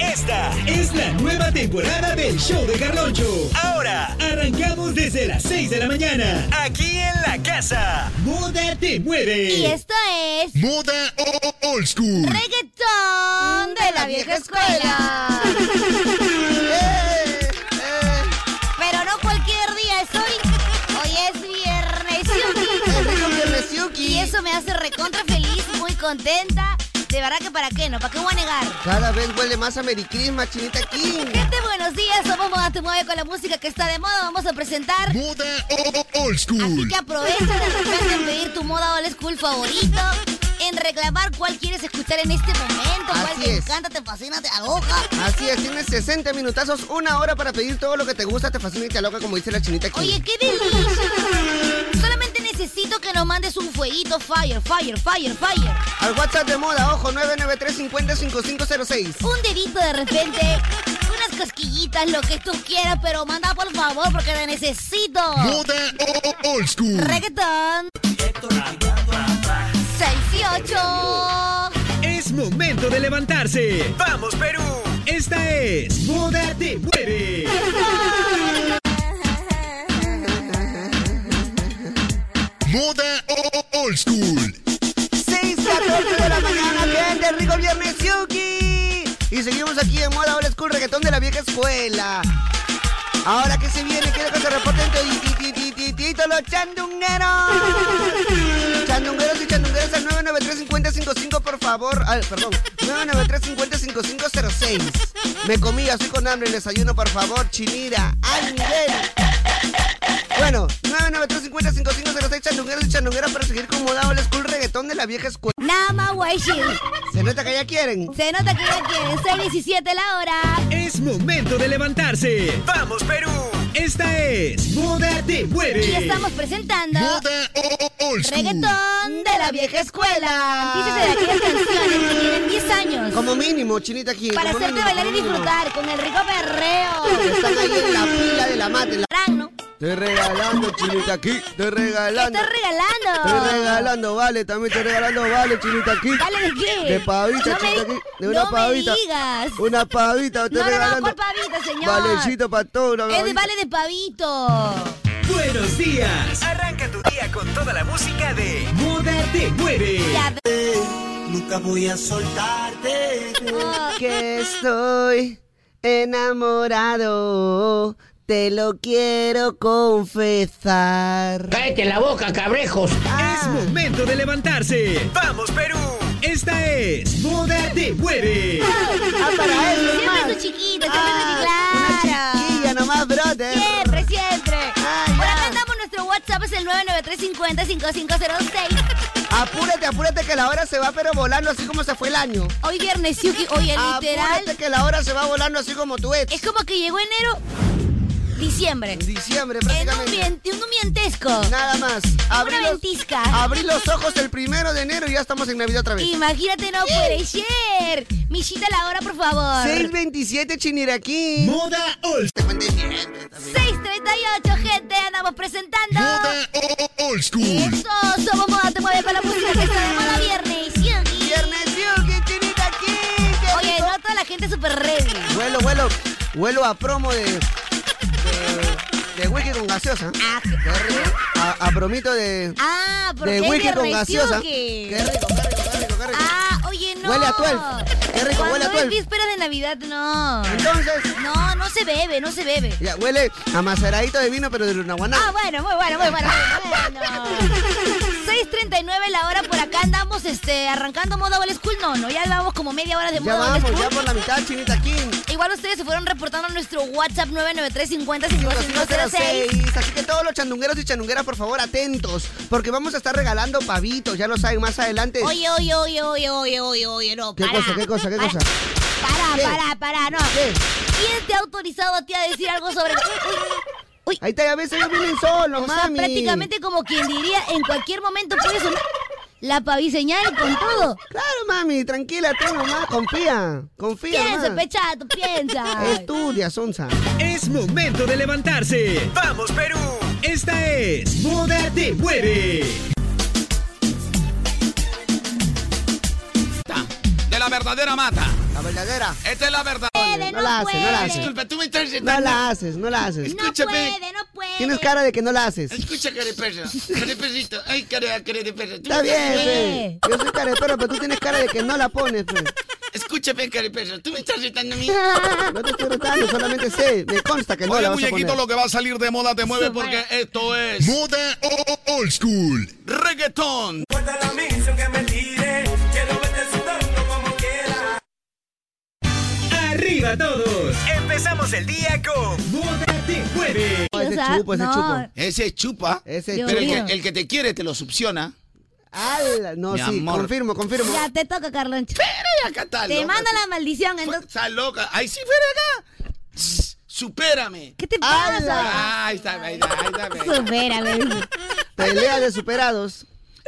Esta es la nueva temporada del show de Carloncho. Ahora arrancamos desde las 6 de la mañana. Aquí en la casa. Moda Te Mueve. Y esto es Moda o- o- Old School. reggaetón de la vieja escuela. Eh, Pero no cualquier día, es hoy. Hoy es viernes. yuki. Y eso me hace recontra feliz, muy contenta. De verdad que para qué, no, para qué voy a negar. Cada vez huele más a Merry Christmas, Chinita King. Gente, buenos días. Somos Moda Te Mueve con la música que está de moda. Vamos a presentar Moda o- o- Old Así School. que aprovecha de repente en pedir tu moda old school favorito, en reclamar cuál quieres escuchar en este momento, cuál Así te es. encanta, te fascina, te agoja. Así es, tienes 60 minutazos, una hora para pedir todo lo que te gusta, te fascina y te loca, como dice la Chinita King. Oye, qué delicia. Solamente necesito que nos mandes un fueguito fire, fire, fire, fire. Al WhatsApp de moda, ojo, 993-50-5506. Un dedito de repente, unas cosquillitas, lo que tú quieras, pero manda por favor porque te necesito. Moda o- o- Old School. Reggaeton. 6 y 8. Es momento de levantarse. ¡Vamos, Perú! Esta es Moda Te Mueve. Moda o- o- Old School. 6.14 de la mañana, gente, rico viernes, Yuki. Y seguimos aquí en moda old school, reggaetón de la vieja escuela. Ahora que se viene, quiero que se reporten toditititititito los chandungueros. Chandungueros y chandungueras al 993-5055, por favor. Al, perdón, 993-505506. Me comí, así con hambre, el desayuno, por favor, chinira, al nivel. Bueno, 993-505506, chandungueros y chandungueras para seguir con moda old school, reggaetón de la vieja escuela. Nada más guay shit. Se nota que ya quieren. Se nota que ya quieren ser 17 la hora. Es momento de levantarse. ¡Vamos, Perú! Esta es Moda Te Mueve. Y estamos presentando Moda o- o- Old School. Reggaetón de la vieja escuela. Dícese de aquellas canciones que tienen 10 años. Como mínimo, chinita aquí. Para como hacerte mínimo, bailar y como mínimo. disfrutar con el rico perreo. Están ahí en la fila de la mate. la- Frank, ¿no? Estoy regalando, chinita aquí. Estoy Te regalando. estoy Estoy regalando. regalando, vale, también estoy regalando, vale, chinita aquí. ¿Dale de qué? De pavita, no me, chinita aquí. De una no pavita. me digas. Una pavita, estoy No, no, no, regalando. ¿cuál pavita, señor? Valecito para todo, una Es de pavita. vale de pavito. ¡Buenos días! Arranca tu día con toda la música de Moda Te Mueve. Ya, Eh, Nunca voy a soltarte. oh, Que estoy enamorado. Te lo quiero confesar. Cállate la boca, cabrejos. Es Ah. momento de levantarse. Vamos, Perú. Esta es Moda Te Mueve. Ah, para eso, Siempre nomás. su chiquita, Ah, siempre Una su chiquilla clara. nomás, brother. Siempre, siempre. Ay, Por ya. acá andamos, nuestro WhatsApp es el 993505506. Apúrate, apúrate que la hora se va pero volando así como se fue el año. Hoy viernes, Yuki, oye, literal. Apúrate que la hora se va volando así como tú ex. Es como que llegó enero, diciembre. Diciembre En un, prácticamente. vien- en un mientesco. Nada más. Abrí Una los- ventisca. Abrí los ojos el primero de enero y ya estamos en Navidad otra vez. Imagínate, no puede ser. Michita, la hora, por favor. 627 Chiniraquí. Moda Old. 638, gente, andamos presentando. Moda o- o- Old School. Eso, somos moda, te mueve con la música que está de moda viernes. Yuki. Viernes Yuki, Chiniraquí. qué Oye, rico. no toda la gente súper ready. Vuelo, vuelo. Vuelo a promo de. De, de whisky con gaseosa. Ah, Qué rico. A, a promito de. Ah, porque de es whisky con viernes, gaseosa. Yuki. Qué rico, qué rico, qué rico, qué rico. Ah, oye, no. Huele a 12. Qué rico, Cuando huele a 12. es víspera de Navidad, no. Entonces. No, no se bebe, no se bebe. Ya huele a maceradito de vino, pero de Lunaguaná. Ah, bueno, muy bueno, muy bueno. muy bueno. 6.39 la hora por acá andamos este, arrancando moda old school. No, no, ya vamos como media hora de ya moda old vamos, school. ya por la mitad, Chinita aquí. Igual ustedes se fueron reportando a nuestro WhatsApp 993 50 5506. 5506. Así que todos los chandungueros y chandungueras, por favor, atentos. Porque vamos a estar regalando pavitos, ya lo saben, más adelante. Oye, oye, oye, oye, oye, oye, oye, no, ¿Qué para. cosa, qué cosa, qué para, cosa? Para, ¿Qué? para, para, no. ¿Qué? ¿Quién te ha autorizado a ti a decir algo sobre... Uy, Uy. Ahí está, a veces ellos vienen solos, O sea, mami. prácticamente como quien diría, en cualquier momento puede sonar la paviseñal con todo. Claro, mami, tranquila, tú nomás, confía, confía. Piensa, nomás. pechato, piensa. Estudia, Sonsa. Es momento de levantarse. ¡Vamos, Perú! Esta es Moda Te Mueve. De la verdadera mata. La verdadera. Esta es la verdad. Eh, Puede, No la hace, no la hace. Disculpa, tú me estás No insultando. la haces, no la haces. No Escúchame. puede, no puede. Tienes cara de que no la haces. Escucha, careperra. Carepecito. Ay, cara, careperra. Está bien, Eh. fe. Yo soy cara de perro, pero tú tienes cara de que no la pones, pues. fe. Escúchame, careperra. Tú me estás retando a mí. No te estoy retando, solamente sé, me consta que no Oye, la vas a muñequito, poner. lo que va a salir de moda te mueve porque esto es Moda o- o- old school. reggaetón. ¡Arriba todos! Empezamos el día con Moda Te Mueve. No, ese O sea, chupo, ese no. chupo. Ese es chupa. Ese Dios Pero el mío. chupo. que, el que te quiere te lo succiona. Ala, no, Mi sí, amor. confirmo, confirmo. Ya te toca, Carloncho. Pero acá está Te loca, manda tú. la maldición. entonces- Está loca. Ahí sí fuera acá. Tss, Supérame. ¿Qué te pasa? Ah, Ahí está, ahí está, ahí está. Supérame. dice. Pelea de superados.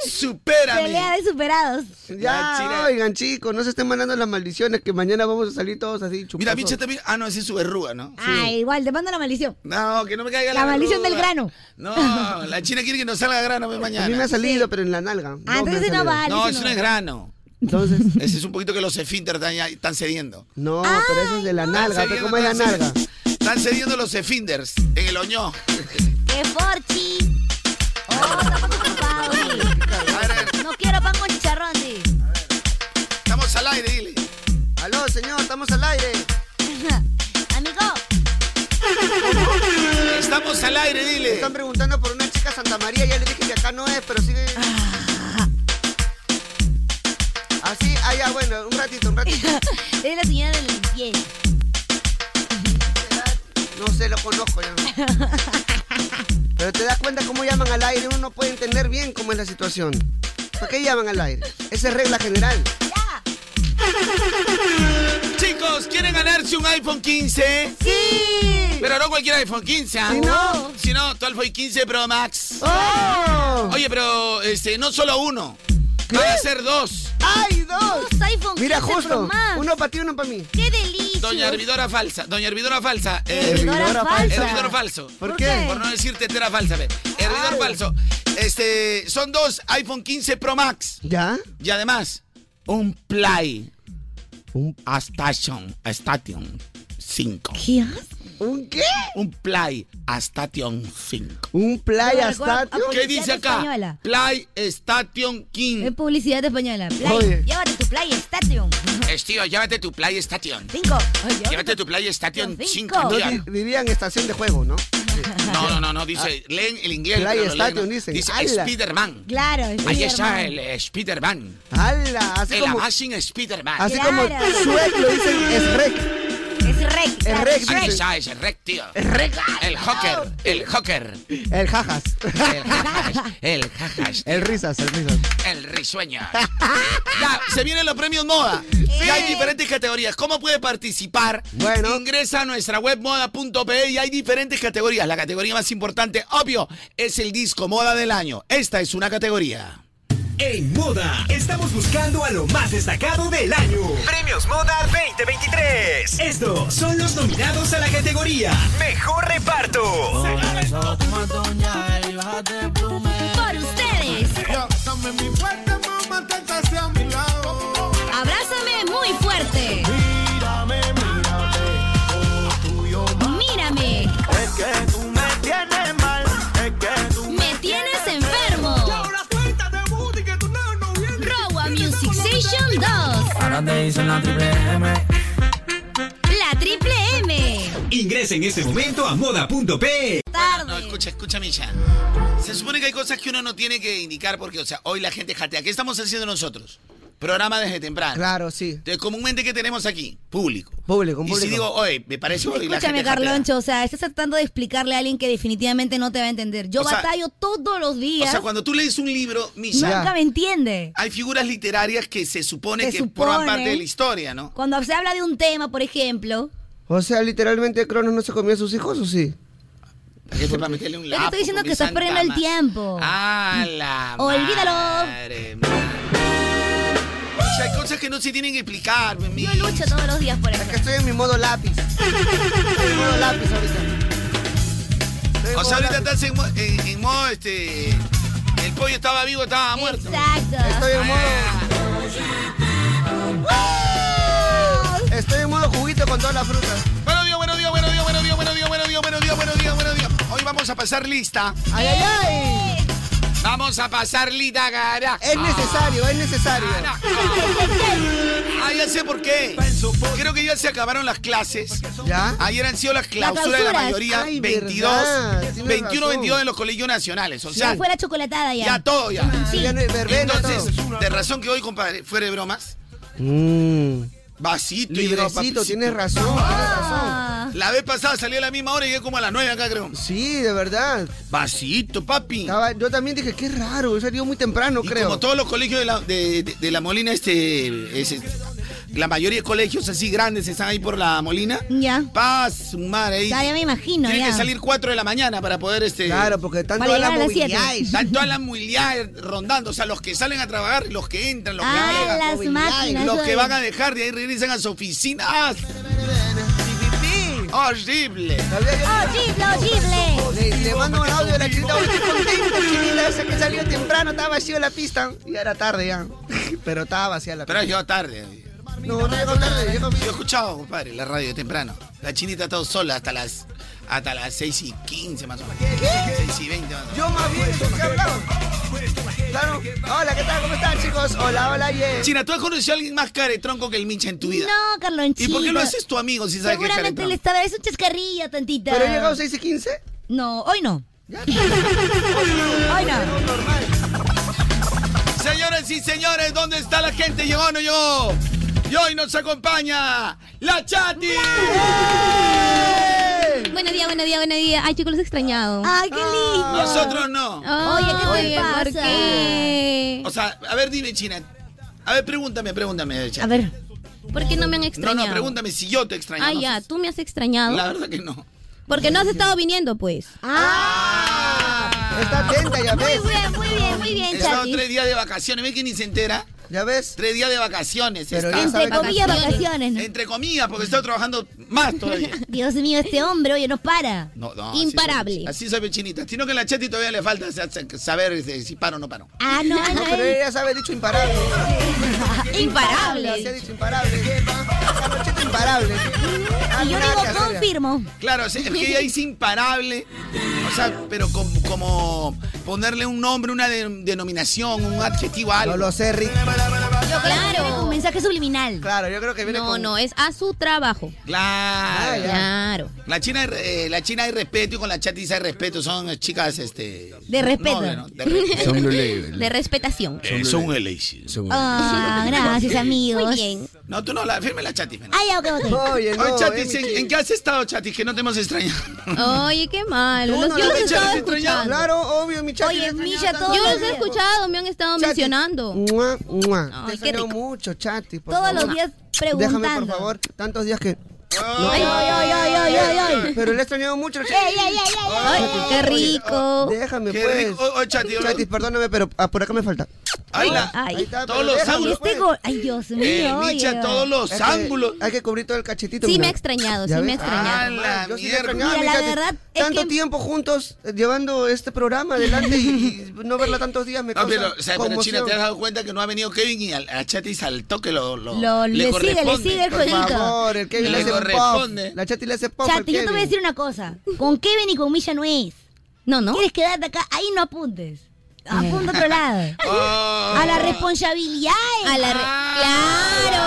Supérame. Pelea de superados. Ya, chica. oigan, chicos, no se estén mandando las maldiciones que mañana vamos a salir todos así chupados. Mira, bicho, también. Ah, no, ese es su verruga, ¿no? Ay, Ah, igual, te manda la maldición. No, que no me caiga la La maldición del verruga. grano. No, la china quiere que nos salga grano pues, A mí me mañana. ha salido, pero en la nalga. Ah, Dos me entonces han salido. no vale. No, ese eso no es grano. Entonces, Ese es un poquito que los esfínteres están, ya- están cediendo. no, pero eso es de la nalga. Están pero cediendo, ¿Cómo es la están nalga? cediendo. Están cediendo los esfínteres en el oñó. ¡Qué forchi! ¡Oh, estamos ocupados! A ver, a ver, No quiero pan con chicharrón, sí. estamos al aire, dile. Aló, señor, estamos al aire. Amigo, Estamos al aire, Me dile. están preguntando por una chica Santa María. Ya le dije que acá no es, pero sigue. Ah. Así, ah, ya, bueno, un ratito, un ratito. es la señora de la limpieza. No sé, lo conozco ya. Pero te das cuenta cómo llaman al aire. Uno no puede entender bien cómo es la situación. ¿Por qué llaman al aire? Esa es regla general. ¡Ya! Chicos, ¿quieren ganarse un iPhone 15? ¡Sí! Pero no cualquier iPhone 15. ¿ah? Si no- Sino tu iPhone 15 Pro Max. ¡Oh! Oye, pero este, no solo uno. Van a ser dos. ¡Ay, dos! ¡Dos iPhone Mira, 15 Pro justo. Max. Uno para ti, uno para mí. ¡Qué delicia! Doña Hervidora falsa. Doña Hervidora falsa. Eh, Hervidora Hervidora falsa. falsa. Hervidor falso. ¿Por ¿Por qué? qué? Por no decir tetera falsa, ve. Hervidor falso. Este, son dos iPhone 15 Pro Max. ¿Ya? Y además, un Play ¿Un, a Station, a Station 5. ¿Qué haces? un qué? Un Play a Station 5. ¿Un playa No, recuerda- statue? ok. ¿Qué Publicidad dice acá? española. Play Station Es 15. publicidad española. Play. Oye. Llévate tu play Station. tío, llévate tu Play Station. Cinco. Ay, Llévate tu Play Station Station 5, No, tío. di- dirían estación de juego, ¿no? No, no, no, no, Ah. dice, leen el inglés. Play pero lo leen, Station, ¿no? dicen. Dice ¡Hala! Spider-Man. Claro. Ahí Spider-Man. está el eh, Spider-Man. ¡Hala! Ah, Así El como, Amazing Spider-Man. así Claro. como Shrek lo dicen, es rec. Es rec. claro. rec, Ahí dice. está, es rec, tío. El Joker, el Joker, Ah, El jajas. el jajas, el jajas, El risas, el risas. el risueño. Ya, se vienen los premios moda. Ya hay diferentes categorías. ¿Cómo puede participar? Bueno. Ingresa a nuestra web moda.pe y hay diferentes categorías. La categoría más importante, obvio, es el disco moda del año. Esta es una categoría. En Moda, estamos buscando a lo más destacado del año. Premios Moda 2023. Estos son los nominados a la categoría Mejor Reparto. Por ustedes. Abrázame muy fuerte. Mírame. Me tienes enfermo. Rowa Music Station 2. la triple M. Ingresa en este momento a moda.p. Tarde. No, escucha, escúchame ya. Se supone que hay cosas que uno no tiene que indicar porque, o sea, hoy la gente jatea. ¿Qué estamos haciendo nosotros? Programa desde temprano. Claro, sí. Entonces, comúnmente, ¿qué tenemos aquí? Público. Público, un Y si público. digo, oye, me parece hoy la Escúchame, gente jatea". Carloncho, o sea, estás tratando de explicarle a alguien que definitivamente no te va a entender. Yo O sea, batallo todos los O días. sea, cuando tú lees un libro, Misa, nunca Ya. me entiende. hay figuras literarias que se supone Se que supone. Mm. forman parte de la historia, ¿no? Cuando se habla de un tema, por ejemplo, O sea, literalmente Cronos no se comió a sus hijos, ¿o sí? Tarjeta para meterle un Yo te lapo estoy diciendo con que mi estás santa perdiendo el ma- tiempo. ¡Ah, la Olvídalo. madre, ma- O sea, hay cosas que no se tienen que explicar, mi Yo lucho todos los días por eso. Que estoy en mi modo lápiz. Estoy en modo lápiz ahorita. Estoy en O sea, modo ahorita lápiz. estás en, mo- en- en modo, este... El pollo estaba vivo, estaba muerto. Exacto. Estoy en Ah. modo. Estoy en modo juguito con todas las frutas. Buenos días, buenos días, buenos días, buenos días, buenos días, buenos días, buenos días, buenos días, buenos días. Hoy vamos a pasar lista. ¡Ay, ay, ay! Vamos a pasar lista, cara. Es necesario, es necesario. Ah, ya sé por qué. Creo que ya se acabaron las clases. ¿Ya? Ayer han sido las clausuras de la clausuras. mayoría, Ay, 22, verdad, tienes 21, razón. 22 en los colegios nacionales. O sea, Ya fue la chocolatada ya. ya todo ya. Sí. Ya no hay verbena, Entonces, todo. de razón que hoy, compadre, fuera de bromas, Mmm. vasito y Librecito, papicito. tienes razón, tienes razón. Ah, La vez pasada salí a la misma hora y llegué como a las 9 acá, creo. Sí, de verdad. Vasito, papi. Estaba- yo también dije, qué raro, he salido muy temprano, Y creo. como todos los colegios de la, de, de- de la Molina, este, ese- la mayoría de colegios así grandes están ahí por la Molina. Ya. Paz, sumar ahí. Ya, ya me imagino, Tienen ya. que salir 4 de la mañana para poder, este... Claro, porque están Para todas las llegar a las siete. movilidades. Están todas las movilidades rondando, o sea, los que salen a trabajar, los que entran, los que Ah, llegan, las máquinas, los eso que es. van a dejar, de ahí regresan a sus oficinas. ¡Horrible! ¡Horrible, horrible! Le, le mando un audio a la chinita, "Oye, estoy contenta, chinita, esa que salió temprano, estaba vacío la pista. Y era tarde ya. Pero estaba vacía la Pero pista. yo tarde. No, no llegó tarde, llegó Yo escuchaba, compadre, la radio temprano. La chinita estaba sola hasta las hasta las 6 y 15 más o menos. 6 y 20 más o menos. Yo más bien, ¿de qué hablaba? Claro. Hola, ¿qué tal? ¿Cómo están, chicos? Hola, hola, yeah. China, ¿tú has conocido a alguien más caretronco que el Mincha en tu vida? No, Carlonchito. ¿Y por qué lo haces tu amigo si sabes que es Seguramente le caretronco? estaba... Es un chascarrillo, tantita. ¿Pero he llegado 6 y 15? No, hoy no. Ya. Hoy no. Normal. Señores y señores, ¿dónde está la gente? ¿Llegó o no llegó? Y hoy nos acompaña la Chati. Buenos días, buenos días, buenos días. Ay, chicos, los he extrañado. ¡Ay, qué lindo! Nosotros no. Oye, ¿qué te Oye, pasa? ¿por qué? O sea, a ver, dime, China. A ver, pregúntame, pregúntame, Chati. A ver. ¿Por qué no me han No, extrañado? no, pregúntame si yo te extraño. Ah, No, ya, si- tú me has extrañado. La verdad que no. Porque no has estado viniendo, pues. Está atenta, ya Muy ves. bien, muy bien, muy He bien, estado Chati. tres días de vacaciones, ve que ni se entera. Ya ves. Tres días de vacaciones. Pero está. ya sabe- Entre comillas, Vacaciones. vacaciones. ¿no? Entre comillas, porque he estado trabajando más todavía. Dios mío, este hombre, oye, no para. No, no, Imparable. así soy- Así sabe chinita. Sino que en la chat todavía le falta sa- sa- saber este, si paro o no paro. Ah, no, No, no, pero él- ella sabe, dicho imparable. Se ha imparable. dicho imparable. La nocheta imparable. Ah, Y yo digo, confirmo. Claro, o sea, es que ella dice imparable. O sea, pero com- como ponerle un nombre, una de- denominación, un adjetivo, algo. No lo sé, Rick. Un Claro. mensaje subliminal. Claro, yo creo que viene No, con... no, es a su trabajo. Ah, Claro. ya. Claro. La China, eh, la China hay respeto y con la chatiza hay respeto. Son eh, chicas, este. De respeto. nobles, ¿no? De respeto. De respetación. Eh, son un elation. Ah, gracias, amigos. Muy bien. No, tú no, la, firme la chatis. ven. Ay, ok, ok. Oye, no, Oye, es chatis, mi ¿en, chico. en qué has estado, chatis? Que no te hemos extrañado. Oye, qué malo. Tú Los- no la yo los he ves, estado Chatis, extrañado. escuchando. Claro, obvio, mi chatis. Oye, te Misha, extrañaba todo- Yo tanto. los he escuchado, me han estado Chatis. mencionando. Mua, mua. Te Ay, qué extraño rico. mucho, chatis. por Todos favor. los días preguntando. Déjame, por favor, tantos días que... Ay, ay, ay, ay, ay, ay, ay. Pero le he extrañado mucho, Ey, chatis. ey, ey, ey, ey. Ay, qué rico. Déjame, Qué pues. rico. Oye, chatis. Chatis, perdóname, pero ah, por acá me falta. Ay, la- Ay. Ahí está, Todos pero los déjame, ángulos. Este pues. gol. Ay, Dios mío. Eh, oye. Micha, todos los Es que ángulos. Hay que cubrir todo el cachetito. Sí, mira. me ha extrañado, ¿Ya sí me ha ves? extrañado. Ah, la Yo sí te mierda. extrañaba, Mira, la fíjate. verdad es Ah, Tanto que- tiempo juntos eh, llevando este programa adelante y, y no verla tantos días me No, causa pero, o sea, pero China, conmoción. ¿te has dado cuenta que no ha venido Kevin y al, a Chatis al toque lo, lo, Lo- le sigue, le corresponde? sigue el Por jueguito. Por favor, el Kevin Le le hace corresponde. pop. La Chati le hace pop al Chati, yo Kevin. te voy a decir una cosa. Con Kevin y con Misha no es. No, no. ¿Quieres quedarte acá? Ahí no apuntes. Apunta a otro lado. Oh. A la responsabilidad. A la re-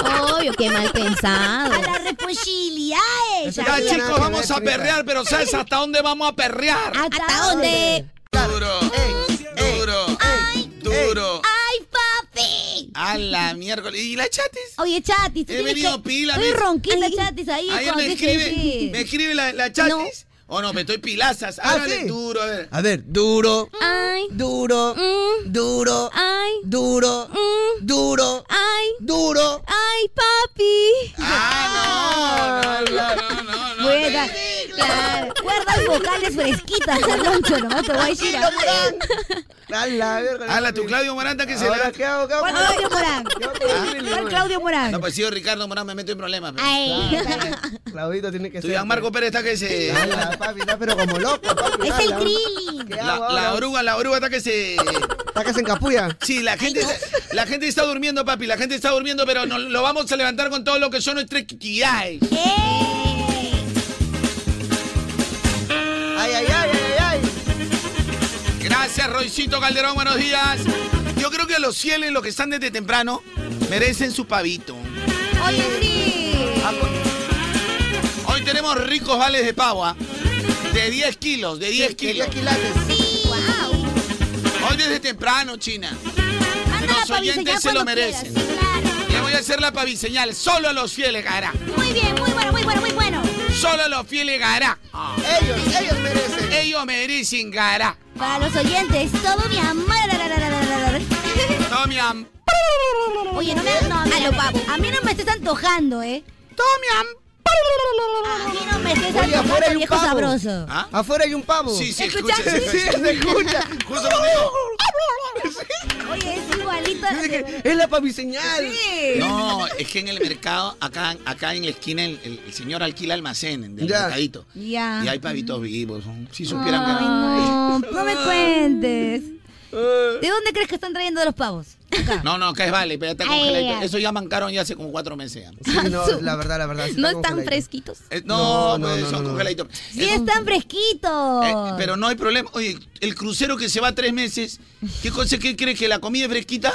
Claro. Obvio, qué mal pensado. A la responsabilidad. Eso Ya, Ay, Ah, chicos, nada, vamos nada, a chinita. perrear, pero ¿sabes hasta dónde vamos a perrear? ¿Hasta dónde? Duro, duro, duro. ¡Ay, papi! A la miércoles. ¿Y la Chatis? Oye, Chatis, tú He tienes venido que- pila, Estoy me- ronquita, Ay. Chatis, ahí. Ayer cuando me tienes que escribe, decir. me escribe la, la Chatis. Oh, no, pero estoy pilazas. Ah, Háblale ¿sí? duro, a ver. A ver, duro, Ay, duro, mm, duro, ay, duro, mm, duro, ay, duro. ay, papi. Ah, no, no, no, no, no, no. Buena. Claro. Cuerda unas vocales pues, fresquitas, Alonso, nomás te voy a decir. Tranquilo, Morán. A la verga. Hala, tu Claudio Moranda que se le Ahora, da. ¿qué hago? ¿Qué hago? ¿Cuál Claudio Morán? ¿Cuál Claudio Morán? No, pues si yo Ricardo Morán me meto en problemas. pe. Ay, Claudito tiene que Tu ser. Gianmarco Pérez está que se. Ala, papi, está pero como loco, papi. es el ala. Krillin. ¿Qué La, hago la ahora? oruga, la oruga está que se. Está que se encapulla. Sí, la gente, está- la gente está durmiendo, papi, la gente está durmiendo, pero nos lo vamos a levantar con todo lo que son nuestras equidades. ¡Ey! Ay, ay, ay, ay, ay. Gracias, Roycito Calderón, buenos días. Yo creo que los cielos, los que están desde temprano, merecen su pavito. Oye, sí. Hoy tenemos ricos vales de pava, de 10 kilos, de 10 Quería kilos. quilates. Sí. Wow. Hoy desde temprano, China. Mándala Los para oyentes diseñar se lo cuando quieras. merecen. Sí, claro. Le voy a hacer la paviseñal, solo a los fieles gará. Muy bien, muy bueno, muy bueno, muy bueno. Solo a los fieles gará. Ellos, ellos merecen. Ellos merecen gará. Para los oyentes, todo mi amor. Tommy Am. Oye, no me no, a, mí, no me- a mí no me estés antojando, ¿eh? Tommy Am. A mí no me estés Oye, afuera hay antojando, un viejo pavo. sabroso. ¿Ah? Afuera hay un pavo. Sí, sí, escucha. ¿Escuchaste? se Sí, escucha. se escucha. Justo conmigo. Oye, es igualito. a- Dice que es la paviseñal. No, es que en el mercado, acá, acá en la esquina, el, el- el señor alquila almacén del Ya. mercadito. Ya. Ah. Y hay pavitos vivos. ¿no? Si supieran Ay, no, no me cuentes. ¿De dónde crees que están trayendo los pavos? que. No, no, que es vale, pero ya está Ay, congeladito. ay. Eso ya mancaron ya hace como cuatro meses. ya. Sí, no, la verdad, la verdad. sí No está están congeladito. fresquitos. Eh, No, No, no, pues, no, son no, no. congeladitos. Sí, Eh, están fresquitos. eh, pero no hay problema. Oye, el crucero que se va tres meses, ¿qué cosa que crees que la comida es fresquita?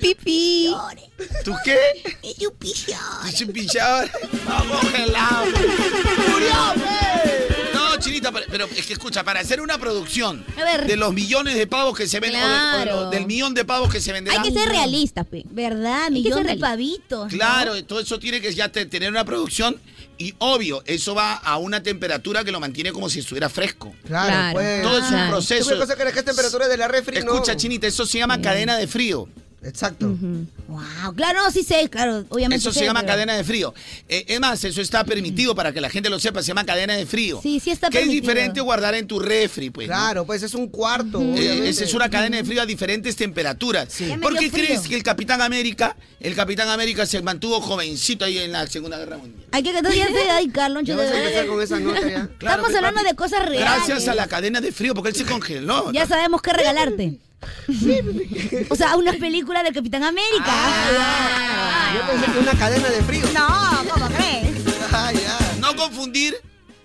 Pipi. ¿Tú qué? Es un pillador. Vamos, gelado. ¡Murió, pe! No, chinita, pero, pero es que escucha, para hacer una producción A ver. de los millones de pavos que se venden, o de- o de Claro. los- del millón de pavos que se Hay venderán. que ser realistas, pe. ¿Verdad? que Millón ser de realista. pavitos. Claro, todo eso tiene que ya te- tener una producción y obvio, eso va a una temperatura que lo mantiene como si estuviera fresco. Claro, Claro. pues. Todo es un Claro. Tú ves proceso. cosas que las temperaturas de la refri no. Escucha, chinita, eso se Mm. llama cadena de frío. Exacto. Wow, claro, no, sí sé, claro, obviamente. Eso sé, se llama pero- cadena de frío. Eh, es más, eso está permitido para que la gente lo sepa, se llama cadena de frío. Mm. Sí, sí está Que es permitido. diferente guardar en tu refri, pues. ¿no? Claro, pues es un cuarto. Eh, obviamente. esa es una cadena de frío a diferentes temperaturas. Ya me ¿Por dio qué frío. crees que el Capitán América, el Capitán América se mantuvo jovencito ahí en la Segunda Guerra Mundial? Hay que que tú ya te ay, Carloncho, Ya de vas a verdad. empezar con esa nota ya. Claro, Estamos pues, hablando papi, de cosas reales. Gracias a la cadena de frío, porque él se congeló. Ya sabemos qué regalarte. o sea, unas películas del Capitán América. Ah, Ah. Yo pensé que una cadena de frío. No, ¿cómo crees? Ah, ya. No confundir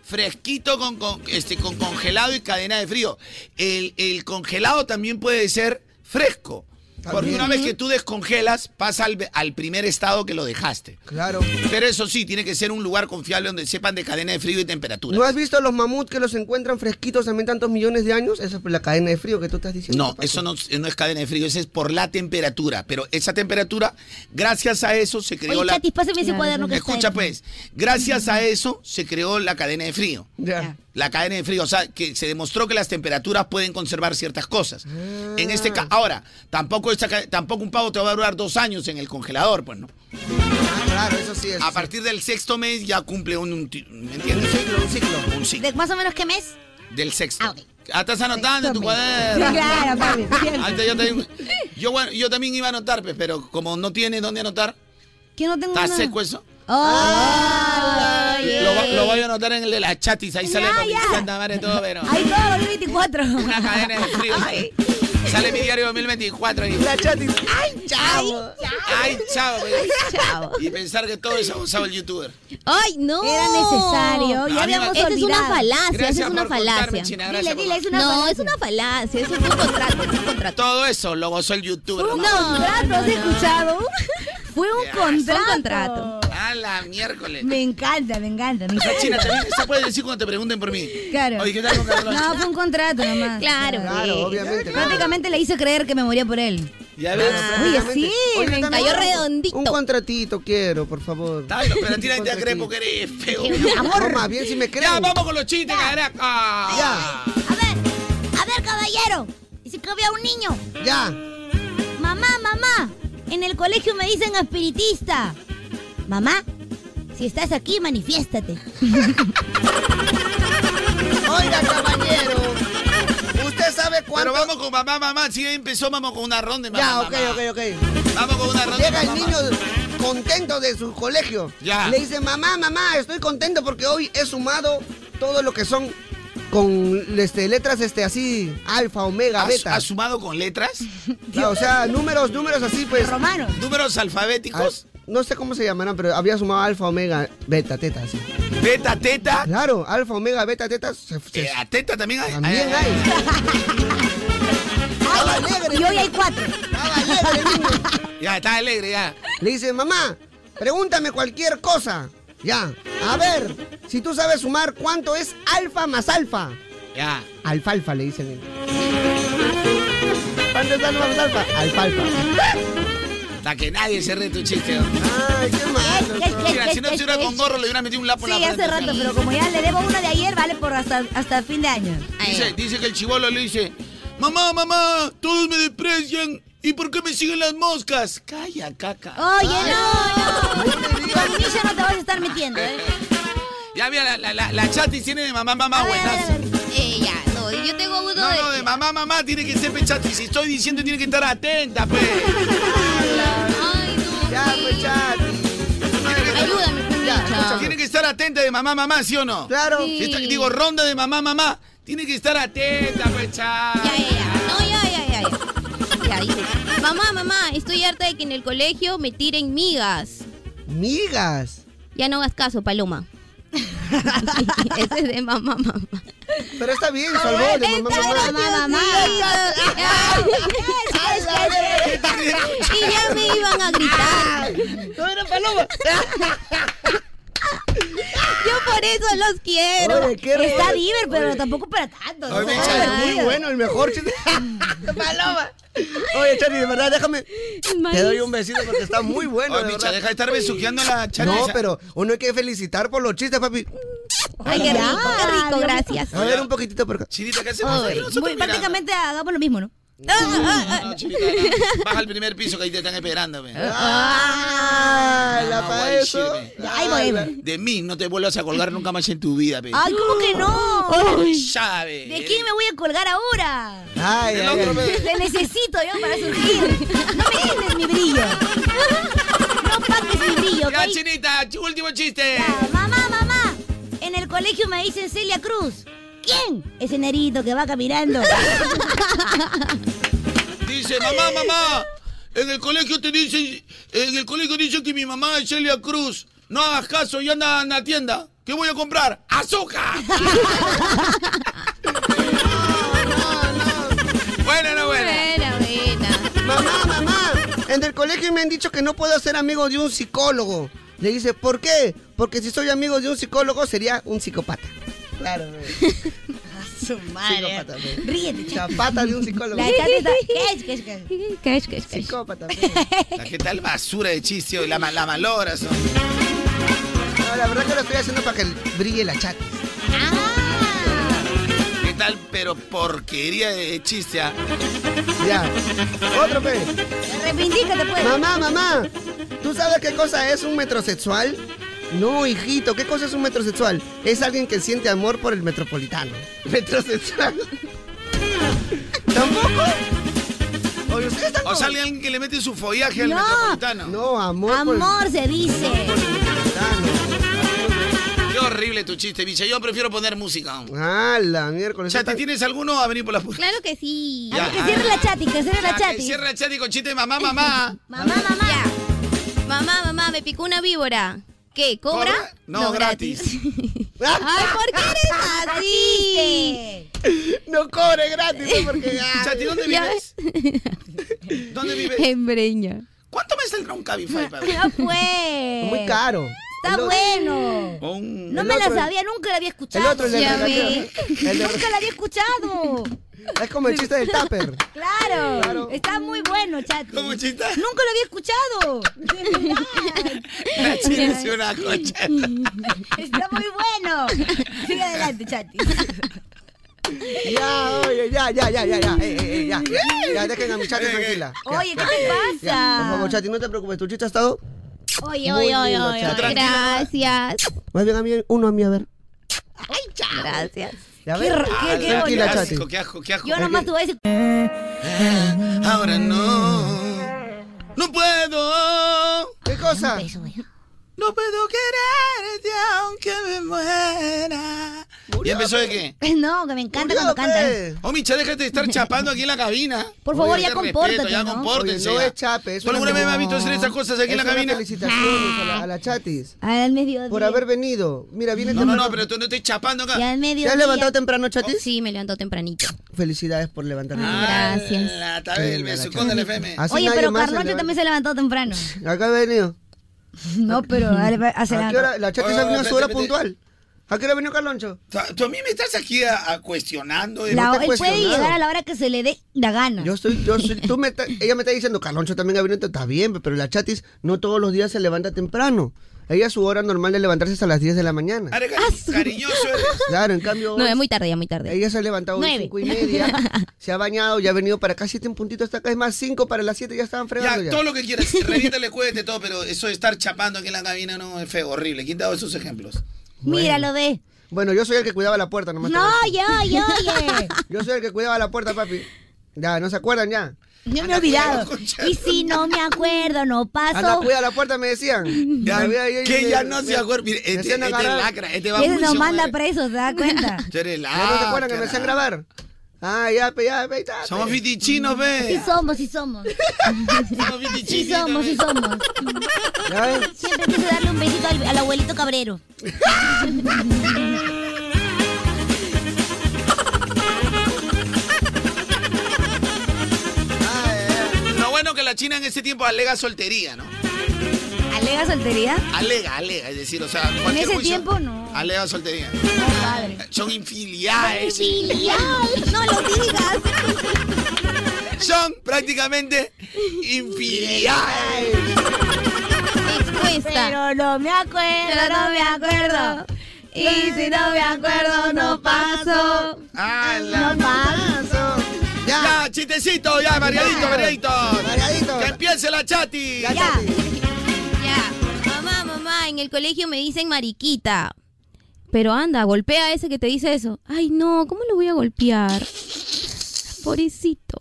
fresquito con, con- este, con congelado y cadena de frío. El, el congelado también puede ser fresco. Porque También. una vez que tú descongelas, pasa al, al primer estado que lo dejaste. Claro. Pero eso sí, tiene que ser un lugar confiable donde sepan de cadena de frío y temperatura. ¿No has visto los mamuts que los encuentran fresquitos también tantos millones de años? Esa es la cadena de frío que tú estás diciendo. No, Paco. eso no, no es cadena de frío, eso es por la temperatura. Pero esa temperatura, gracias a eso se creó Oye, la. Chatis, pásame ese cuaderno que está Escucha ahí. pues, gracias a eso se creó la cadena de frío. Ya. La cadena de frío, o sea, que se demostró que las temperaturas pueden conservar ciertas cosas. En este caso, ahora, tampoco, esta ca- tampoco un pavo te va a durar dos años en el congelador, pues no. Ah, claro, eso sí es. A partir del sexto mes ya cumple un, un ti- ¿me Un entiendes? ciclo, un ciclo. Un ciclo. ¿De más o menos qué mes? Del sexto. Ah, ok. Ah, estás anotando en tu cuaderno. Claro, papi. siempre. Antes yo, te- yo, bueno, yo también iba a anotar, pues, pero como no tiene dónde anotar, Que no tengo está nada. seco eso. Oh, oye. Lo, va- lo voy a anotar en el de las chatis, ahí sale Ya, con mi ya. santa madre todo, pero Ahí todo, volvió 24. una cadena de frío. Sale mi diario 2024 y La chatis. ¡Ay, chavo! ay, chao. pues. Y pensar que todo es abusado el youtuber. Ay, no. Era necesario, ya Amiga, habíamos Esa es una olvidado. falacia, Gracias esa es una por contarme, falacia. China, Dile, gracias por- dile, es una No, falacia. es una falacia, eso es un contrato, es un contrato. Todo eso lo gozó el youtuber. Fue un ¿no? contrato, ¿has escuchado? Fue un Ya, contrato. fue un contrato. A la miércoles. Me encanta, me encanta, me La encanta. china también, eso puedes decir cuando te pregunten por mí. Claro. Oye, ¿qué tal con Carlos? No, fue un contrato nomás. Claro, Claro, pues. obviamente. Prácticamente le hice creer que me moría por él. Ya ves. Oye, sí, Oye, me dame cayó un- redondito. Un contratito quiero, por favor. Está bien, pero a ti nadie te va a creer porque eres feo. Amor. más bien si me creen. Ya, vamos con los chistes, caraca. A ver, a ver, caballero. Dice que había un niño. Ya. Mamá, mamá. En el colegio me dicen espiritista. Mamá, Si estás aquí, manifiéstate. Oiga, caballero. ¿Usted sabe cuánto? Pero vamos con mamá, mamá. Si empezó, vamos con una ronda de mamá. Ya, ok, mamá. ok, ok. Vamos con una ronda de Llega el mamá. niño contento de su colegio. Ya. Le dice, mamá, mamá, estoy contento porque hoy he sumado todo lo que son con este, letras este, así, alfa, omega, ¿Has- beta. ¿Has sumado con letras? Claro, o sea, números, números así, pues. Romano. ¿Números alfabéticos? Ah, no sé cómo se llamarán, pero había sumado alfa, omega, beta, teta, así. ¿Beta, teta? Claro, alfa, omega, beta, teta. se- se- Eh, ¿A teta también hay? Ah, también Ay, ay, hay. Estaba alegre, Y hoy hay cuatro. estaba alegre, niño. ay. Ya, está alegre, ya. Le dice, mamá, pregúntame cualquier cosa. Ya, a ver, si tú sabes sumar, ¿cuánto es alfa más alfa? Ya. Alfalfa, le dicen. ¿Cuánto es alfa más alfa? Alfalfa. Para que nadie se rete un chiste. ¿no? Ay, qué malo. ¿Qué, qué, Mira, qué, si no qué, estuviera qué? con gorro, le hubiera metido un lapo en la Sí, hace frente, rato, ¿sabes? pero como ya le debo una de ayer, vale por hasta, hasta fin de año. Dice, dice que el chivolo le dice, mamá, mamá, todos me desprecian. ¿Y por qué me siguen las moscas? Calla, caca. Oye, no, no. Con mí ya no te vas a estar metiendo, ¿eh? Ya mira, la, la, la, la chatis tiene de mamá, mamá, A ver, a ver, a buenas. ver. Eh, ya, no, yo tengo uno No, de... no, de mamá, mamá, tiene que ser pechatis. Si estoy diciendo, tiene que estar atenta, pues. Ay, no. Ya, sí. pues, Charlie. Ayúdame, pues, Ya, Micha. escucha. Tiene que estar atenta de mamá, mamá, ¿sí o no? Claro. Si está- digo, ronda de mamá, mamá, tiene que estar atenta, pues, chatis. Ya, ya, ya. No, ya, ya, ya, ya. Ya, dice. Mamá, mamá, estoy harta de que en el colegio me tiren migas. Migas. Ya no hagas caso, Paloma. Ese es de mamá, mamá. Pero está bien, salvó de mamá, mamá. Mamá, mamá. Y ya me iban a gritar. No era paloma. Yo por eso los quiero. Oye, qué rico. Está Diver, pero tampoco para tanto. Oye, ¿no? mi Charlie, muy bueno, el mejor chiste. paloma. Oye, Charlie, de verdad, déjame. Te doy un besito porque está muy bueno. Oye, de Micha, verdad. deja de estar besuqueando a la chatis. No, pero uno hay que felicitar por los chistes, papi. Ay, qué rico, qué rico, gracias. A ver, un poquitito por acá. Chinita, ¿qué hacemos? Oye, Nosotros muy- mirando. prácticamente hagamos lo mismo, ¿no? No, Chinita, no. Baja al primer piso que ahí te están esperando. ve. Ah, la Ah, pa' guay, eso. sí, ve. Ahí voy. Ah, De mí no te vuelvas a colgar nunca más en tu vida, pe. Ay, ¿cómo que no? Ya, ve. ¿De quién me voy a colgar ahora? Ay, El ay, otro, ay. ve. Te necesito yo para surgir. No me quites mi brillo. No paques mi brillo, Ya, ¿ok? Chinita, ch- último chiste. Mamá, mamá. En el colegio me dicen Celia Cruz. ¿Quién? Ese nerito que va caminando. Dice, mamá, mamá, en el colegio te dicen, en el colegio dicen que mi mamá es Celia Cruz. No hagas caso y anda en la tienda. ¿Qué voy a comprar? ¡Azúcar! Bueno, no, bueno. Buena, buena. Mamá, mamá. En el colegio me han dicho que no puedo ser amigo de un psicólogo. Le dice, ¿por qué? Porque si soy amigo de un psicólogo sería un psicópata. Claro, ve. Su psicópata. ve. Ríete, chico. Chapata de un psicólogo. La chata está. ¿Qué es? ¿Qué es? ¿Qué es? Cash, cash, cash. Psicópata. ve. La- ¿Qué tal basura de chiste hoy? La, ma- la malora son. No, la verdad que lo estoy haciendo para que brille la chat. ¿Qué tal? Pero porquería de chiste. ah? Ya. Otro pe. Reivindícate, pues. Mamá, mamá, ¿tú sabes qué cosa es un metrosexual? No, hijito, ¿qué cosa es un metrosexual? Es alguien que siente amor por el metropolitano. ¿Metrosexual? ¿Tampoco? Oye, ¿ustedes están O sea, como- alguien que le mete su follaje al No. metropolitano. No, amor, por Amor se dice. el metropolitano. Qué horrible tu chiste, bicha. Yo prefiero poner música. Ah, la miércoles. Chati, ¿tienes alguno a venir por las puertas? Claro que sí. Ya, Que ah, cierre la chati, que cierre ah, la que chati. Cierra el chat y con chiste de mamá, mamá. Mamá, mamá. Mamá, mamá, me picó una víbora. ¿Qué? ¿Cobra? ¿Cobra? No, Ay, ¿por qué eres así? No cobre gratis, ¿eh? porque... ah, Chati, ¿dónde Ya. vives? ¿Dónde vives? En breña. ¿Cuánto me saldrá un Cabify, padre? Ya fue. muy caro. Está bueno. Un- No El me la otro- sabía, nunca la había El escuchado. otro, el de Ya reggaetón. El de- Nunca la había escuchado. Es como el chiste del tupper. Claro. Está muy bueno, chati. ¿Cómo Nunca chita? lo había escuchado. De verdad. La chita es una concha. Está muy bueno. Sigue adelante, chati. Ya, oye, ya, ya, ya, ya, ya, eh, eh, eh, ya. Eh, Ya, dejen a mi Chati tranquila. Ya, Oye, ¿qué ya. te Ya, Por pasa? favor, Chati, no te preocupes, tu chiste ha estado Oye, Muy oye, oye, lindo, oye. chao. Gracias. Más bien a mí, uno a mí, a ver. Ay, chao. Gracias. Ya Qué ves. ra- qué- qué Ah, Tranquila, bonito. Chati. Qué asco, qué asco. Yo nomás te voy a decir. Eh, Ahora no. No puedo. ¿Qué cosa? No puedo quererte aunque me muera. ¿Y empezó de qué? No, que me encanta Murió, cuando cantas. pe. Oh, Micha, déjate de estar chapando aquí en la cabina. Por favor, Oye, ya te compórtate, respeto, ya ¿no? compórtense. Oye, no ya. es chape, es ¿Tú una alguna vez me has felicidad. visto hacer estas cosas aquí en la Es una cabina? Felicitaciones a la, a la chatis Al mediodía. por haber venido. Mira, viene No, no, temprano. no, pero tú no estés chapando Y acá. al ¿Te mediodía. has levantado temprano, chatis? Sí, me levantó tempranito. Felicidades por levantarte. Ah, Gracias. La tabel, Ah, me sucón del FM. Así Oye, nadie pero más se Carloncho levanta. también se levantó temprano. Acá he venido. No, pero al- hace ¿A qué hora? La chatis Oye, ha venido a su hora vete, vete. puntual. ¿A qué hora venido Carloncho? Tú- Tú a mí me estás aquí a- a cuestionando. eh. La- no te he él puede cuestionado. llegar a la hora que se le dé la gana. Yo estoy, yo soy, tú me está- ella me está diciendo, Carloncho también ha venido, está bien, pero la chatis no todos los días se levanta temprano. Ella su hora normal de levantarse es a las 10 de la mañana. Are, Ah, cari- cariñoso eres. Claro, en cambio, No, hoy es muy tarde, ya muy tarde. ella se ha levantado a Nueve. cinco y media, se ha bañado, ya ha venido para acá siete en puntito hasta acá, es más, cinco para las siete ya estaban fregando Ya, ya. todo lo que quieras. Revítale, cuédete todo, pero eso de estar chapando aquí en la cabina no es feo, horrible. ¿Quién te ha dado esos ejemplos? Mira lo de. Bueno, yo soy el que cuidaba la puerta nomás. te No, voy a decir. yo, yo, oye. Yo soy el que cuidaba la puerta, papi. Ya, ¿no se acuerdan ya? Yo me he olvidado. cuidado, concha. Y si no me acuerdo, no Anda, paso. cuida la puerta, me decían. Ya, Me veía yo y que me- ya no me- se acuerda. Mire, me este, hacían este es agarrar. lacra, este va a Y ese nos juicio, manda madre. presos, ¿te das cuenta? Tú eres ¿Ya no se acuerdan que me hacían lacra. grabar? Ah, ya, pe, ya, pe, ahí está, pe. Somos vitichinos, Sí ve. somos, sí somos. Somos Sí vitichinos. somos, sí ve. somos. ¿Ya ves? Siempre quise darle un besito al, al abuelito cabrero. Lo bueno que la China en ese tiempo alega soltería, ¿no? ¿Alega soltería? Alega, alega, es decir, o sea, En cualquier ese juicio, tiempo no. Alega soltería. No, padre. Son infidelidades, No lo digas. son prácticamente infidelidades. Expuesta. Pero no me acuerdo, no me acuerdo. Y si no me acuerdo, no paso. Ah, No la- paso. Ya, chistecito, ya, variadito, variadito. Variadito. Que empiece la chati. Ya. Ya. Mamá, mamá, en el colegio me dicen mariquita. Pero anda, golpea a ese que te dice eso. Ay, no, ¿cómo lo voy a golpear? Pobrecito.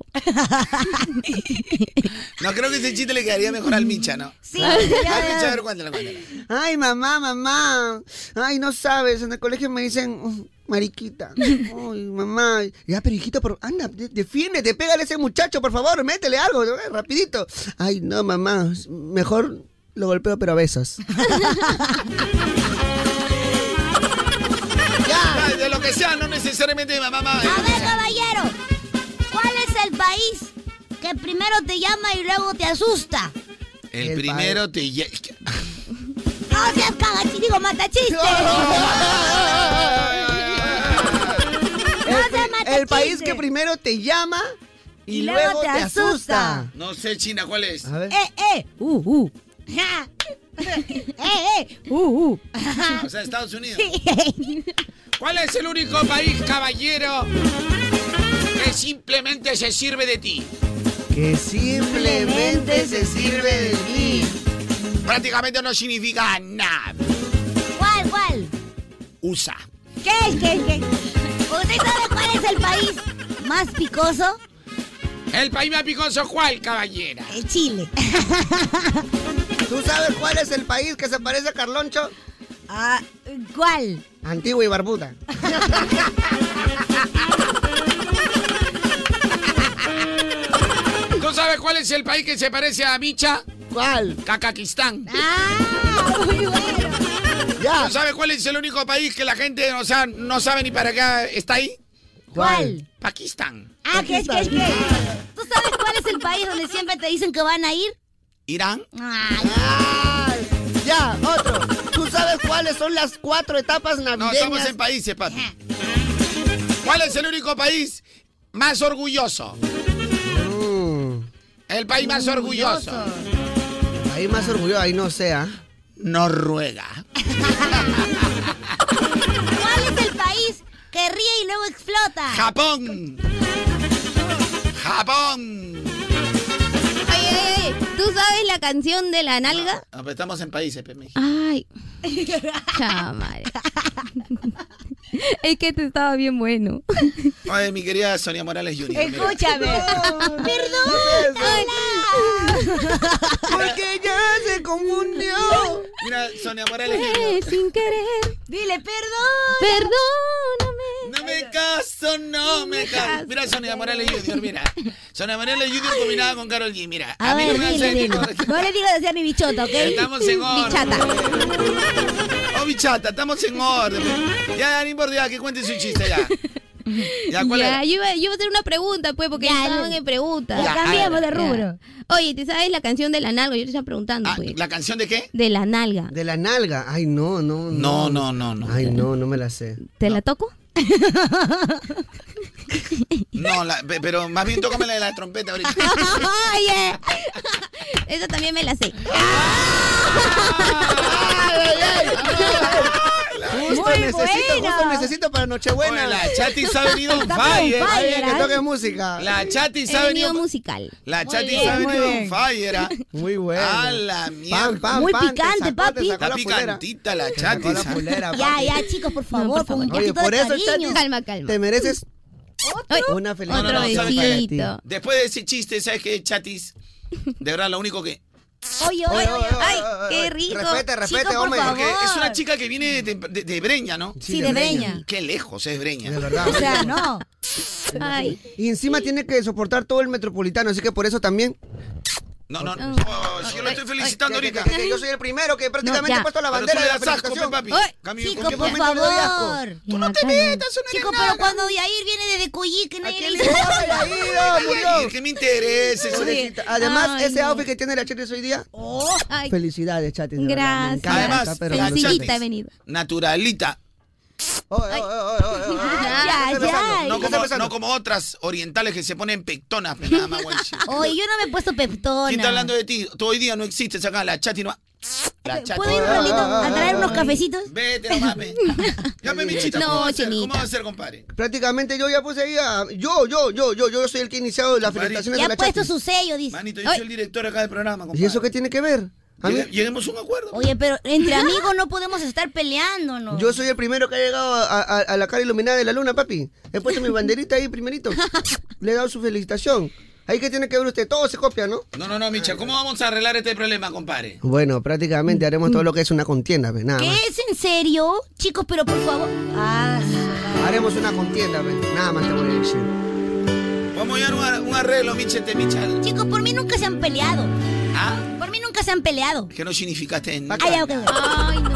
No creo que ese chiste le quedaría mejor al Micha, ¿no? Sí, Al Micha, Ah, a ver, cuéntale, cuéntale. Ay, mamá, mamá. Ay, no sabes, en el colegio me dicen mm, mariquita. Ay, mamá. Ya, pero hijita, por... anda, de- defiéndete, pégale a ese muchacho, por favor, métele algo, eh, rapidito. Ay, no, mamá, mejor lo golpeo, pero a besos. Ya, de lo que sea, no necesariamente de mamá, mamá. Ah. A ver, caballero, ¿cuál es el país que primero te llama y luego te asusta? El, El primero te lle- No seas cagachín, digo matachiste. No seas matachiste. El país que primero te llama y, Y luego, te, asusta. No sé, China, ¿cuál es? A ver. Eh, eh, uh, uh. Ja. eh, eh, uh, uh. O sea, Estados Unidos. ¿Cuál es el único país, caballero, que simplemente se sirve de ti? Que simplemente se sirve de mí. Prácticamente no significa nada. ¿Cuál, cuál? Usa. ¿Qué, qué, qué? ¿Usted sabe cuál es el país más picoso? ¿El país más picoso cuál, caballera? El Chile. ¿Tú sabes cuál es el país que se parece a Carloncho? Ah, ¿Cuál? Antigua y barbuda. ¿Tú sabes cuál es el país que se parece a Micha? ¿Cuál? Cacaquistán. Ah, muy bueno. Ya. ¿Tú sabes cuál es el único país que la gente, o sea, no sabe ni para qué está ahí? ¿Cuál? Pakistán. Ah, ¿qué es, qué es, qué es? ¿Tú sabes cuál es el país donde siempre te dicen que van a ir? Irán. Ay, Ay, Ya, otro. ¿Tú sabes cuáles son las cuatro etapas No, navideñas? estamos en países, papi. ¿Cuál es el único país más orgulloso? Mm, El país más orgulloso. ahí más orgulloso, ahí no sea. Noruega. ¿Cuál es el país que ríe y luego explota? Japón. Japón. Oye, ay, ay. ¿Tú sabes la canción de la nalga? Ah, pero estamos en países, pe, México. Ay. Chamare. es que te estaba bien bueno. Ay, mi querida Sonia Morales Junior. Escúchame. Perdón. Porque ya se confundió. Mira, Sonia Morales Fue Junior. Sin querer. Dile, perdón. Perdóname. No me caso, no me caso. Mira, Sonia Morales Junior, mira. Sonia Morales Junior combinada con Carol G, mira. A mí ver, me dile, hace- dile. No le digas así a mi bichota, ¿ok? Estamos en orden. Bichata. Oh, bichata, estamos en orden. pe. Ya, no importa, ya, que cuente su chiste, ya. Ya, ¿cuál Ya, era? yo iba, yo iba a hacer una pregunta, pues, porque Ya, estaban no. en preguntas. Ya, Cambiemos de Ya. rubro. Oye, ¿te sabes la canción de la nalga? Yo te estaba preguntando, Ah, pues. ¿La canción de qué? De la nalga. De la nalga. Ay, no, no. No, no, no, no. Ay, no, no me la sé. ¿Te la toco? No, la- pe- pero más bien tócame la de la trompeta ahorita. Oye. Esa también me la sé. Justo Muy necesito, buena. justo necesito para Oye, Nochebuena. la chatis ha venido un on fire. fire. ¿eh? Ay, que toque música. La chatis He ha venido venido. musical. La chatis bien, ha muy venido bien. un fire. ah. Muy buena. A la mierda. Pan, pan, Muy pan, te picante, sacó, te papi. sacó Está la fulera. picantita la Te sacó la chatis. ah. fulera, Ya, papi. ya, chicos, por favor, por con favor. un Oye, poquito por de eso, cariño. chatis, Calma, calma. Te mereces Ay, una feliz Otro no, no, Navidad ¿sabes qué? para ti. besito. Después de ese chiste, ¿sabes qué, chatis? De verdad, lo único que. Oye, Oye, oye, oye, oye, ay, oye, qué oye. rico. Respete, respete, Chicos, por hombre. favor. Porque es una chica que viene de, de- de Breña, ¿no? Sí, de breña. Qué lejos es Breña. De verdad. O sea, no. Ay. Y encima tiene que soportar todo el metropolitano, así que por eso también. No, no, no. Ok. Oh, si yo lo estoy felicitando Que- que- ahorita. que- que yo soy el primero que prácticamente No, ya. ha puesto la Pero tú le bandera de la das asco, pe, felicitación. papi. Cambio, ¿con Chicos, qué por momento momento le doy asco? favor. Tú no te metas, una Chicos, nena. pero cuando Yair viene desde Cuyi, que ¿A nadie quién le le dice importa, nada. Yaira, Ay, murió? ¿Qué me interesa? eso? Pobrecita. Además, Ay, ese no. outfit que tiene la Chatis hoy día. Oh, Ay. Felicidades, Chatis. de verdad, me Gracias. encanta, Además, pero la Sencillita chatis. he venido. Naturalita. Oh, oh, oh, oh, oh, oh, oh. Ah, ya, Estoy ya. besando. No como, ¿Qué está pasando? no como otras orientales que se ponen pectonas. pe, Nada más, güey. Oye, yo no me he puesto peptona. ¿Quién está hablando de ti? Tú hoy día no existes acá, la chatis nomás. La chatis. ¿Puedo ir un ratito a traer unos cafecitos? Vete nomás, pe. Ya me michita. No, ¿cómo va a ser? ¿Cómo chinita. va a ser, compadre? Prácticamente yo ya puse ahí a... Yo, yo, yo, yo, yo soy el que ha iniciado las Compadre. felicitaciones Ya de la ha puesto Chatis. su sello, dice. Manito, yo soy el director acá del programa, compadre. ¿Y eso qué tiene que ver? A mí, Llegue- Lleguemos a un acuerdo. Oye, pero entre amigos no podemos estar Oh. peleándonos. yo soy el primero que ha llegado a, a- a la cara iluminada de la luna, papi. He puesto mi banderita ahí primerito. Le he dado su felicitación. Ahí que tiene que ver usted, todo se copia, ¿no? No, no, no, Micha, ¿cómo vamos a arreglar este problema, compadre? Bueno, prácticamente haremos todo lo que es una contienda, ve, nada ¿Qué más. es en serio? Chicos, pero por favor. Ah, Haremos una contienda, ve, nada más te voy a decir. Vamos a llevar un, ar- un arreglo, Micha, este Micha. chicos, por mí nunca se han peleado. ¿Ah? Por mí nunca se han peleado. Que no significaste en... Ay, ya, ok, ok. Ay, no.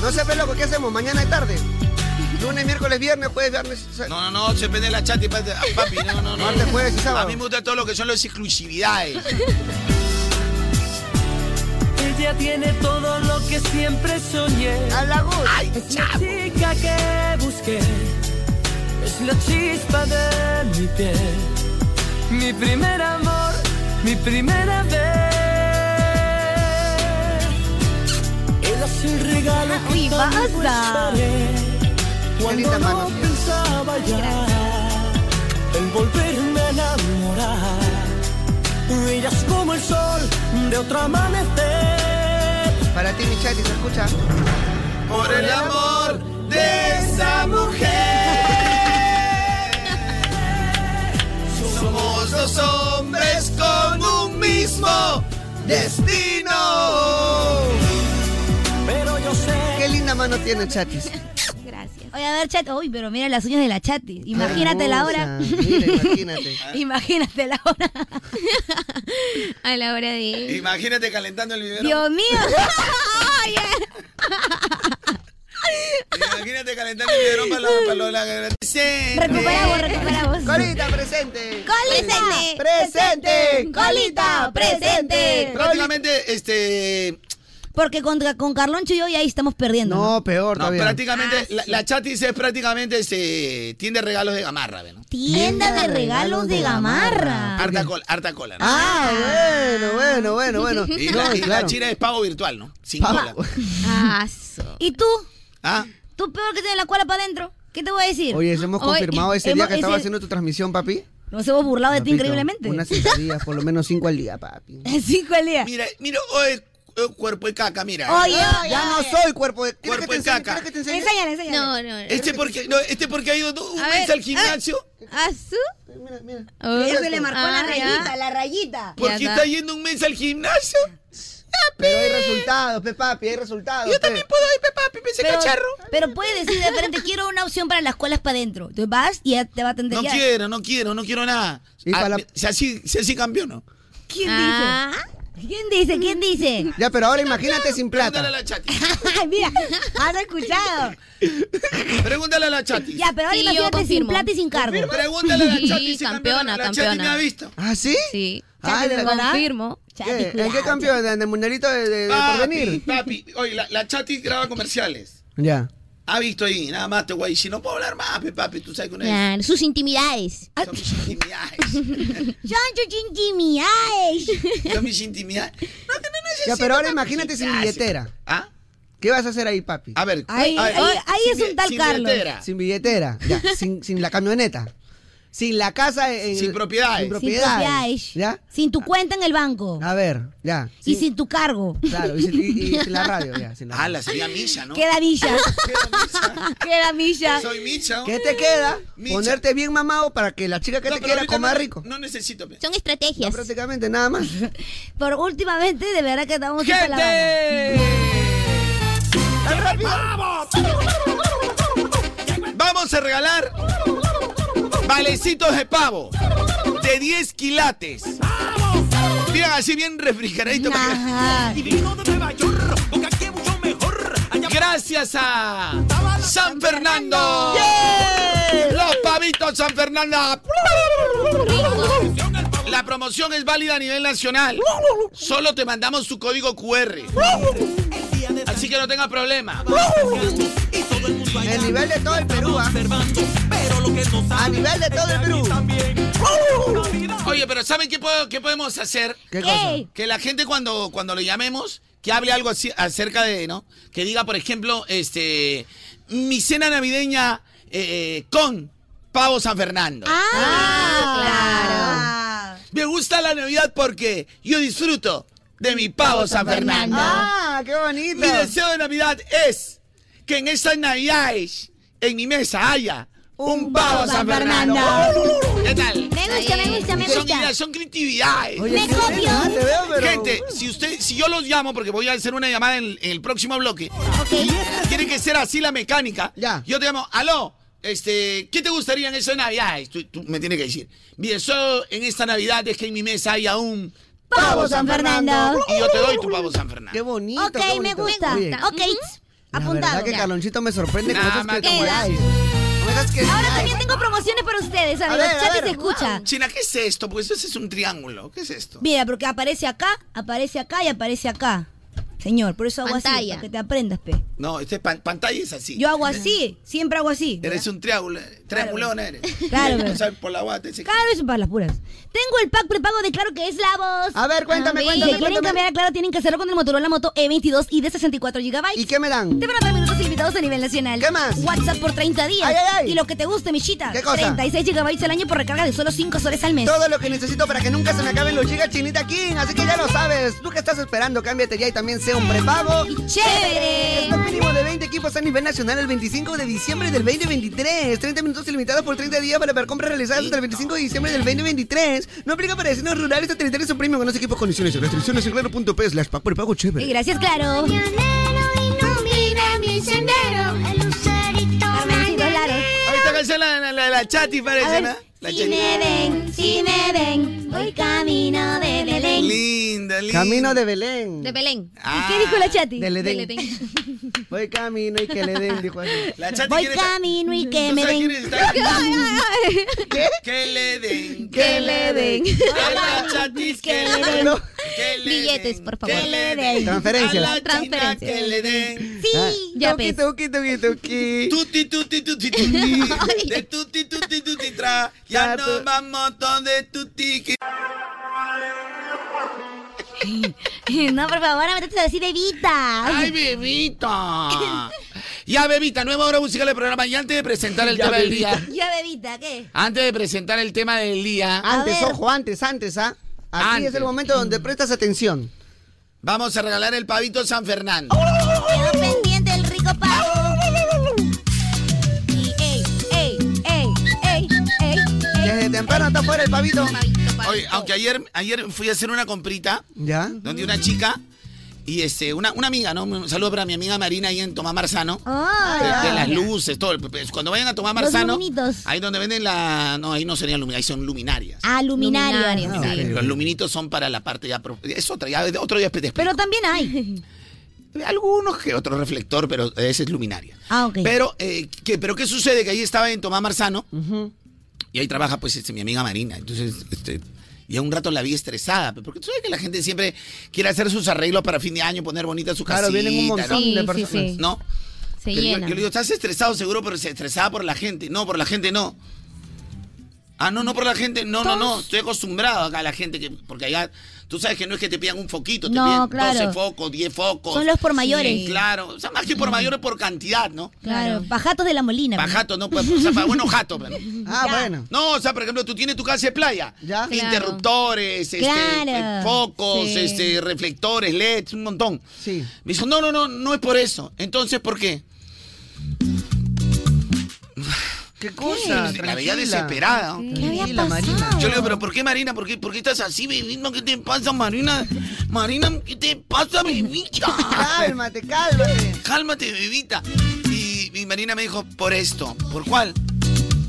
No se ve loco, ¿qué hacemos? Mañana y tarde. Lunes, miércoles, viernes, jueves, viernes. sa- No, no, no, se pende la chat y parte- ah, papi, no, no, no. Martes, jueves y sábado. A mí me gusta todo lo que son las exclusividades. Ella tiene todo lo que siempre soñé. A la Gus. Es la chica que busqué. Es la chispa de mi piel. Mi primer amor, mi primera vez. Eras el regalo que Ah, Uy, tanto basta. esperé. Cuando linda mano no tiene. pensaba ya en volverme a enamorar. Eras como el sol de otro amanecer. Para ti, mi chat, y se escucha. Por el amor de esa mujer. Somos dos hombres con un mismo destino. Pero yo sé Qué linda mano tiene Chatis. Gracias. Oye, a ver, chat. Uy, pero mira las uñas de la chat. Imagínate la hora. Hermosa, Mira, imagínate. Imagínate la hora. A la hora de. Imagínate calentando el biberón. Dios mío. eh. Imagínate calentando el biberón para la, para lo- la, la- Recuperamos, recuperamos. Colita, presente. Colita. Presente. Colita, presente. Prácticamente, este. Porque con, con Carloncho y yo ya ahí estamos perdiendo. No, peor No, todavía. prácticamente, Ah, la, la chatis es prácticamente este, tiende regalos de gamarra, ¿ve, ¿no? Tienda de regalos de Gamarra. Harta cola, harta cola, ¿no? Ah, bueno, bueno, bueno, bueno. Y, No, la, y la claro. chira es pago virtual, ¿no? Sin Pago. cola. Aso. ¿Y tú? ¿Ah? ¿Tú peor que tienes la cola para adentro? ¿Qué te voy a decir? Oye, ¿se hemos Oye, confirmado ese día hemos- que estaba ese- haciendo tu transmisión, papi? Nos hemos burlado de ti Papito, increíblemente. Unas sentadillas, por lo menos cinco al día, papi. Cinco al día. Mira, mira, oye, eh, cuerpo de caca, mira. Oye, ya no soy cuerpo de ¿Quieres Cuerpo que de te enseñe? caca. ¿Quieres que te enseñe? Enséñale, enséñale. No, no, no. Este porque, no, este porque ha ido do- un mes al gimnasio. ¿Ah, ¿A su? Mira, mira. Eso le marcó la Ah, ya. rayita, la rayita. ¿Por qué está yendo un mes al gimnasio? Pero hay resultados, pues. pe papi, hay resultados. pe. puedo ir, pe, papi, pensé Pero, pero puedes decir de frente, quiero una opción para las colas para adentro. Entonces vas y ya te va a atender No ya. quiero, no quiero, no quiero nada. Ah, Si así, si así cambió, ¿no? ¿Quién Ah. dice? ¿Quién dice? ¿Quién dice? Ya, pero ahora imagínate sin Pregúntale a plata. la chati. Ay, mira, has escuchado. Pregúntale a la chati. Ya, pero ahora Sí, yo imagínate sin confirmo. plata y sin cargo. Pregúntale a la Sí, chati. si campeona, la Chati campeona. me ha visto. ¿Ah, sí? Sí. Ah, Chati, la- ¿verdad? Confirmo. ¿Qué? Chati, ¿En qué cuidado. campeón? ¿En el mundialito de, de- de Papi, porvenir? papi, oye, la, la chati graba comerciales. Ya. Ha visto ahí, nada más te voy a decir, no puedo hablar más, pe, papi, tú sabes que una vez. Claro, sus intimidades. Son mis intimidades. Chancho Chinchimi, ay. Son mis intimidades. No, que no necesito. Ya, pero ahora papi. imagínate sin billetera. ¿Ah? ¿Qué vas a hacer ahí, papi? A ver, Ahí- a ver, ahí- ahí sin es un bi- tal sin Carlos. billetera. Sin billetera, ya. sin, sin la camioneta. Sin la casa en... Sin propiedades. Sin Sin propiedades. propiedades. ¿Ya? Sin tu cuenta en el banco. A ver, ya. Y sin tu cargo. Claro, y sin, y- y sin la radio, ya. sin la radio. Ala, sería misa, ¿no? Queda milla. Queda misa. Queda milla. Soy misa. ¿Qué te queda? Micha. Ponerte bien mamado para que la chica que No, te pero quiera ahorita coma no- rico. No necesito. pe. Son estrategias. Prácticamente nada más. Por últimamente, de verdad que estamos en palabras. ¡Gente! ¡Vamos! Vamos a regalar valecitos de pavo de 10 quilates. Bien, así bien refrigeradito. para que- Ajá. Gracias a San Fernando. Los pavitos San Fernando. La promoción es válida a nivel nacional. Solo te mandamos tu código QR. Así que no tengas problema. El nivel de todo el Perú, ¿ah? A nivel de todo el Perú. Oye, pero ¿saben qué, puedo- qué podemos hacer? ¿Qué cosa? Que la gente cuando, cuando le llamemos, que hable algo así acerca de, ¿no? Que diga, por ejemplo, este, mi cena navideña eh, eh, con Pavo San Fernando. Ah, Me gusta la Navidad porque yo disfruto de mi pavo San Fernando. Ah, qué bonito. Mi deseo de Navidad es que en estas Navidades en mi mesa haya un pavo San Fernando. ¿Qué tal? Me gusta, me gusta, me Son gusta. ideas, son creatividades. Oye, sí, no te veo, pero- Gente, si usted, si yo los llamo, porque voy a hacer una llamada en, en el próximo bloque, este tiene que ser así la mecánica. Ya. Yo te llamo, aló, este, ¿qué te gustaría en esta Navidad? Tú, tú me tienes que decir. Mi deseo en esta Navidad es que en mi mesa haya un Pavo San Fernando. y yo te doy tu pavo San Fernando. Qué bonito. Ok, qué bonito. me gusta. Oye, Ok. la Apuntado. verdad que Carlonchito me sorprende con Nada esas más que que Con esas que Ahora también tengo promociones para ustedes, amigos. ver, a Chati ver. se escucha. China, ¿qué es esto? Pues ese es un triángulo. ¿Qué es esto? Mira, porque aparece acá, aparece acá y aparece acá. Señor, por eso hago así, Pantalla. para que te aprendas, pe. No, este pan- pantalla es así. Yo hago así, siempre hago así. Eres un triángulo. eh, Triangulón eres. Claro, No pero- sabes por la guata. ese- Claro, eso para las puras. Tengo el pack prepago de Claro que es la voz. A ver, cuéntame, Ah, si cuéntame, quieren cuéntame. cambiar a Claro, tienen que hacerlo con el Motorola Moto E22 y de 64 GB. ¿Y qué me dan? Te van a dar minutos ilimitados a nivel nacional. ¿Qué más? WhatsApp por 30 días. Ay, ay, ay. Y lo que te guste, michita. ¿Qué cosa? 36 GB al año por recarga de solo 5 soles al mes. Todo lo que necesito para que nunca se me acaben los gigas Chinita King. Así que ya lo sabes. Tú que estás esperando, cámbiate ya y también sea un prepago. ¡Chévere! Un mínimo de 20 equipos a nivel nacional el 25 de diciembre del 2023. 30 minutos ilimitados por 30 días para ver compras realizadas hasta el 25 de diciembre del 2023. No aplica para vecinos rurales o territorios o premium con los equipos condiciones y restricciones en claro.p slash pago pago Y chévere. gracias, Claro. Carmencito Laro. Ahí está canción la, la, la, la chati A parece, ver, ¿no? La si me ven, si me ven, voy camino de Belén. Linda, linda. Camino de Belén. De Belén. Ah, ¿Qué dijo la Chati? Del Edén. Del Edén. Voy camino y que le den, dijo así. La chati Voy quiere... camino y que ¿Tú me sabes quién den. está? Que le den. Que le den. A la chatis que le den. No. Que le Billetes, den, por favor. Que le den. Transferencias. A la china Transferencias. que le den. Sí. Ya Tuki, ves. tuki, tuki, tuki. Tuti, tuti, tuti, tuti. De tuti, tuti, tuti, tra. Ya Ya, no pero- vamos donde tuti. que- No, por favor, ahora te decir bebita. Ay, bebita. Ah. Ya, bebita, nueva hora musical del programa. Y antes de presentar el Ya, tema del bebita. día. Ya, bebita, ¿qué? Antes de presentar el tema del día. Antes, ojo, antes, antes, ¿ah? Aquí Antes. es el momento donde prestas atención. Vamos a regalar el pavito San Fernando. Quedó pendiente el rico pavo. Y ey, ey, ey, ey, ey, ey. Desde temprano está fuera el pavito. Oye, aunque ayer, ayer fui a hacer una comprita. ¿Ya? Donde una chica. Y este, una, una amiga, ¿no? Un saludo para mi amiga Marina ahí en Tomás Marzano. de, Ah, de las luces, todo. el- pues, Cuando vayan a Tomás Los Marzano. luminitos. Ahí donde venden la. No, ahí no serían luminarias, ahí son luminarias. Ah, luminaria. Luminaria, Ah, sí. Los luminitos son para la parte ya. pro- Es otra, ya, otro día después. Pero también hay. Algunos que otro reflector, pero ese es luminaria. Ah, ok. Pero, eh, ¿qué, pero ¿qué sucede? Que ahí estaba en Tomás Marzano y ahí trabaja pues este, mi amiga Marina. Entonces, este, ya un rato la vi estresada, pe, porque tú sabes que la gente siempre quiere hacer sus arreglos para fin de año, poner bonitas sus Claro, casitas, vienen un montón ¿no? Sí, de sí, personas. sí. ¿No? Se Yo, le digo- llena. yo le digo, estás estresado seguro, pero se estresaba por la gente. No, por la gente no. Ah, no, no por la gente. No, no, no. Estoy acostumbrado acá a la gente. Que, porque allá, tú sabes que no es que te pidan un foquito, te No, piden claro. 12 focos, 10 focos. Son los por mayores. Sí, claro. O sea, más que por mayores, por cantidad, ¿no? Claro, bajatos de la molina. Para jato, no. Pues, o sea, para buenos jatos, pero. Ah, bueno. No, o sea, por ejemplo, tú tienes tu casa de playa. Ya. Claro. Interruptores, este, Claro. eh, focos, Sí. este, reflectores, LEDs, un montón. Sí. Me dijo, no, no, no, no es por eso. Entonces, ¿por qué? ¿Qué cosa? La veía Tranquila. desesperada. ¿no? ¿Qué había Tranquila, pasado? Marina. Yo le digo, pero ¿por qué Marina? ¿Por qué, por qué estás así, baby? No, ¿Qué te pasa, Marina? Marina, ¿qué te pasa, bebita? Cálmate, cálmate. Cálmate, bebita. Y, y Marina me dijo, por esto. ¿Por cuál?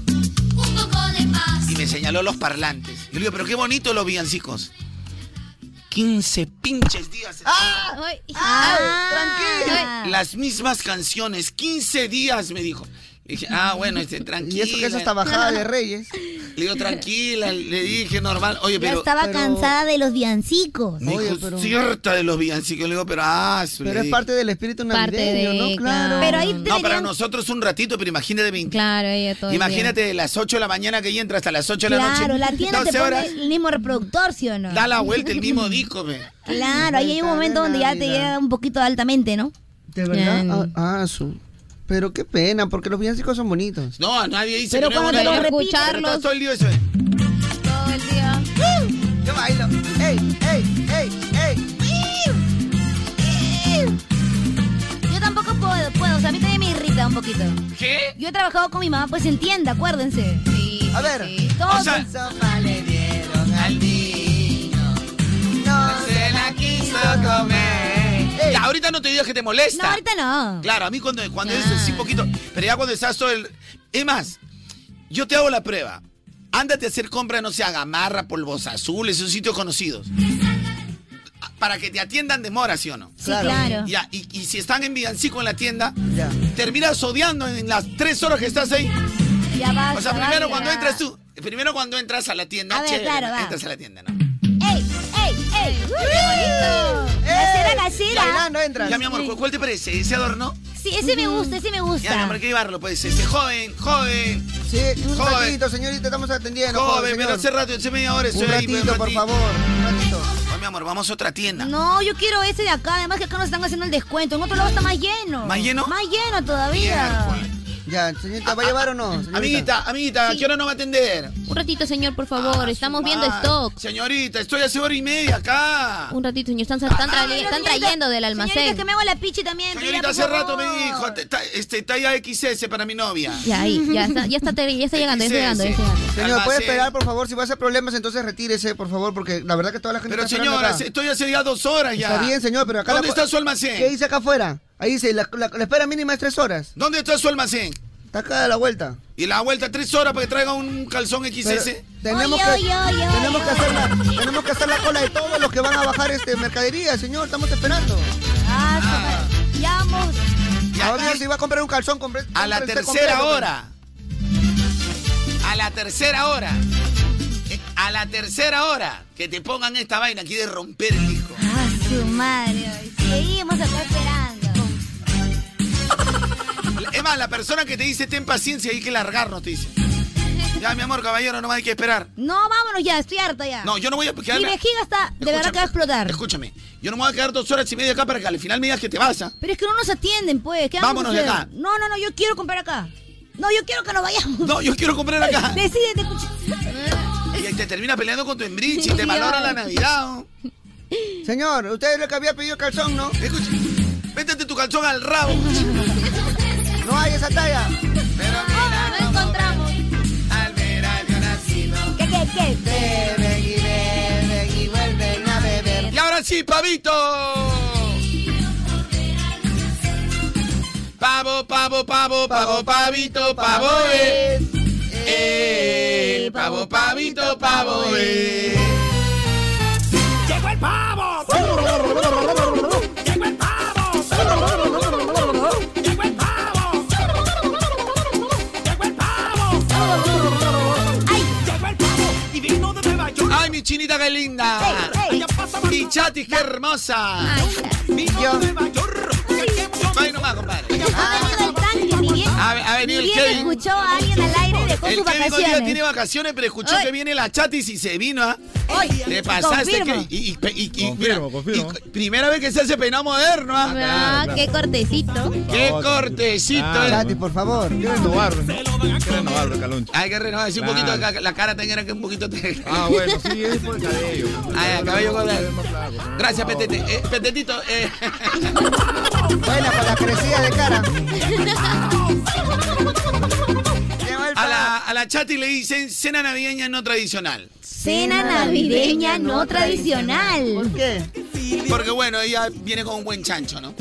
Un poco de paz. Y me señaló los parlantes. Yo le digo, pero qué bonito los villancicos. 15 pinches días. Ah. Ay, Ah, tranquila. Las mismas canciones. 15 días, me dijo. Le dije, ah, bueno, este, tranquila. Y eso que es hasta bajada de Reyes. Le digo, tranquila. Le dije, normal. Oye, Ya pero... estaba pero- cansada de los viancicos. Me Oye, dijo, pero- cierta de los villancicos. Le digo, pero ah, su- le Pero es dije. parte del espíritu Parte navideño, de- ¿no? Claro. claro. Pero ahí No, para deberían- nosotros un ratito, pero imagínate de 20. Claro, ella todo el día. Imagínate de las 8 de la mañana que ella entra hasta las 8 de la noche. Claro, la tienda te 12 pone horas, el mismo reproductor, ¿sí o no? da la vuelta el mismo disco, ve. Claro, ahí hay un momento donde ya te Navidad. llega un poquito altamente, ¿no? ¿De verdad? Oh, Bien. Ah, ah, su. Pero qué pena, porque los villancicos son bonitos. No, a nadie dice Pero que no cuando es te buena lo idea. repitan- Pero está todo el día eso, ve. Todo el día. Yo bailo. ¡Ey, ey, ey, ey! Yo tampoco puedo, puedo, o sea, a mí también me irrita un poquito. ¿Qué? Yo he trabajado con mi mamá, pues en tienda, acuérdense. Sí, A ver. sí. Todos O sea, Sopa le dieron al niño. No se la quiso comer. Ya, ahorita no te digas que te molesta. No, ahorita no. Ah. Claro, a mí cuando, cuando es así poquito. Pero ya cuando estás todo el. Es más, yo te hago la prueba. Ándate a hacer compras, no sé, a Gamarra, Polvos Azules, esos sitios conocidos. Para que te atiendan demora, ¿sí o no? Sí, claro. Ya, y, y si están en villancico en la tienda, Ya. terminas odiando en las tres horas que estás ahí. Ya vas. O sea, primero cuando entras tú, primero cuando entras a la tienda, A ver, chévere, claro, va. entras a la tienda, ¿no? ¡Ey, ey, ey! ¡Qué bonito! ¡Gacera, gacera! Bailando entras. Ya, mi amor, ¿cu- ¿cuál te parece? ¿Ese adorno? Sí, ese me gusta, ese me Ya, mi amor, gusta. hay que llevarlo, pues. Ese joven, joven, Sí, un Joven. ratito, señorita, estamos atendiendo. joven, pero señor. hace rato, hace media hora estoy Un ahí. ratito, por ratito. favor. Un ratito. Ay, mi amor, vamos a otra tienda. No, yo quiero ese de acá, además que acá nos están haciendo el descuento. En otro lado está más lleno. ¿Más lleno? Más lleno todavía. Miércoles. Ya, señorita, ¿va a llevar o no? señorita? Amiguita, amiguita, ¿a ¿qué hora no va a atender? Un ratito, señor, por favor. Estamos viendo Ah, stock. Señorita, estoy hace hora y media acá. Un ratito, señor. Están, están, Ay, trayendo- Ah, señorita, están trayendo del Señorita, almacén. que me hago la pichi también. Señorita, pídela, hace por rato me favor. dijo, te- ta- este, talla XS para mi novia. Ya, ahí, ya está, ya está, te- ya está llegando, ya está llegando, ya está Señor, llegando. ¿puede Almacén. esperar, por favor? Si va a hacer problemas, entonces retírese, por favor, porque la verdad que toda la gente Pero está esperando señora, acá. se- estoy hace ya dos horas ya. Está bien, señor, pero acá... ¿Dónde la- está su almacén? ¿Qué dice acá afuera? Ahí dice, la, la- la espera mínima es tres horas. ¿Dónde está su almacén? Está acá a la vuelta. Y la vuelta tres horas para que traiga un calzón XS. Pero tenemos Oye, que, oye, oye, tenemos oye, que hacer la, tenemos que hacer la cola de todos los que van a bajar este mercadería, señor. Estamos esperando. Ah, su- Ya vamos. Y Ahora acá- si va a comprar un calzón, compre, a la cómprese tercera completo. hora. A la tercera hora. Eh, A la tercera hora. Que te pongan esta vaina aquí de romper el disco. Ah, su madre. ay, Seguimos acá esperando. Es más, la persona que te dice ten paciencia hay que largarnos, te dice. Ya, mi amor, caballero, nomás hay que esperar. No, vámonos ya, estoy harta ya. No, yo no voy a quedarme- Mi vejiga está, Ah. de verdad que va a explotar. Escúchame, yo no me voy a quedar dos horas y media acá para que al final me digas que te vas, ¿ah? Pero es que no nos atienden, pues. ¿Qué vamos a Vámonos de hacer? acá. No, no, no, yo quiero comprar acá. No, yo quiero que nos vayamos. No, yo quiero comprar acá. Decídete, cuchi- Y ahí te termina peleando con tu embriche y te valora la Navidad. ¿o? Señor, usted es lo que había pedido calzón, ¿no? Escuche, métete tu calzón al rabo. No hay esa talla. No encontramos. Al verano nacido. ¿Qué, qué, qué? Beben y beben y vuelven a beber. Y ahora sí, pavito. Pavo, pavo, pavo, pavo, pavito, pavo es. Eh, pavo, pavito, pavo es. ¡Llegó el pavo! ¡Llegó el pavo! ¡Llegó el pavo! ¡Llegó el pavo! ¡Ay! ¡Llegó el pavo! Y vino de Nueva York. Ay, mi chinita qué linda. Ey, ey. Mi chatis qué hermosa. Yo. Ay, nomás, compadre. Ha venido el tanque, ni bien. Ha, ha Ni venido el bien Kevin. escuchó a alguien al aire y dejó El sus Kevin hoy día vacaciones. tiene vacaciones, pero escuchó Ay. que viene la chatis y se vino, ¿ah? Hoy, Le pasaste confirmo. que. Y, y- y- y- mira, y- primera vez que se hace peinado moderno, ¿ah? Ah, qué cortecito. ¡Qué cortecito! Claro. Chati, por favor. Quiero renovar. Quiero renovar, Caloncho. Hay que renovar, sí, un Claro. poquito, la, la cara tenga que un poquito... te- Ah, bueno, sí, es por el cabello. Ay, el cabello colorado. Más largo, ¿no? Gracias, Petete. Eh, Petetito, eh, Buena con la crecida de cara. a, la, a la chati le dicen cena navideña no tradicional. Cena navideña no tradicional. ¿Por qué? Porque bueno, ella viene con un buen chancho, ¿no?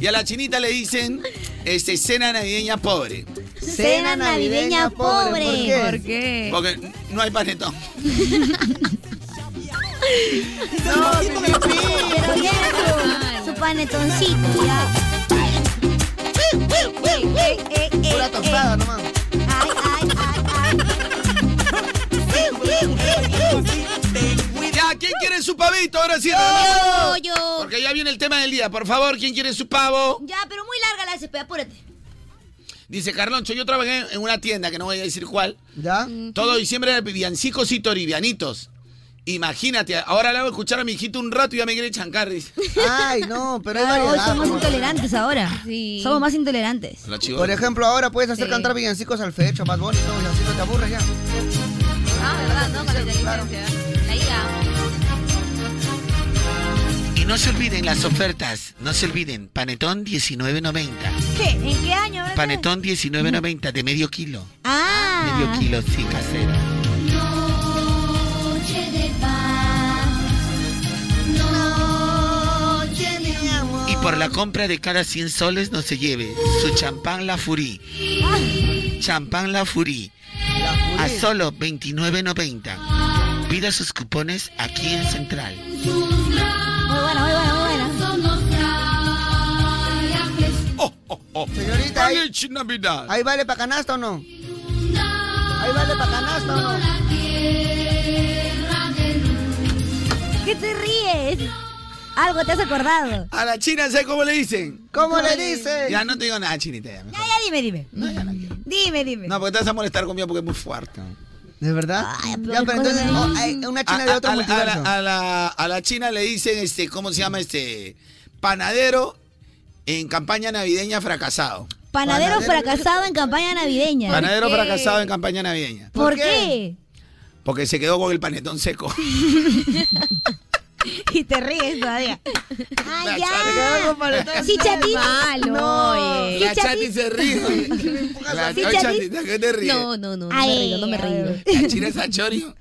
Y a la chinita le dicen este, cena navideña pobre. Cena navideña pobre. ¿Por qué? ¿Por qué? Porque no hay panetón. No, mi pipí. Pero tiene su, su panetoncito ya. Ey, ey, ey, Pura ey. Ay, tostada nomás. ay, ay, Ya, ¿quién quiere su pavito? Ahora sí, Yo, hermano. yo. Porque ya viene el tema del día. Por favor, ¿quién quiere su pavo? ay. Ya, pero muy larga la SP, apúrate. Dice Carloncho, yo trabajé en una tienda que no voy a decir cuál. ¿Ya? Todo diciembre era villancicos y toribianitos. Imagínate, ahora le hago escuchar a mi hijito un rato y ya me quiere chancar, dice. Ay, no, pero hay Claro, hoy variedad. somos ¿no? intolerantes ahora. Sí. Somos más intolerantes. La Por ejemplo, ahora puedes hacer Sí. cantar villancicos al fecho, más bonito, y así no te aburres ya. Ah, verdad, no, con la inteligencia. La hija. Y no se olviden las ofertas, no se olviden, panetón 19.90. ¿Qué? ¿En qué año? ese? 19.90 de medio kilo. Ah. kilo, sí, casero. Y por la compra de cada 100 soles no se lleve su champán La Furí. Champán La Furí. Ah. A solo 29.90. Pida sus cupones aquí en Central. Muy bueno, muy bueno, muy bueno. Oh, Señorita, ¿ahí, ahí vale para canasta o no? ¿Ahí vale para canasta o no? ¿Qué te ríes? Algo te has acordado. A la China, ¿sabes cómo le dicen? ¿Cómo le dice? Ya no te digo nada, Chinita. ya, mejor. Ya, ya, dime, dime. Dime, dime. No, porque te vas a molestar conmigo porque es muy fuerte. ¿De verdad? pero ya, pero entonces, escóndeme. oh, hay una A, china de a- otro a la- a la- multiverso. a la- a la China le dicen, este, ¿cómo se llama este? Panadero en campaña navideña fracasado. Panadero Panadero. fracasado en campaña navideña. Panadero qué? fracasado en campaña navideña. ¿Por ¿Por qué? qué? Porque se quedó con el panetón seco. Y te ríes todavía. ¡Ah, algo ya! parecido. Sí, chatín. Malo, oye. La chati Sí, Chati. se ríe. La Sí, oye, Chati. chatita, ¿qué te ríes? No, no, no, no me Ay, río, no me río. La china es achorio.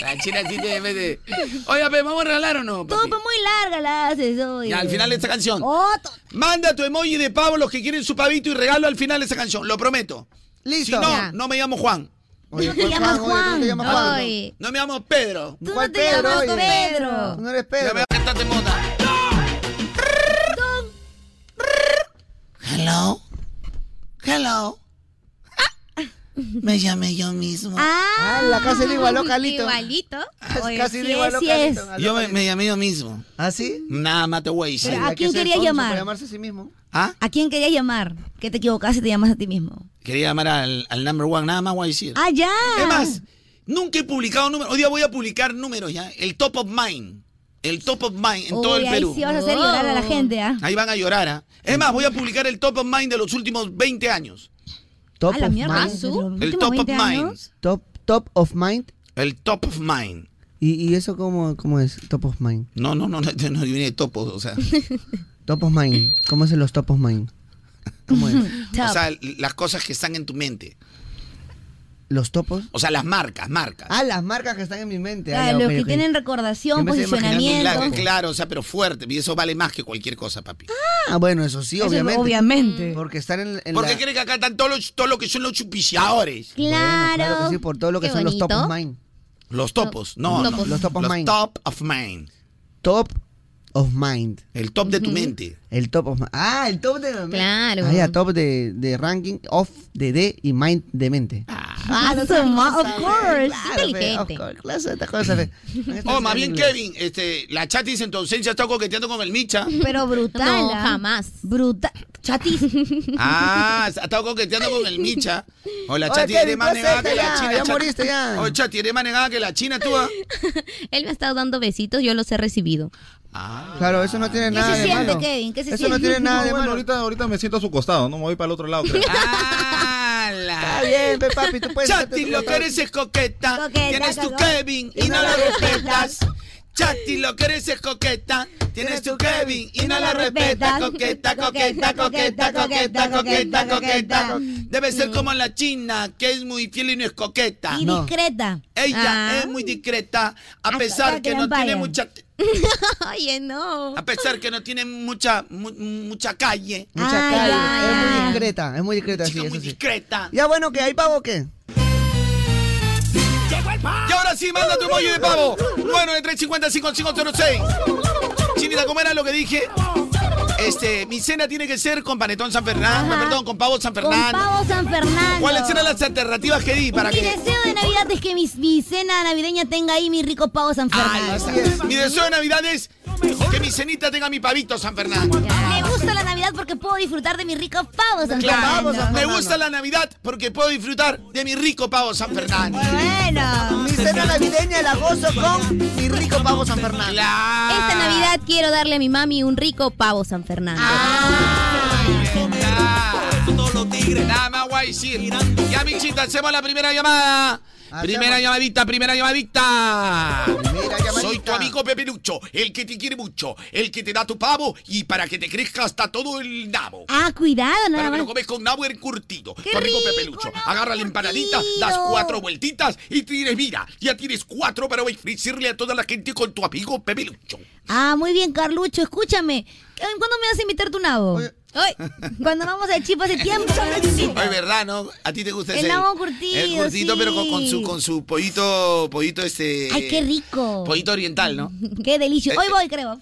La china sí te debe de... Oye, pe, ¿vamos a regalar o no? Todo papi? fue muy larga la haces hoy. Ya, al final de esta canción. Otro. Manda tu emoji de pavo los que quieren su pavito y regalo al final de esa canción, lo prometo. Si Listo. no, no me llamo Juan. Oye, Tú te ¿cuál llamas Juan, oye, tú Juan. te llamas Juan. Oye. No me llamo Pedro. Tú ¿Cuál no te llamas Pedro, oye? Pedro. Tú no eres Ya me Pedro. va a cantar de moda. Hello. Hello. Me llamé yo mismo. Ah, la casa le igualó Calito. Igualito. Oye, Casi sí le igualó es, sí Calito. es. a Yo me, me llamé yo mismo. ¿Ah, sí? Nada, mate, güey. sí. Pero, ¿A quién querías llamar? llamarse a sí mismo. ¿Ah? ¿A quién querías llamar? Que te equivocaste y te llamas a ti mismo. Quería llamar al, al number one, nada más voy a decir. ¡Ah, ya! Es más, nunca he publicado números. Hoy día voy a publicar números ya. El top of mind. El top of mind en todo Uy, el ahí Perú. sí vas a hacer llorar a la Oh. Oh. gente, ¿ah? Ahí van a llorar, ¿ah? Es más, voy a publicar el top of mind de los últimos 20 años. Top a la of mierda. mind. El top of mind. Top, top of mind. El top of mind. ¿Y, y eso cómo, cómo es? Top of mind. No, no, no, no, no, no viene de topos, o sea. Top of mind. ¿Cómo es en los top of mind? ¿Cómo es? O sea, las cosas que están en tu mente. ¿Los topos? O sea, las marcas, marcas. Ah, las marcas que están en mi mente. Ah, ya, Claro, los ok, que ok. tienen Yo recordación, me estoy imaginando un posicionamiento. Claro, claro, o sea, pero fuerte. Y eso vale más que cualquier cosa, papi. Ah, bueno, eso sí, Eso es obviamente. obviamente. Porque están en, en ¿Por qué la... creen que acá están todos los, todos los que son los chupiciadores? Bueno, claro que sí, por todo lo que Qué son los top bonito. of mind. Los topos. No, no, Topos. Los top of mind. top of mind. Top of mind. El top de tu mente. El top of mind. Ah, el top de... Claro. Ah, ya, top de, de ranking, off de D y mind de mente. Ah, su ma- of course. Claro, fe, inteligente. of course, claro, esta cosa, fe. Oh, más bien, Kevin, este, la chatis en tu ausencia está coqueteando con el Micha. Pero brutal. No, ¿ah? jamás. Brutal. Chatis. Ah, ha estado coqueteando con el Micha. O la Oye, chatis eres Kevin, más pues, negada este que la ya, china. ya Chati. moriste, ya. Oye, chati, eres más negada que la china tú. ah? Él me ha estado dando besitos, yo los he recibido. Ah. Claro, eso no tiene ¿Qué nada se de siente, malo. Kevin? ¿Qué se Eso siente? no tiene nada de bueno, malo. ahorita, ahorita me siento a su costado, no me voy para el otro lado. creo. Ah, Está la- bien, pe, papi, tú puedes... Chati, lo que eres es coqueta. Coqueta, Tienes tu coqueta. Kevin y no lo respetas. Chati, lo que eres es coqueta. Tienes tu Kevin y no lo respetas. Coqueta, coqueta, coqueta, coqueta, coqueta, coqueta. Debe ser como la china, que es muy fiel y Ah, no es coqueta. Y No. discreta. Ella Ah. es muy discreta, a acá pesar que no tiran tiene paya. mucha, Oye, no. a pesar que no tiene mucha, mu- mucha calle. Mucha Ah, calle. ya, Es muy ya. discreta, es muy discreta, sí, Chica muy eso sí. discreta. Ya bueno, que hay pavo o qué? Y ahora sí, manda tu bollo de pavo. Bueno, de 350-5506. Chinita, ¿cómo era lo que dije? Este, mi cena tiene que ser con panetón San Fernando, Ajá. perdón, con pavo San Con Fernando. pavo San Fernando. ¿Cuáles eran las alternativas que di para mi que... deseo de Navidad es que mi, mi cena navideña tenga ahí mi rico pavo San Ahí Fernando. está. Así es. Mi deseo de Navidad es que mi cenita tenga mi pavito San Fernando. Me gusta la Navidad porque puedo disfrutar de mi rico pavo San Claro, Fernando. me gusta la Navidad porque puedo disfrutar de mi rico pavo San Fernando. Bueno. Mi cena navideña la gozo con mi rico pavo San Fernando. Claro. Esta Navidad quiero darle a mi mami un rico pavo San Fernando. Ah. Todos los tigres. Nada más guay, sí. Ya, Michita, hacemos la primera llamada. Hacemos. Primera llamadita, primera llamadita. Primera llamadita. Soy tu amigo Pepe Lucho, el que te quiere mucho, el que te da tu pavo y para que te crezca hasta todo el nabo. Ah, cuidado, Para nada que lo más. comes con nabo encurtido. ¡Qué Tu amigo rico, Pepe Lucho. nabo Agarra la empanadita, encurtido! das cuatro vueltitas y tienes, mira, ya tienes cuatro para ofrecerle a toda la gente con tu amigo Pepe Lucho. Ah, muy bien, Carlucho, escúchame. ¿Cuándo me vas a invitar tu nabo? Hoy. Cuando vamos a Chipa hace tiempo. No, es verdad, ¿no? A ti te gusta El ese. nabo curtido, El curtito, sí. pero con, con su, con su pollito, pollito este. Ay, qué rico. Pollito oriental, ¿no? Qué delicioso. Hoy voy, creo.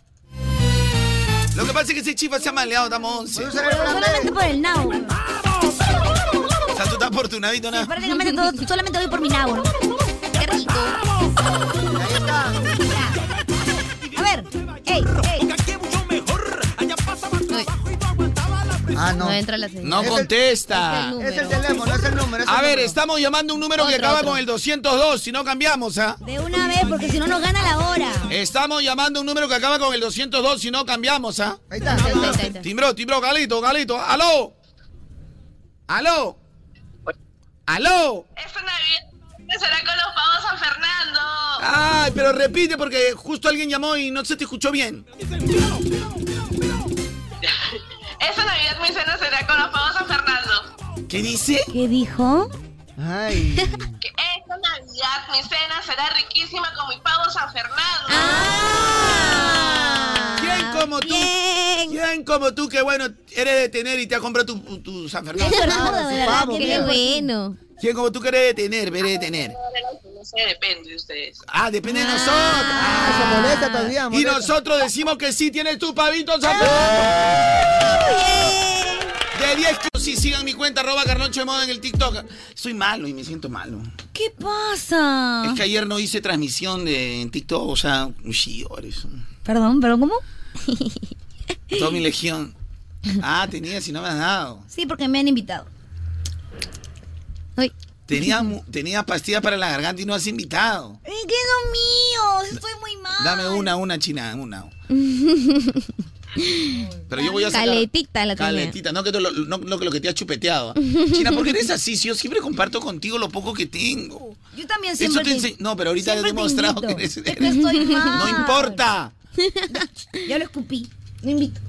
Lo que pasa es que ese chifa se ha maleado, estamos 11. O Usar el plan B. Solamente por el nabo. sea, tú estás por tu navito, nada. Prácticamente todo, solamente voy por mi nabo. ¿no? Qué rico. Ya. A ver. Ey, ey. Ah, no. No entra la señal. No Es el- contesta. es Es el teléfono, es el número. es el A ver, número. estamos llamando un número que Otro, acaba otro. con el 202, si no cambiamos, ¿ah? De una vez, porque si no nos gana la hora. Estamos llamando un número que acaba con el 202, si no cambiamos, ¿ah? Ahí está, ahí está. Ahí está. Timbró, timbró, Galito, Galito. ¡Aló! ¡Aló! ¡Aló! Esta Navidad empezará con los pavos San Fernando. Ay, pero repite porque justo alguien llamó y no se te escuchó bien. Esta Navidad mi cena será con los pavos San Fernando. ¿Qué dice? ¿Qué dijo? Ay. Que Esta Navidad mi cena será riquísima con mi pavo San Fernando. ¿Quién Ah, como tú? ¿Quién como tú que bueno eres de tener y te ha comprado tu, tu San Fernando? Es verdad, su de verdad. pavo, qué Qué bien. bueno. ¿Quién como tú que eres de tener, veré de tener? No sé, depende de ustedes. Ah, depende de nosotros. Se Ah. molesta todavía, Y molesta. Ah, nosotros decimos que sí tienes tu pavito San Fernando. de 10 kilos. Sí, sigan mi cuenta, arroba Carloncho de Moda en el TikTok. Soy malo y me siento malo. ¿Qué pasa? Es que ayer no hice transmisión de, en TikTok, o sea, chillores. Perdón, ¿pero cómo? Toda mi legión. Ah, tenía, si no me has dado. Sí, porque me han invitado. Uy. Tenía, mu- tenía pastillas para la garganta y no has invitado. Es que no mío, estoy muy mal. Dame una, una china, una. Pero yo voy a sacar... Caletita la tenía. Calentita, no que, te lo, no, no que lo que te has chupeteado. China, ¿por qué eres así? Si yo siempre comparto contigo lo poco que tengo. Yo también Eso siempre te ense- No, pero ahorita he siempre te demostrado que invito. eres... Es que estoy mal. No importa. Ya lo escupí. No invito.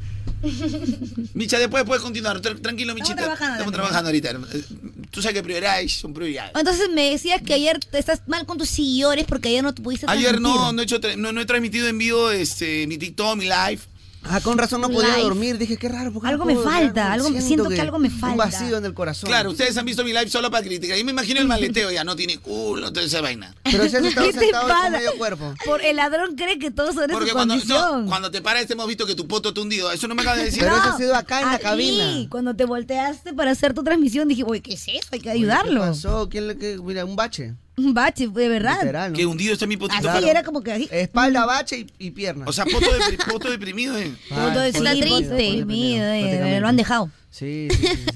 Micha, después puedes continuar. Tran- Tranquilo, Michita. trabajando, Estamos trabajando ahorita. Eh, Tú sabes que prioridades son prioridades. Entonces me decías que ayer te estás mal con tus seguidores porque ayer no te pudiste Ayer no, transmitir. no he, hecho, tra- no, no he transmitido en vivo este, mi TikTok, mi live. Ah, con razón no podía Live. dormir. Dije, qué raro. ¿por qué Algo no me puedo dormir? falta, algo- siento que algo me falta. Un vacío en el corazón. Claro, ustedes han visto mi live solo para criticar. Y me imagino el maleteo, ya no tiene culo, toda esa vaina. Pero si has estado ¿Qué te sentado con pasa? medio cuerpo. Por el ladrón cree que todos son de Porque su cuando, condición. no, cuando te paras, te hemos visto que tu poto te hundido. Eso no me acabas de decir. No, aquí, cuando te volteaste para hacer tu transmisión, dije, uy, ¿qué es eso? Hay que ¿Qué ayudarlo. pasó? ¿Quién le, qué- mira, un bache. Un bache, de verdad. Literal, ¿no? Que hundido está mi Así potito. era como que así. Espalda, bache y, y pierna. O sea, poto, depri- poto deprimido, eh. Todo Ay, está sí, triste, pues, deprimido, eh, prácticamente. lo han dejado. Sí,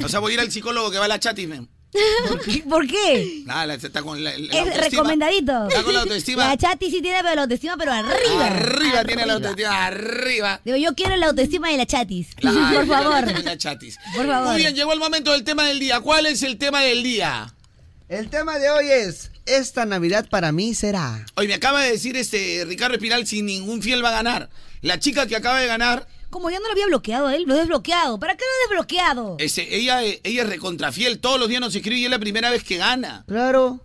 O sea, voy a ir al psicólogo que va a la chat y me. ¿Por qué? ¿Por qué? Nada, la- está con la. la Es autoestima. recomendadito. Está con la autoestima. La chati sí tiene pero la autoestima, pero arriba. Arriba tiene la autoestima, arriba. Digo, yo quiero la autoestima de la chatis. Claro, Por favor. también la chatis. Por favor. Muy bien, llegó el momento del tema del día. ¿Cuál es el tema del día? El tema de hoy es, esta Navidad para mí será... Hoy me acaba de decir este Ricardo Espinal sin ningún fiel va a ganar. La chica que acaba de ganar, Como yo no lo había bloqueado a él, lo he desbloqueado. ¿Para qué lo he desbloqueado? este, ella, eh, ella es recontrafiel, todos los días nos escribe y es la primera vez que gana. Claro.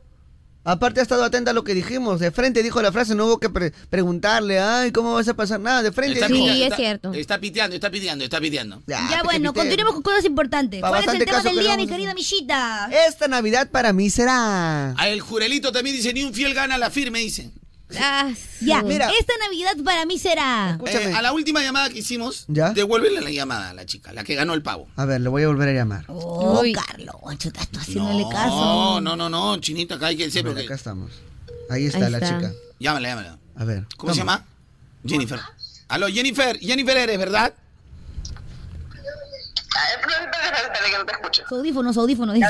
Aparte ha estado atenta a lo que dijimos. De frente dijo la frase, no hubo que pre- preguntarle, ay, ¿cómo vas a pasar nada? De frente Está dijo. Ah, piteando, está- Está piteando, está piteando, está piteando. ya bueno, continuemos con cosas importantes. Pa' ¿Cuál es el bastante tema caso del que día, no- mi querida Millita? Esta Navidad para mí será... A el jurelito también dice, ni un fiel gana la firme, dicen. Ah, ya, Mira. esta Navidad para mí será. Eh, a la última llamada que hicimos, ¿Ya? devuélvele la llamada a la chica, la que ganó el pavo. A ver, le voy a volver a llamar. Oh, Carlos, chuta, estás haciéndole No, caso. no, no, no, chinita, acá hay que decir porque... Acá estamos. Ahí está Ahí la está. chica. Llámala, llámala. A ver. ¿Cómo se toma. llama? Jennifer. Aló, Jennifer, Jennifer eres, ¿verdad? Su audífono, su audífono, dice.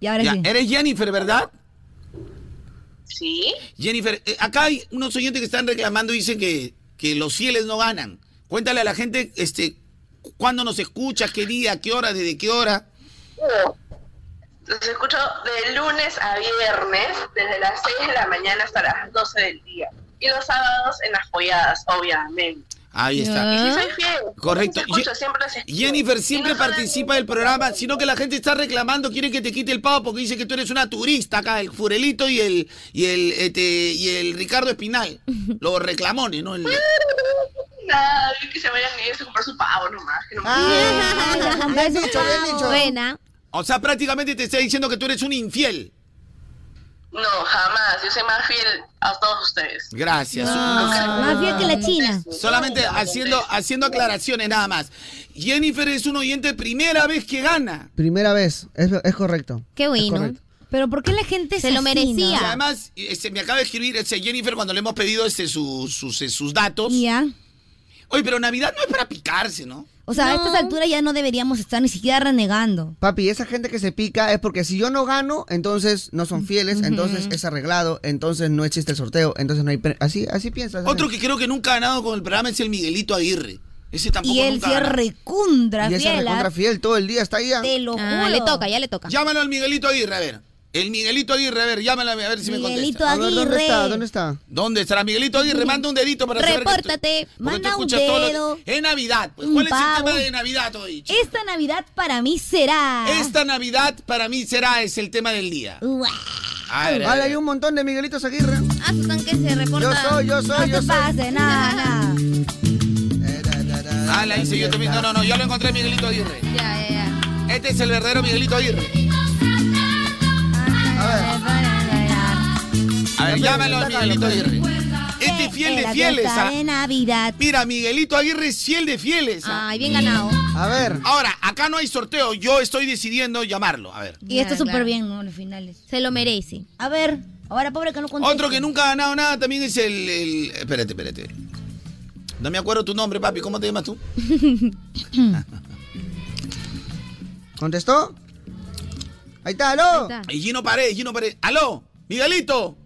Y ahora Ya, sí. Eres Jennifer, ¿verdad? Sí. Jennifer, eh, acá hay unos oyentes que están reclamando, dicen que, que los fieles no ganan. Cuéntale a la gente este, cu- cuándo nos escuchas, qué día, qué hora, desde qué hora. Los escucho de lunes a viernes, desde las 6 de la mañana hasta las 12 del día. Y los sábados en las folladas, obviamente. Ahí Y sí está. Ah. soy fiel. Correcto. Los escucho, Ye- siempre los escucho. Jennifer siempre Y no solo- participa del programa, sino que la gente está reclamando, quiere que te quite el pavo porque dice que tú eres una turista acá, el Furelito y el y el este, y el Ricardo Espinal. Los reclamones, ¿no? El- Ah, Nada, que se vayan ellos a comprar su pavo nomás. Que no me- Ah, Bien dicho, bien dicho. Buena. o sea, prácticamente te está diciendo que tú eres un infiel. No, jamás. Yo soy más fiel a todos ustedes. Gracias. Más bien que la China. Solamente haciendo, haciendo aclaraciones nada más. Jennifer es un oyente primera vez que gana. Primera vez, es, es correcto. Qué Es correcto. Pero ¿por qué la gente Se lo así, merecía. Y no? además, este, me acaba de escribir este, Jennifer cuando le hemos pedido este, su- sus, eh, sus datos. Ya. Oye, pero Navidad no es para picarse, ¿no? O sea, a estas alturas ya no deberíamos estar ni siquiera renegando. Papi, esa gente que se pica es porque si yo no gano, entonces no son fieles, entonces es arreglado, entonces no existe el sorteo, entonces no hay... pre- Así, así piensas. Otro que creo que nunca ha ganado con el programa es el Miguelito Aguirre. Ese tampoco Y él nunca sí ha es ganado. recundra Y ese fiel. recontra ¿ah? fiel todo el día, está ahí. ah. Te lo Ah, juro. le toca, ya le toca. Llámalo al Miguelito Aguirre, a ver. El Miguelito Aguirre, a ver, llámalo a ver si me Miguelito contesta. A ver, ¿dónde Aguirre. está? ¿Dónde está? ¿Dónde estará Miguelito Aguirre? Manda un dedito para saber que tú- Repórtate. porque tú manda un escuchas todos los- dedo, Es Navidad, pues. un ¿Cuál es el pavo. tema de Navidad hoy? chico? Esta Navidad para mí será. Esta Navidad para mí será es el tema del día. Uah. A ver, a Ay, ver. hay un montón de Miguelitos Aguirre. Ah, su tanque se Yo reporta. soy, yo No soy, yo soy. te pases, nada, nada. Ah, la hice yo también. No, no, no, yo lo encontré Miguelito Aguirre. Ya, ya, ya. Este es el verdadero Miguelito Aguirre. A ver, llámalo a Miguelito Aguirre. Este es fiel En de Eh, la fieles. fiesta ah. de Navidad. Mira, Miguelito Aguirre es fiel de fieles. ah. Ay, bien ganado. A ver. Ahora, acá no hay sorteo. Yo estoy decidiendo llamarlo. A ver. Y esto súper bien, ¿no? Los finales. Se lo merece. A ver, ahora pobre que no contesta. Otro que nunca ha ganado nada también es el, el- Espérate, espérate. No me acuerdo tu nombre, papi. ¿Cómo te llamas tú? ¿Contestó? Ahí está, aló. Y Gino Pared, Gino Pared. ¡Aló! ¡Miguelito!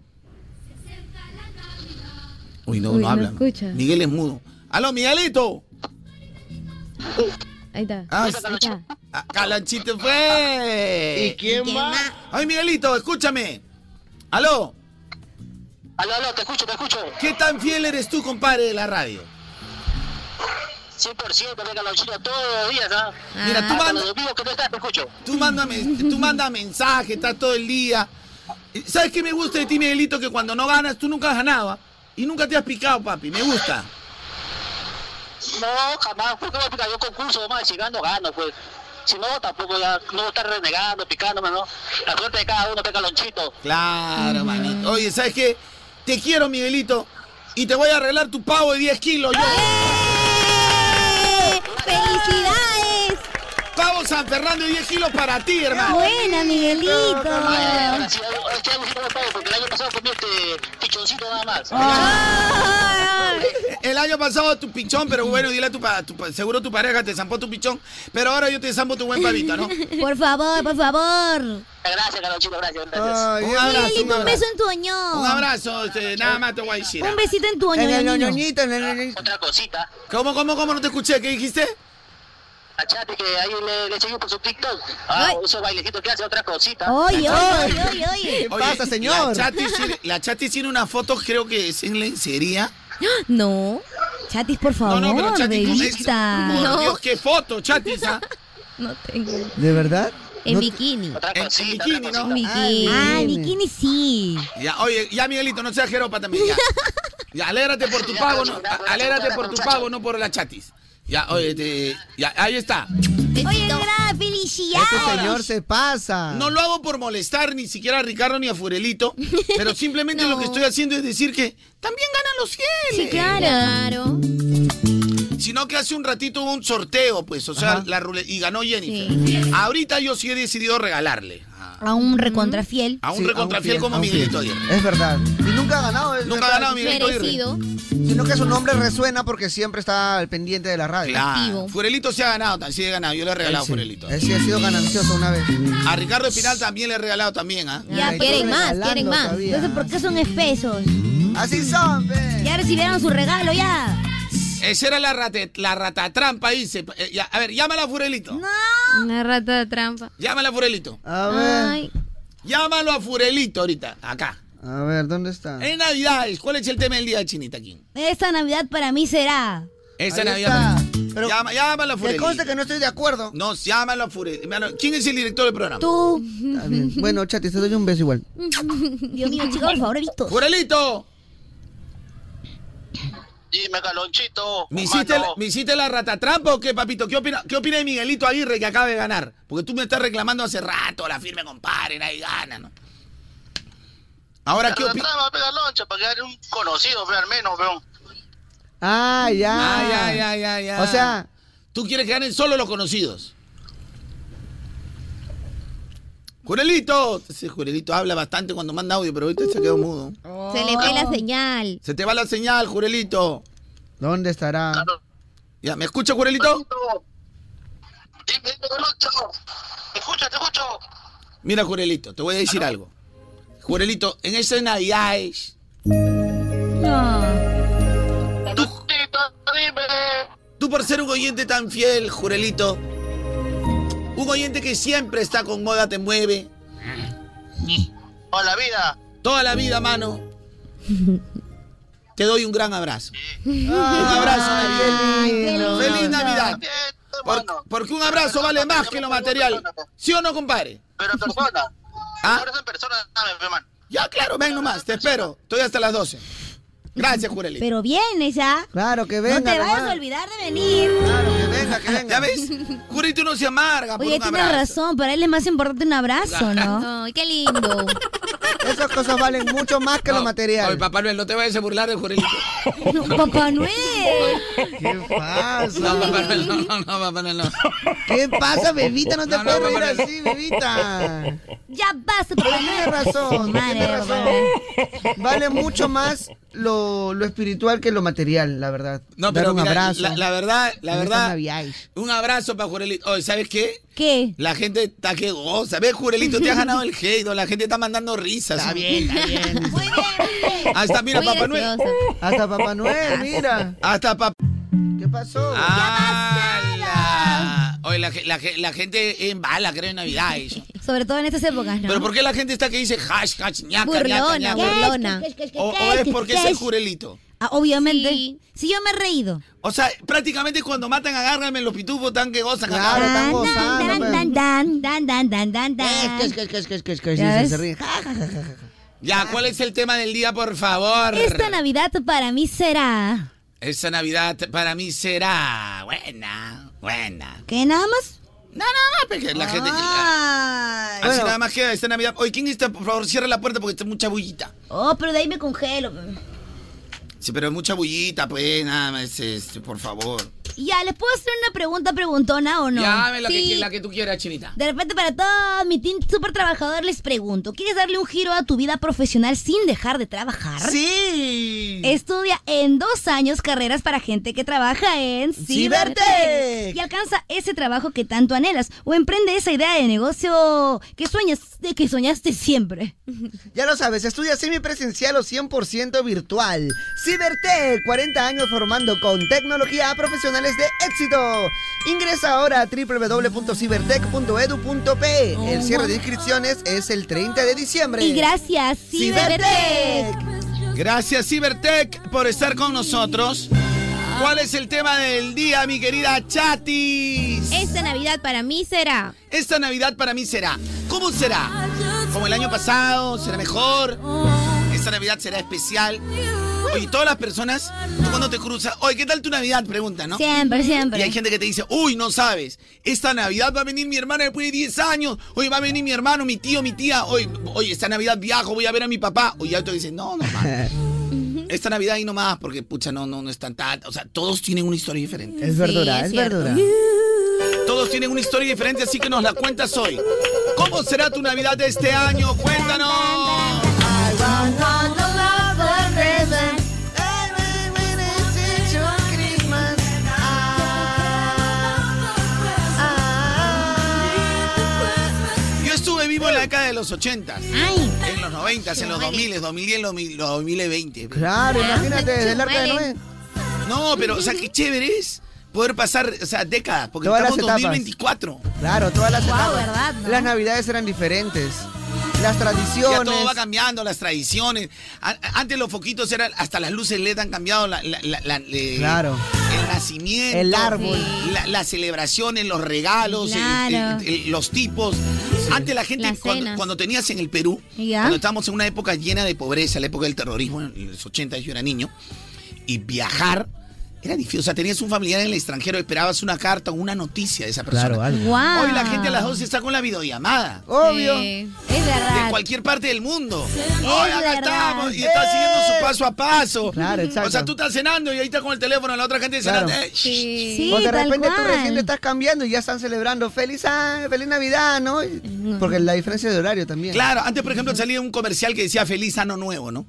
Uy, no, Uy, no no hablan. escucha. Miguel es mudo. ¡Aló, Miguelito! Ahí está. Ah, Ahí sí. está. Ah, ¡Calanchito fue! ¿Y quién ¿Y quién va? va? ¡Ay, Miguelito, escúchame! ¡Aló! Aló, aló, te escucho, te escucho. ¿Qué tan fiel eres tú, compadre, de la radio? 100% venga la chica todos los días, ¿ah? Mira, tú Hasta manda- los domingos que no estás, te escucho. Tú mándame, tú manda mensaje, estás todo el día. Eh, ¿Sabes qué me gusta de ti, Miguelito? Que cuando no ganas, tú nunca has ganado. ¿ah? Y nunca te has picado, papi. Me gusta. No, jamás, ¿por qué voy a picar yo concurso? Nomás, si gano, gano, pues. Si no, tampoco ya, no voy a estar renegando, picándome, ¿no? La suerte de cada uno, pega lonchito. Claro, manito. Oye, ¿sabes qué? Te quiero, Miguelito. Y te voy a arreglar tu pavo de 10 kilos. yo. ¡Eh! ¡Felicidades! Pavo San Fernando de 10 kilos para ti, hermano. Buena, Miguelito. Ahora sí, ahora sí, hago un poquito de pago, porque el año pasado comí este pichoncito nada más. Ah. Ah. El año pasado tu pichón, pero bueno, dile a tu, pa- tu pa- seguro tu pareja te zampó tu pichón, pero ahora yo te zampo tu buen pavito, ¿no? Por favor, por favor. Gracias, Carlonchito, gracias, gracias. un abrazo, un Miguelito, un beso abrazo. en tu oñón. Un abrazo, este, nada más te voy a decir. Un besito en tu oñón. Otra cosita, ¿Cómo, cómo, cómo? No te escuché, ¿qué dijiste? achate que ahí le, le seguí por su TikTok. Ah, esos bailecitos que hace, otra cosita. Oye, oye, oye, oye. ¿Qué Oye, pasa, La señor? chatis, tiene- la chatis tiene una foto, creo que es en lencería. No. Chatis, por favor, no, no, pero Chatis, con eso, bebita. por Dios, qué foto, chatis, ¿ah? No tengo. ¿De verdad? En bikini. En bikini, ¿no? Bikini. Ah, en bikini sí. Ya, oye, ya Miguelito, no seas jero también. Ya. Ya, alégrate por tu pavo, no, a- alégrate por tu pavo, no por la chatis. Ya, oye, te- ya, ahí está. Ah. Oye, gran felicidad. Este señor se pasa. No lo hago por molestar ni siquiera a Ricardo ni a Furelito, pero simplemente lo que estoy haciendo es decir que también ganan los fieles. Sí, claro. Sino que hace un ratito hubo un sorteo, pues, o sea, la rule- y ganó Jennifer. Ahorita yo sí he decidido regalarle A un recontrafiel. a un recontrafiel como Miguelito Aguirre. Es verdad. Y nunca ha ganado. es Nunca verdad. ha ganado Miguelito Aguirre. Sino que su nombre resuena porque siempre está al pendiente de la radio. Claro. Furelito se ha ganado, tan- sí he ganado, yo le he regalado a Furelito. Él sí ha sido ganancioso una vez. A Ricardo Espinal también le he regalado también, ¿ah? Ya, quieren más, quieren más. Entonces, ¿por qué son espesos? Así son, Ya recibieron su regalo, ya. pues. Esa era la, rate- la ratatrampa, dice. Eh, ya, a ver, llámala a Furelito. Una rata de trampa. Llámala a Furelito. A Ay. Llámalo a Furelito ahorita, acá. A ver, ¿dónde está? En Navidades, ¿cuál es el tema del día de Chinita King? Esta Navidad para mí será. Esa Ahí Navidad. pues. Llama, llámalo a Me Furelito. consta que no estoy de acuerdo. No, llámalo a Furelito. Hermano, ¿Quién es el director del programa? Tú. Está bien. Bueno, Chati, te doy un beso igual. Dios mío, chicos, por favor, Víctor. ¡Furelito! Dime, Carlonchito. ¿Me hiciste, mano. ¿Me hiciste la ratatrampa o qué, papito? ¿Qué opina, ¿Qué opina de Miguelito Aguirre que acaba de ganar? Porque tú me estás reclamando hace rato, la firme compadre, nadie gana, ¿no? Ahora, ¿qué Pero opinas? entraba a pegar loncha para quedar un conocido, pero al menos, weón. Ah, ya. Ah, ya, ya, ya, ya. O sea, Tú quieres que ganen solo los conocidos. Jurelito, ese Jurelito habla bastante cuando manda audio, pero ahorita se quedó mudo. Se le ve la señal. Se te va la señal, Jurelito. ¿dónde estará? Ya, ¿me escucha, Jurelito? Dime, Carloncho. Te escucho, te escucho. Mira, Jurelito, te voy a decir algo. Jurelito, en esas navidades, tú por ser un oyente tan fiel, Jurelito, un oyente que siempre está con moda, te mueve. Toda la vida. Toda la vida, mano. Te doy un gran abrazo. Un abrazo, Navidad. Feliz Navidad. Por- porque un abrazo vale más que lo material. ¿Sí o no, compadre? Pero en persona. Ah. Ahora es en persona, dame, mi hermano. Ya, claro, ven nomás, te espero. Estoy hasta las 12. Gracias, Jurelito. Pero vienes ya. Claro, que No te vayas a nomás. olvidar de venir. ¿Ya ves? Jurelito no se amarga por Oye, un tienes abrazo. razón, para él es más importante un abrazo, ¿no? Ay, qué lindo. Esas cosas valen mucho más que lo material. Oye, Papá Noel, no te vayas a burlar de Jorelito. Papá Noel. ¿Qué pasa? No, Papá Noel, no, no, no, Papá Noel, no. ¿Qué pasa, bebita? No te puedes Papá reír Noel. así, bebita. Ya basta, pues, papá. Tiene Ah, razón, tiene razón. Vale mucho más lo, lo espiritual que lo material, la verdad. No, pero Dar un mira, abrazo. La, la verdad, la En estas verdad. navidades. Un abrazo para Jurelito. Oye, ¿sabes qué? ¿Qué? La gente está que goza. ¿Ves, Jurelito? Te has ganado el hate. ¿no? La gente está mandando risas. Está bien, está bien. Ahí está, mira, Muy Papá Noel. gracioso. Hasta Papá Noel, mira. Hasta Papá. ¿Qué pasó? ¡Hala! Oye, la, ge- la ge- la gente en bala, creo, en Navidad. eso. Sobre todo en estas épocas, ¿no? Pero ¿por qué la gente está que dice hash, hash, ñaca, ñaca, Burlona, ñaca? burlona. O, o es porque es el Jurelito. Ah, obviamente. Si yo me he reído. O sea, prácticamente cuando matan, agárrame los pitufos, tan que gozan. Ah. Claro, acá. están gozando. Dan, dan, dan, dan, dan, dan, dan, dan. Es que, es que, es que, es que, es que, ¿Ya se- ves? se ríe. Ja, ja, ja, ja, ja. Ya, ¿cuál es el tema del día, por favor? Esta Navidad para mí será... Esa Navidad para mí será buena, buena. ¿Qué, nada más? No, nada más, porque la gente... Así nada más queda esta Navidad. Oye, ¿quién está? Por favor, cierra la puerta porque está mucha bullita. Oh, pero de ahí me congelo. Sí, pero mucha bullita, pues, nada más, este, por favor. Ya, ¿les puedo hacer una pregunta preguntona o no? Llame la, Sí. que, la que tú quieras, chinita. De repente para todo mi team super trabajador les pregunto, ¿quieres darle un giro a tu vida profesional sin dejar de trabajar? Sí. Estudia en dos años carreras para gente que trabaja en Cibertec. Cibertec y alcanza ese trabajo que tanto anhelas o emprende esa idea de negocio que sueñas, de que soñaste siempre. Ya lo sabes, estudia semipresencial o 100% virtual. Cibertec, 40 años formando con tecnología a profesionales de éxito. Ingresa ahora a www.cibertec.edu.pe. El cierre de inscripciones es el 30 de diciembre. Oh, Y gracias, Cibertec. Gracias, Cibertech, por estar con nosotros. ¿Cuál es el tema del día, mi querida Chatis? Esta Navidad para mí será... Esta Navidad para mí será. ¿Cómo será? ¿Como el año pasado? ¿Será mejor? ¿Esta Navidad será especial? Oye, todas las personas, tú cuando te cruzas, oye, ¿qué tal tu Navidad? Pregunta, ¿no? Siempre, siempre. Y hay gente que te dice, uy, no sabes, esta Navidad va a venir mi hermana después de 10 años, hoy va a venir mi hermano, mi tío, mi tía, hoy, oye, esta Navidad viajo, voy a ver a mi papá. Oye, ya te dicen, no, no, ma, esta Navidad ahí nomás, porque pucha, no, no, no es tan tal. O sea, todos tienen una historia diferente. Es verdura, es, verdura. Todos tienen una historia diferente, así que nos la cuentas hoy. ¿Cómo será tu Navidad de este año? Cuéntanos. Yo estuve vivo en la década de los 80s, en los 90s, en los 2000, 2010, 2000, 2020. Claro, imagínate, desde el arca de Noé. No, pero, o sea, qué chévere es poder pasar, o sea, décadas, porque Todas las estamos en etapas. 2024. Claro, todas las Wow, etapas. ¿verdad, no? Las navidades eran diferentes. Las Ya tradiciones. todo va cambiando, las tradiciones. A- a- Antes los foquitos eran, hasta las luces LED han cambiado. La, la- la- la- eh, Claro. El nacimiento. El árbol. la- las celebraciones, los regalos, el- Claro. el- el- los tipos. Antes la gente, Las cuando, cenas. cuando tenías en el Perú, Ya. cuando estábamos en una época llena de pobreza, la época del terrorismo, en los 80 yo era niño, y viajar. Era difícil, o sea, tenías un familiar en el extranjero, esperabas una carta o una noticia de esa persona. Claro, algo. Guau. Hoy la gente a las 12 está con la videollamada Obvio. Sí, es verdad. de cualquier parte del mundo. Es Ay, acá verdad. Eh. estamos. Y está siguiendo su paso a paso. Claro, exacto. O sea, tú estás cenando y ahí está con el teléfono, la otra gente Claro. cenando. Eh, Sí, o de tal repente tú cual. recién te estás cambiando y ya están celebrando feliz, año, feliz Navidad, ¿no? Y- Porque la diferencia de horario también. Claro, antes, por ejemplo, salía un comercial que decía Feliz Ano Nuevo, ¿no?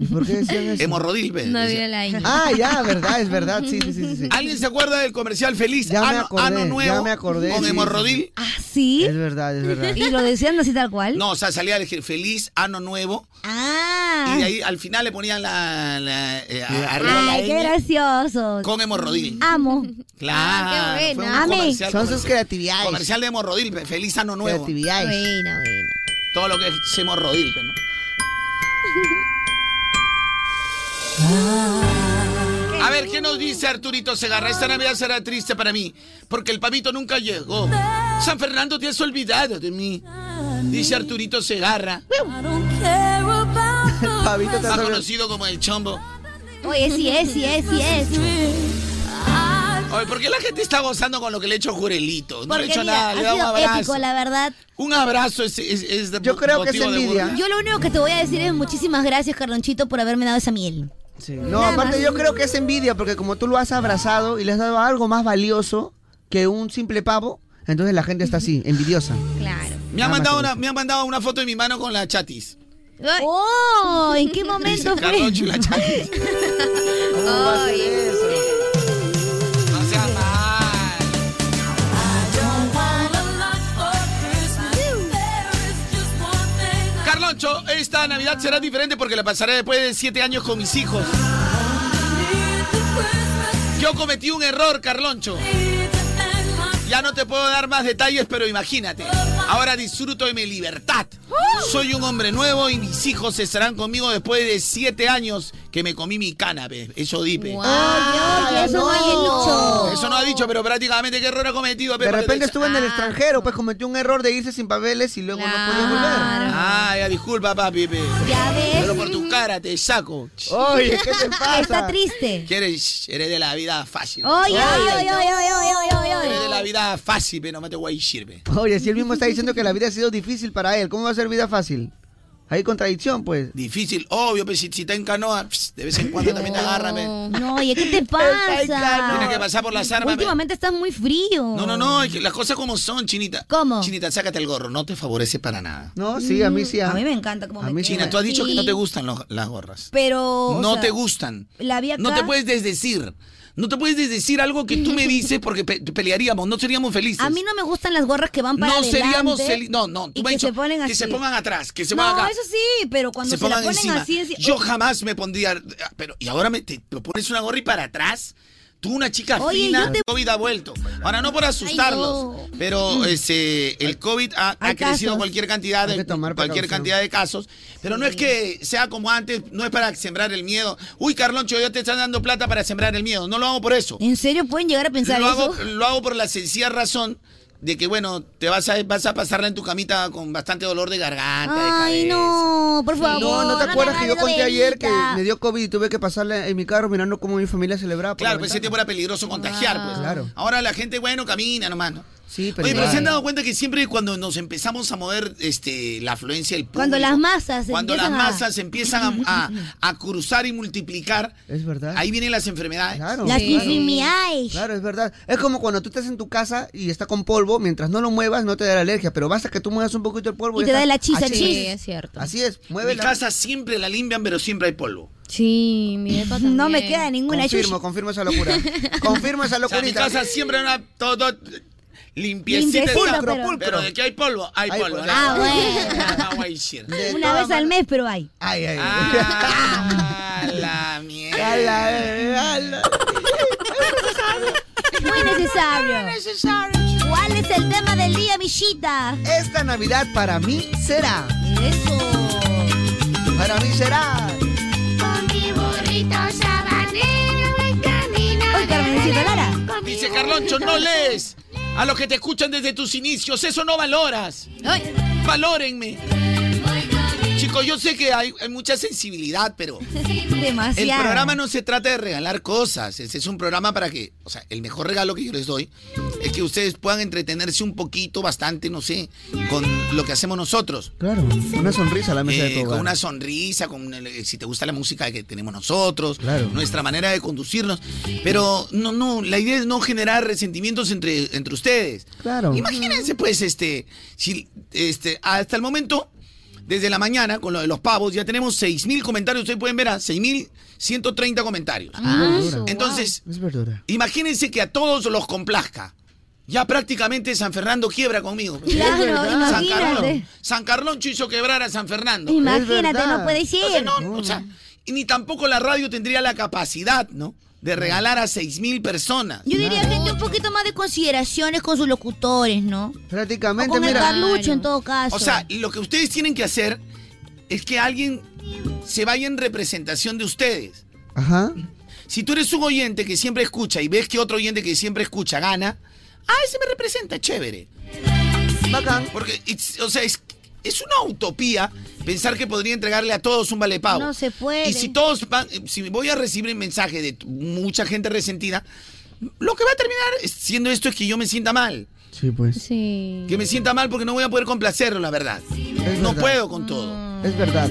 ¿Y por qué decían eso? Hemorrodil, ve. No decía. vio la ñ. Ah, ya, verdad, es verdad. Sí, sí, sí, sí, sí. ¿Alguien se acuerda del comercial Feliz Ya me ano, acordé, Ano ya Nuevo? me acordé, Con sí, hemorrodil. Ah, sí. Es verdad, es verdad. Y lo decían así tal cual. No, o sea, salía el je- Feliz Ano Nuevo. Ah. Y de ahí al final le ponían la. la, eh, a- arriba la Ay, qué ñ gracioso. Con hemorrodil. Amo. Claro. Ah, qué bueno. fue un Amén. comercial, Son sus comercial. creatividades. Comercial de hemorrodil, ve, Feliz Ano Nuevo. Creatividades. Buena, buena. todo lo que es hemorroidil, ¿no? A ver, ¿qué nos dice Arturito Segarra? Esta Navidad será triste para mí, porque el pavito nunca llegó. San Fernando, te has olvidado de mí. Dice Arturito Segarra, Pavito te más sabe- conocido como el chombo. Oye, sí es, sí es, sí es. Oye, ¿por qué la gente está gozando con lo que le he hecho a Jurelito? No le he Porque hecho mira, nada, ha le he dado un sido abrazo. épico, la verdad. Un abrazo es, es, es de Yo Yo lo único que te voy a decir es muchísimas gracias, Carlonchito, por haberme dado esa miel. No, Nada aparte más. yo creo que es envidia, porque como tú lo has abrazado y le has dado algo más valioso que un simple pavo, entonces la gente está así, envidiosa. Claro. Me han, Nada más mandado que una, me han mandado una foto de mi mano con la chatis. ¡Oh! ¿En qué Dice momento fue? Carloncho y la chatis. No seas mal. Carloncho, esta Navidad será diferente porque la pasaré después de siete años con mis hijos. Yo cometí un error, Carloncho. Ya no te puedo dar más detalles, pero imagínate. Ahora disfruto de mi libertad. Soy un hombre nuevo y mis hijos estarán conmigo después de siete años que me comí mi cannabis. Eso dipe. Oye, eso no hay dicho. Eso no ha dicho, pero prácticamente qué error ha cometido. De repente estuvo en el extranjero, pues cometió un error de irse sin papeles y luego no podía volver. Ah, ya disculpa, papi. pe. Ya ves. Pero por tu cara te saco. Oye, ¿qué te pasa? Está triste. Quieres, eres de la vida fácil. Oye, oye, oye, oye, oye, oye, oye. Eres de la vida fácil, pero no me te voy a sirve. Oye, si él mismo está diciendo que la vida ha sido difícil para él, ¿cómo va a ser vida fácil? Hay contradicción, pues. Difícil, obvio, pero si, si está en canoa, pss, de vez en cuando también te agarra. pe. No, oye, ¿qué te pasa? Tienes que pasar por las armas. pe. Últimamente estás muy frío. No, no, no, es que las cosas como son, Chinita. ¿Cómo? Chinita, sácate el gorro, no te favorece para nada. No, sí, a mí sí. Mm, A mí me encanta como me China, queda. tú has dicho que no Sí, te gustan los- las gorras. Pero. o no sea, te gustan. La vi acá. No te puedes desdecir. No te puedes desdecir algo que tú me dices porque pe- pelearíamos, no seríamos felices. A mí no me gustan las gorras que van para no adelante. seríamos felices. No, no, tú y me que has dicho se ponen así. que se pongan atrás, que se no, pongan acá. eso sí, pero cuando se, se la pongan ponen encima. así, así- oh, Yo jamás me pondría. ah, Pero, y ahora me te, te pones una gorra y para atrás. Tú, una chica Oye, fina, yo te- el COVID ha vuelto. Ahora, no por asustarlos, Ay, pero este, el COVID ha, ha crecido cualquier cantidad de, cualquier cantidad de casos. Pero no es que sea como antes, no es para sembrar el miedo. Uy, Carloncho, ya te están dando plata para sembrar el miedo. No lo hago por eso. ¿En serio pueden llegar a pensar Lo eso? hago, lo hago por la sencilla razón de que, bueno, te vas a, vas a pasarla en tu camita con bastante dolor de garganta, de Ay, no, por favor. No, ¿no te me acuerdas hagas que yo conté ayer que velita. me dio COVID y tuve que pasarle en mi carro mirando cómo mi familia celebraba? Claro, pues ese tiempo era peligroso contagiar, pues. Claro. Ahora la gente, bueno, camina nomás, ¿no? Sí, pero Oye, pero se han igual. dado cuenta que siempre cuando nos empezamos a mover este, la afluencia del público, Cuando las masas cuando las empiezan a- masas empiezan a, a- a cruzar y multiplicar, Es verdad. ahí vienen las enfermedades. Claro, Claro, es verdad. Es como cuando tú estás en tu casa y está con polvo, mientras no lo muevas no te da la alergia, pero basta que tú muevas un poquito el polvo Y te da está- la chis, Ah, la chis. chis. Sí, es cierto. Así es, Mi muévela. casa siempre la limpian, pero siempre hay polvo. Sí, mi depa también. No me queda ninguna Confirmo, chucha. confirmo esa locura. confirmo esa O sea, mi locurita. casa siempre era todo limpiecita, Limpiecita, está, Pulcro, pero, pulcro. de que hay polvo, hay Hay polvo. polvo. ¿no? Ah, bueno. Ah, guay, shit. Una vez al mes, pero hay. Ay, ay, Ah, la mierda. Muy necesario. ¿Cuál es el tema del día, Michita? Esta Navidad para mí será. Eso. Para mí será. Con mi burrito sabanero voy camino. Oye, Carmencita Lara. Dice Carloncho, no lees a los que te escuchan desde tus inicios. Eso no valoras. Valórenme. Chicos, yo sé que hay, hay mucha sensibilidad, pero el Demasiado. programa no se trata de regalar cosas. Este es un programa para que, o sea, el mejor regalo que yo les doy es que ustedes puedan entretenerse un poquito, bastante, no sé, con lo que hacemos nosotros. Claro, una sonrisa a la mesa de Eh, tu con hogar. una sonrisa, con el- eh, si te gusta la música que tenemos nosotros, Claro. nuestra manera de conducirnos. Pero no, no, la idea es no generar resentimientos entre, entre ustedes. Claro. Imagínense, pues, este, si, este, hasta el momento, desde la mañana, con lo de los pavos, ya tenemos 6.000 comentarios. Ustedes pueden ver a 6.130 comentarios. Ah, su- Entonces, Es verdura. imagínense que a todos los complazca. Ya prácticamente San Fernando quiebra conmigo. Claro, Es verdad. San imagínate. Carlón, San Carloncho hizo quebrar a San Fernando. Imagínate, Es no puede ir. Entonces, no, no, o sea, Mm. y ni tampoco la radio tendría la capacidad, ¿no? De regalar a seis mil personas. Yo diría gente un poquito más de consideraciones con sus locutores, ¿no? Prácticamente, o con mira. el Carlucho en todo caso. O sea, lo que ustedes tienen que hacer es que alguien se vaya en representación de ustedes. Ajá. Si tú eres un oyente que siempre escucha y ves que otro oyente que siempre escucha gana, ah, ese me representa, chévere. Bacán. Porque, it's- o sea, es, es una utopía pensar que podría entregarle a todos un vale pago. No se puede. eh, Y si todos van, si voy a recibir un mensaje de t- mucha gente resentida, lo que va a terminar siendo esto es que yo me sienta mal. Sí, pues. Sí. Que me sienta mal porque no voy a poder complacerlo, la verdad. no puedo con todo. Es verdad.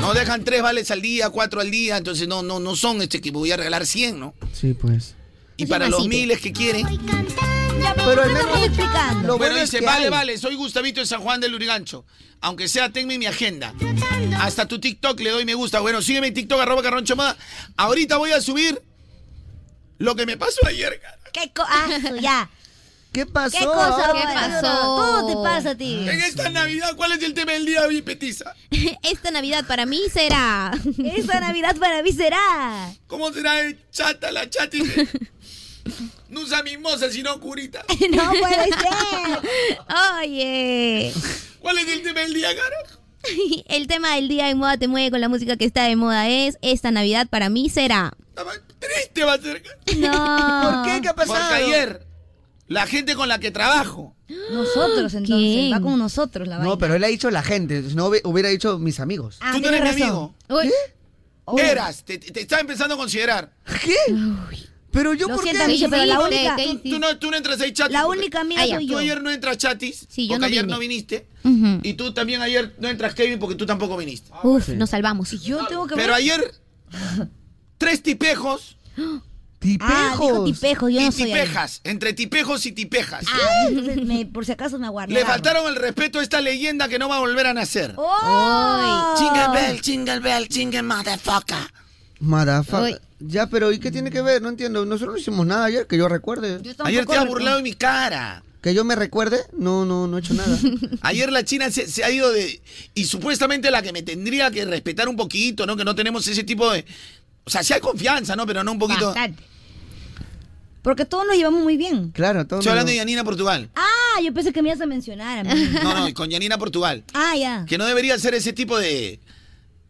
No dejan tres vales al día, cuatro al día, entonces no, no, no son este que voy a regalar 100, ¿no? Sí, pues. Y para los miles que quieren. Pero al menos explicando. Pero dice, vale, vale, soy Gustavito de San Juan del Lurigancho. Aunque sea, tenme en mi agenda. Hasta tu TikTok le doy me gusta. Bueno, sígueme en TikTok, arroba carroncho Moda. Ahorita voy a subir lo que me pasó ayer. cara. ¿Qué co- ah, su- ya. ¿Qué pasó? ¿Qué cosa, ¿Qué bueno? pasó? Todo te pasa a ti. En esta Navidad, ¿cuál es el tema del día, mi petiza? Esta Navidad para mí será. Esta Navidad para mí será. ¿Cómo será el chata, la chata? Dice, No usa mimosa, sino curita. No pues, puede ser. Oye. ¿Cuál es el tema del día, cara? El tema del día en moda te mueve con la música que está de moda es Esta Navidad para mí será. Triste va a ser. cara. No. ¿Por qué? ¿Qué ha pasado? Porque ayer, la gente con la que trabajo. Nosotros, entonces. Va con nosotros la vaina. No, pero él ha dicho la gente. Si No hub- hubiera dicho mis amigos. Ah, Tú no tienes eres mi razón. amigo. Uy, Eras, te, te- te estaba empezando a considerar. ¿Qué? Pero yo Lo por qué. siento, amigo, pero la Sí, única. ¿qué- qué Tú no, tú no entras ahí, chatis. La porque- única amiga Ah, ya. soy Tú yo. ayer no entras, chatis. Sí, yo porque no ayer vine. no viniste. Ujú. Y tú también ayer no entras, Kevin, porque tú tampoco viniste. Uf, nos salvamos. Yo tengo que Pero ayer, tres tipejos Ah, dijo Tipejos. tipejo, yo y no soy ahí. tipejas. Entre tipejos y tipejas. Ah, entonces me- por si acaso me aguardo. Le faltaron el respeto a esta leyenda que no va a volver a nacer. ¡Oh! Jingle bell, jingle bell, jingle motherfucker. Madafa. Uy. Ya, pero ¿y qué tiene que ver? No entiendo. Nosotros no hicimos nada ayer, que yo recuerde. Yo tampoco Ayer te ha recuerdo. burlado en mi cara. ¿Que yo me recuerde? No, no, no he hecho nada. Ayer la China se, se ha ido de... Y supuestamente la que me tendría que respetar un poquito, ¿no? Que no tenemos ese tipo de... O sea, sí hay confianza, ¿no? Pero no un poquito... Bastante. Porque todos nos llevamos muy bien. Claro, todo. Estoy hablando de no- Yanina Portugal. Ah, yo pensé que me ibas a mencionar a mí. No, no, con Yanina Portugal. Ah, ya. Que no debería ser ese tipo de...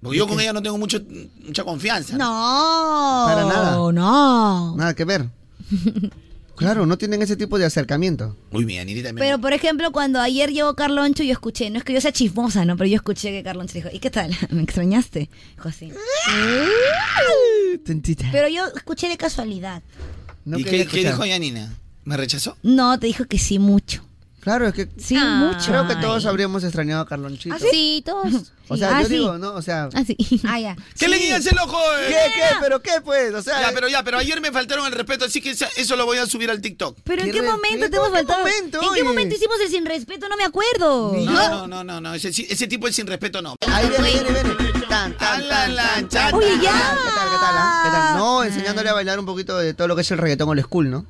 Porque yo con ella no tengo mucho, mucha confianza. No. Para nada. Oh, No. Nada que ver. Claro, no tienen ese tipo de acercamiento. Muy bien, Yanina también. Pero, por ejemplo, cuando ayer llegó Carloncho, yo escuché, no es que yo sea chismosa, ¿no? Pero yo escuché que Carloncho dijo, ¿y qué tal? ¿Me extrañaste? Dijo así. Tentita. Pero yo escuché de casualidad. No ¿Y quería qué, qué escuchar. dijo Yanina? ¿Me rechazó? No, te dijo que sí mucho. Claro, es que Sí, Ah. mucho. creo que todos habríamos extrañado a Carlonchito. Sí, todos. O sea, Ah, yo sí. digo, ¿no? O sea, Así. Ah, ya. ¿Qué le guías el ojo? eh? ¿qué, qué? ¿Pero qué, pues? O sea, Ya, pero ya, pero ayer me faltaron el respeto, así que esa- eso lo voy a subir al TikTok. ¿Pero en Qué qué momento te respeto, hemos ¿en qué faltado? momento, ¿En qué oye? momento hicimos el sin respeto? No me acuerdo. No, no, no, no, no, Ese, ese tipo es sin respeto, no. ahí viene, viene, viene. Tan, tan, tan, la, la, tan, cha, tan, Oye, tan, ya. tan. ¿Qué tal, qué tal, ah? ¿Qué tal? No, enseñándole a bailar un poquito de todo lo que es el reggaetón old school, ¿no?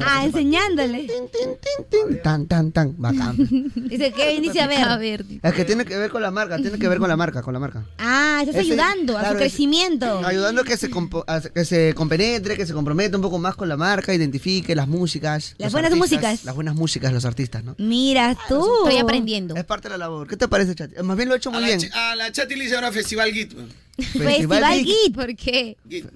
Ah, enseñándole. Tin, tin, tin, tin. Tan, tan, tan. Bacán. Dice Kevin, dice a A ver. ver. Es que tiene que ver con la marca, tiene que ver con la marca, con la marca. Ah, estás Ese- ayudando a claro, su ese- crecimiento. Ayudando a que, se compo- a que se compenetre, que se comprometa un poco más con la marca, identifique las músicas. Las los buenas artistas, músicas. Las buenas músicas, los artistas, ¿no? Mira tú. Estoy aprendiendo. Ah, Es parte de la labor. ¿Qué te parece, Chat? Más bien lo he hecho A muy la, bien. ch- a la Chati le hice ahora Festival Git. weón. Festival Geek. Geek. ¿Por qué? Git.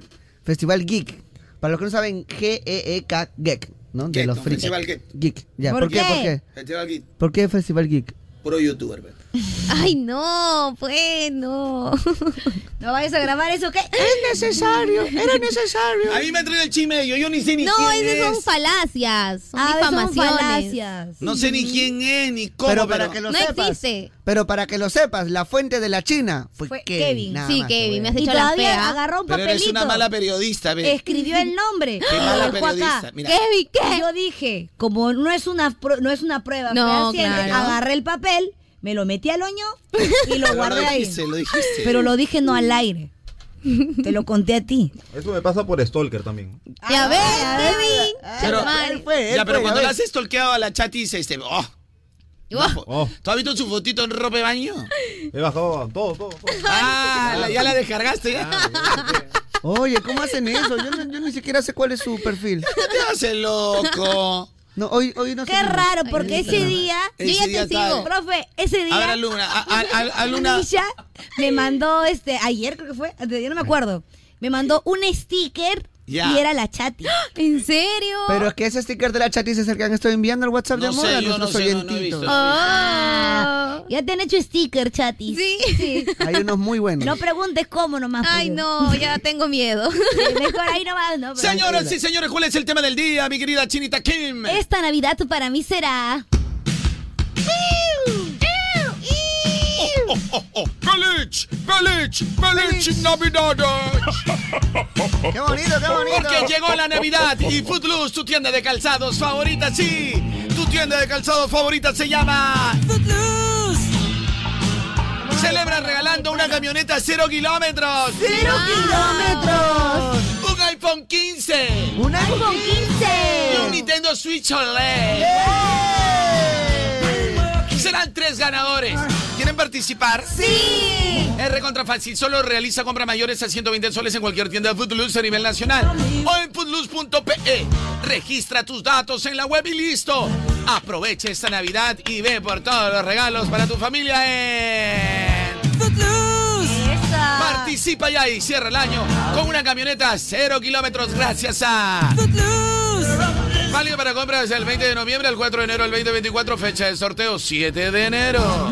Festival Geek. Para los que no saben, G-E-E-K, Geek, ¿no? De Geek, los no, frikis. Festival Geek. Ya, ¿por, ¿Por qué? qué? ¿Por qué? Festival Git. ¿Por qué Festival Geek? Puro youtuber, weón. Ay, no, pues no. ¿No vayas a grabar eso qué? Es necesario, era necesario. A mí me ha traído el chisme yo, yo ni sé ni No, quién esas son es. falacias. Son Ah, son difamaciones. falacias. No sé ni quién es, ni cómo, Pero para que lo No sepas. existe. Pero para que lo sepas, la fuente de la China fue, Fue Kevin. Kevin. nada Sí, más, Kevin, güey. me has Y hecho la todavía fea. agarró un Pero eres papelito. una mala periodista, ve. Escribió el nombre. Qué mala Lo dejó periodista. acá. Mira. Kevin, Y ¿qué? Yo dije, como no es una pro- no es una prueba, No, fehaciente, claro. agarré el papel, me lo metí al oño y lo Pero guardé lo ahí. dijiste, lo dijiste. Pero lo dije no al aire. Te lo conté a ti. Eso me pasa por Stalker también. Ah, Ya ves, Kevin. Pero- Chaval. Él fue, él ya, pero fue, cuando a la ver. has stalkeado a la Chati dice este, oh, Oh, Oh, ¿tú has visto su fotito en ropa de baño? he bajado todo, todo. todo. Ah, la- ya la descargaste, ¿eh? ya. Oye, ¿cómo hacen eso? Yo, no- yo ni siquiera sé cuál es su perfil. ¿Qué te hace loco? No, hoy, hoy no Qué sé. raro, Ay, porque no, ese no. día, Yo ya Ese te día sigo. tal. profe, ese A ver, día alumna, a, a, a- alumna. Misha me mandó este ayer creo que fue, antes de ayer no me acuerdo. Me mandó un sticker Ya. Y era la chati. ¿En serio? Pero es que ese sticker de la chatis es el que han estado enviando al WhatsApp de No sé, moda a yo nuestros no sé, no, no he oyentitos. visto. Ah, ya te han hecho sticker, chati. Sí. Hay unos muy buenos. No preguntes cómo nomás. Ay, no, ya tengo miedo. mejor ahí nomás, ¿no? Pero- Señoras y señores, ¿cuál es el tema del día, mi querida Chinita Kim? Esta Navidad para mí será. ¡Feliz! ¡Feliz! ¡Feliz Navidad! ¡Qué bonito, qué bonito! Porque llegó la Navidad y Footloose, tu tienda de calzados favorita, sí. Tu tienda de calzados favorita se llama Footloose. Celebra regalando una camioneta cero kilómetros. ¡Cero kilómetros! Un iPhone 15. Un iPhone 15. Y un Nintendo Switch OLED. Serán tres ganadores. ¿Quieren participar? ¡Sí! Es recontra fácil. Solo realiza compras mayores a 120 soles en cualquier tienda de Footloose a nivel nacional o en footloose.pe. Registra tus datos en la web y listo. Aprovecha esta Navidad y ve por todos los regalos para tu familia en Footloose. Participa ya y cierra el año con una camioneta a cero kilómetros gracias a Footloose. Válido para compras del 20 de noviembre al 4 de enero del 2024, fecha de sorteo 7 de enero.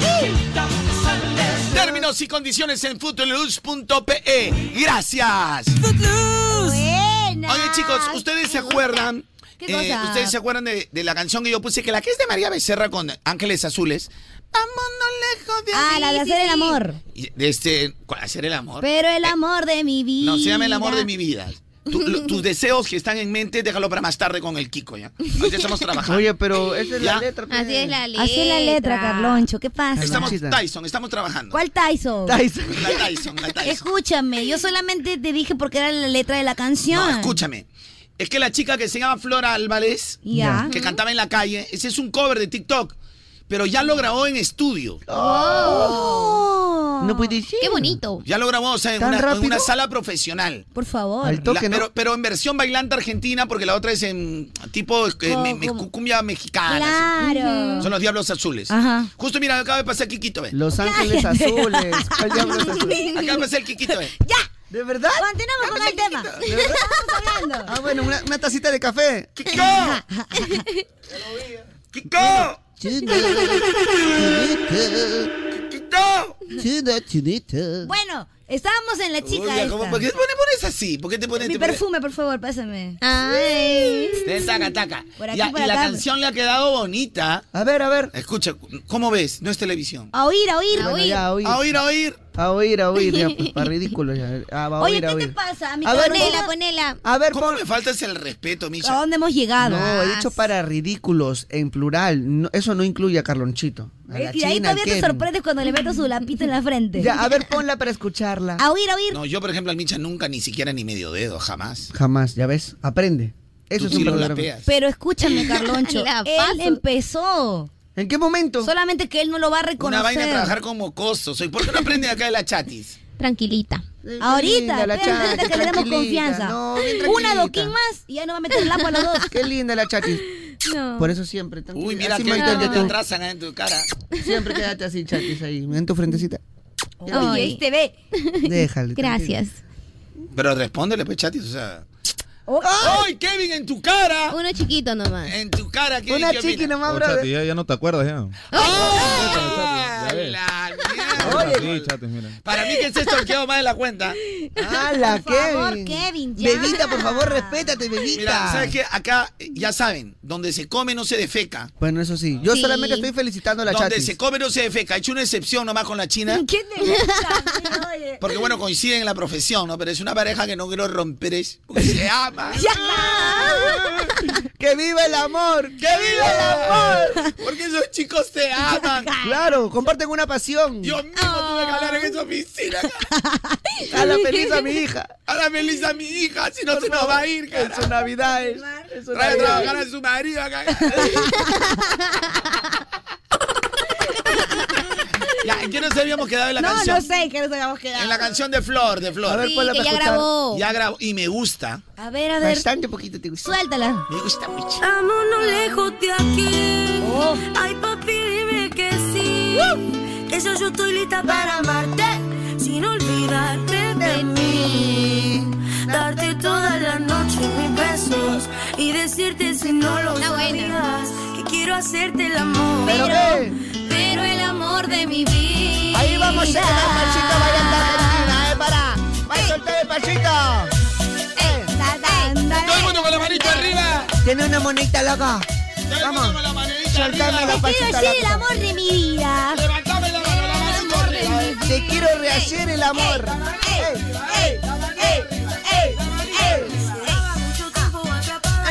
Uh. Términos y condiciones en footloose.pe. E. Gracias. Oye, chicos, ¿ustedes se acuerdan? eh, ¿Qué cosa? ¿Ustedes se acuerdan de, de la canción que yo puse? Que la que es de María Becerra con Ángeles Azules. lejos de Ah, la de hacer el amor. Y, Este, ¿cuál? ¿Hacer el amor? Pero el amor de mi vida. Eh, No, se llama el amor de mi vida. Tu- lo- tus deseos que están en mente, déjalo para más tarde con el Kiko, ¿ya? Ahorita estamos trabajando. Oye, pero esa es la Ya. letra. pues. Así es la letra. Así es la letra, Carloncho. ¿Qué pasa? Estamos Tyson, estamos trabajando. ¿Cuál Tyson? La Tyson, la Tyson. Escúchame, yo solamente te dije porque era la letra de la canción. No, escúchame. Es que la chica que se llama Flora Álvarez, Ya. que cantaba en la calle, ese es un cover de TikTok, pero ya lo grabó en estudio. Oh. No puede decir. Qué bonito. Ya lo grabó, o sea, en Oh. ¿Tan una, en rápido? una sala profesional. Por favor. Al toque, La- ¿no? pero, pero en versión bailante argentina, porque la otra es en tipo eh, me- me- cumbia mexicana. así. Claro. Son los Diablos Azules. Ajá. Justo, mira, acaba de pasar Kikito, ve. Los Ángeles Cállate. Azules. ¿Cuál diablo es azul? Acaba de pasar el Kikito, ve. ¿De verdad? Continuamos con el tema. Ah. ¿De verdad? Estamos hablando. Ah, bueno, una, una tacita de café. ¡Kiko! Chida, chinita. Chida, chinita. Bueno, estábamos en la chica Oye, ¿cómo- Este, esta. ¿Por qué te pones pones así? ¿Por qué te pones Mi te pones- perfume, por favor, pásame. Ay. Te taca, taca. Por aquí, Ya, por y la acá. canción le ha quedado bonita. A ver, a ver. Escucha, ¿cómo ves? No es televisión. A oír, a oír. Bueno, ya, a oír. A oír, a oír. A oír, a oír, ya, pues, para ridículo ya. Ah, va a Oye, oír, a ¿qué te oír. pasa? Mi A ver, ponela, ¿cómo- ponela. A ver, ¿Cómo pon... me faltas el respeto, ¿A Misha? dónde hemos llegado? Ah, No, he dicho para ridículos, en plural. No, eso no incluye a Carlonchito. A la Y de ahí China, todavía te Kevin. sorprendes cuando le meto su lapito en la frente. Ya, a ver, ponla para escucharla. A oír, a oír. No, yo, por ejemplo, al Misha nunca, ni siquiera ni medio dedo, jamás. Jamás, ya ves, aprende. Eso Tú es un sí lo verdadero- lapeas. Pero escúchame, Carloncho. La él paso. empezó. ¿En qué momento? Solamente que él no lo va a reconocer. Una vaina a trabajar como coso. Soy, ¿Por qué no aprende acá de la chatis? Tranquilita. Ahorita, Linda la espérate, chati, ahorita que le demos tranquilita. confianza. No, bien Un tranquilita. adoquín más y ya no va a meter el lapo a los dos. Qué linda la chati. No. Por eso siempre. tranquila. Uy, mira Así que me te ¿eh? entiendes tú. atrasan ahí en tu cara. Siempre quédate así, chatis, ahí. En tu frentecita. Oye, este ve. Déjale. Gracias. Pero respóndele, pues, chatis, o sea... Oh, ¡Ay, Kevin, en tu cara! Uno chiquito nomás. En tu cara, Kevin, Una ¿qué chiqui opinas? nomás, Oh, brother. chati, ya, ya no te acuerdas, ya. ¡Ah, Ya ves. la Ah, Ahora mierda! sí, chatis, mira. Para mí que se stalkeó más de la cuenta. ¡Hala, Por favor, Kevin! Kevin, ya. Bebita, por favor, respétate, bebita. Mira, ¿sabes qué? Acá, eh, ya saben, donde se come no se defeca. Bueno, eso sí. Yo Sí. solamente estoy felicitando a la donde chatis. se come no se defeca. He hecho una excepción nomás con la China. ¿Qué te gusta? Oye. Porque bueno, coinciden en la profesión, ¿no? Pero es una pareja que no quiero romper es porque se ama. ¡Que viva el amor! ¡Que viva el amor! Porque esos chicos se aman. Claro, comparten una pasión. Yo mismo tuve que hablar en esa oficina. A la feliz a mi hija. Ahora feliz a mi hija, si no se nos va a ir, cara. En su Navidad es. en su Trae a Navidad. trabajar a su marido acá. ya, ¿en qué nos habíamos quedado en la No, canción? no sé que nos habíamos quedado. En la canción de Flor, de Flor. A ver, Sí, ¿cuál la que ya para escuchar? grabó. Ya grabó y me gusta. A ver, a ver. Bastante poquito te gustó. Suéltala. Me gusta mucho. Vámonos lejos de aquí. Oh. Ay, papi, dime que sí. Que yo, yo estoy lista para amarte. sin olvidarte de mí. Darte toda la noche mis besos y decirte si no lo sabías que quiero hacerte el amor. ¿Pero qué? pero el amor de mi vida. Ahí vamos, chicos, el pasito bailando Argentina, eh, para. Va a soltar el pasito. Todo el mundo con la manita arriba. Tiene una monita loca. Vamos. Soltame la Te quiero pasita ser el loca. amor de mi vida. Levantame la mano, la mano arriba. Te quiero rehacer el amor. Eh, ¡Ey! ¡Ey! ¡Ey! ¡Ey!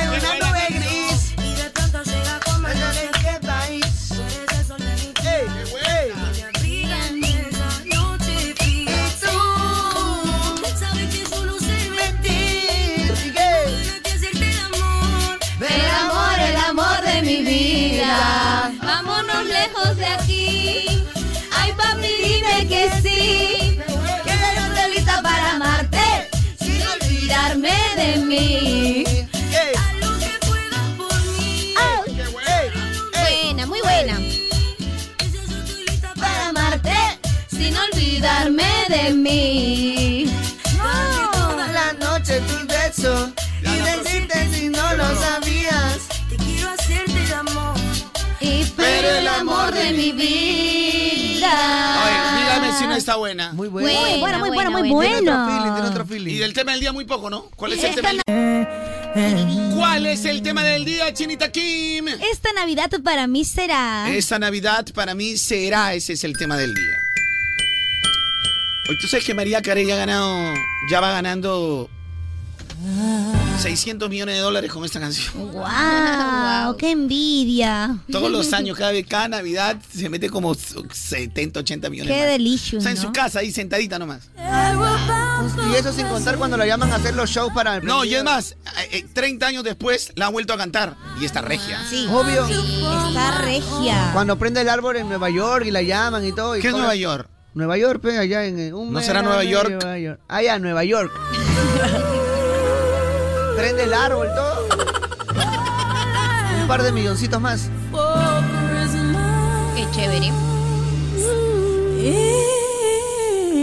En una nube gris. Y de pronto llega como No sé en qué país. Ey, ey. El amor, el amor de mi vida. Vámonos lejos de aquí. Ay, papi, dime que sí. Que yo estoy lista para amarte. Sin olvidarme de mí. Buena, muy buena. Para amarte. Sin olvidarme de mí. Toda la noche tus besos. Y decirte si no lo sabías. Te quiero hacerte el amor. Y pero el amor de mi vida. Oye, dígame si no está buena. Muy buena. Muy buena, muy buena, muy Tiene buena. otro feeling. Y del tema del día muy poco, ¿no? ¿Cuál es el Esta tema? del ¿Cuál es el tema del día, Chinita Kim? Esta Navidad para mí será. Esta Navidad para mí será, ese es el tema del día. Hoy tú sabes que María Carey ya ha ganado, ya va ganando 600 millones de dólares con esta canción. ¡Wow! ¡Qué envidia! Todos los años, cada vez, cada Navidad se mete como 70, 80 millones. ¡Qué más. delicio! Está en su casa ahí sentadita nomás. Y eso sin contar cuando lo llaman a hacer los shows para el No, y es más, eh, eh, 30 años después la ha vuelto a cantar y está regia. Ah, Sí. Obvio. Está regia. Cuando prende el árbol en Nueva York y la llaman y todo. y ¿Qué es todo. Nueva York? Nueva York, pe, allá en eh, un ¿No será Nueva York? Allá, Ah, Nueva York. prende el árbol todo. Un par de milloncitos más. Qué chévere.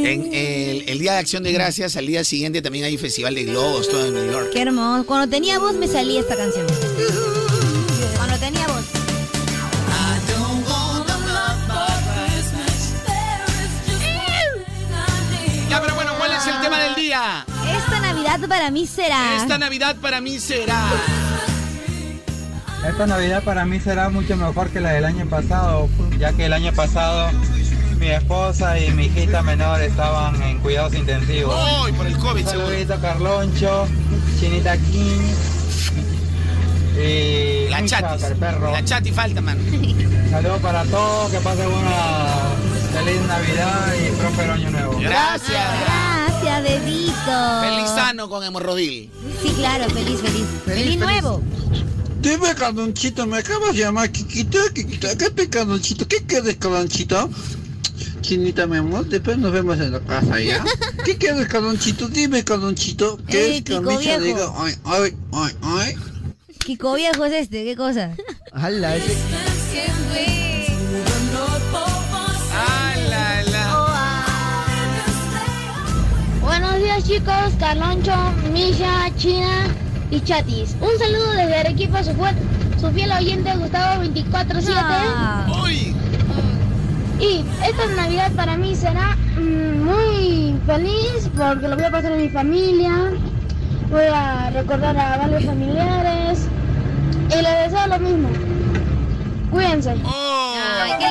En el, el Día de Acción de Gracias, al día siguiente también hay Festival de Globos, todo en New York. ¡Qué hermoso! Cuando tenía voz me salía esta canción. Cuando tenía voz. Ya, pero bueno, ¿cuál es el tema del día? Esta Navidad para mí será. Esta Navidad para mí será. Esta Navidad para mí será mucho mejor que la del año pasado, ya que el año pasado mi esposa y mi hijita menor estaban en cuidados intensivos. Hoy por el COVID, seguro. Saludito Carloncho, Chinita King y La Micha, chatis. el perro. La chati falta, man. Saludos para todos, que pasen una feliz Navidad y próspero año nuevo. Gracias. Ah, Gracias, bebito. Feliz sano con hemorrodil. Sí, claro, feliz, feliz. Feliz, nuevo. Dime, Carlonchito, me acabas de llamar, Kikita, Kikita, ¿qué te, Carlonchito? ¿Qué quieres, Carlonchito? Chinita, mi amor, después nos vemos en la casa, ¿ya? ¿Qué quieres, Carlonchito? Dime, Carlonchito, Ey, ¿qué es Eh, Kiko camisa de viejo. hilo? Ay, ay, ay, ay. Kiko viejo es este, ¿qué cosa? ¡Hala! ese- Buenos días chicos, Carloncho, Misha, China y Chatis. Un saludo desde Arequipa, su, fuert- su fiel oyente Gustavo 24-7. Y esta Navidad para mí será mm, muy feliz porque lo voy a pasar en mi familia. Voy a recordar a varios familiares. Y les deseo lo mismo. Cuídense. Oh. Ay, qué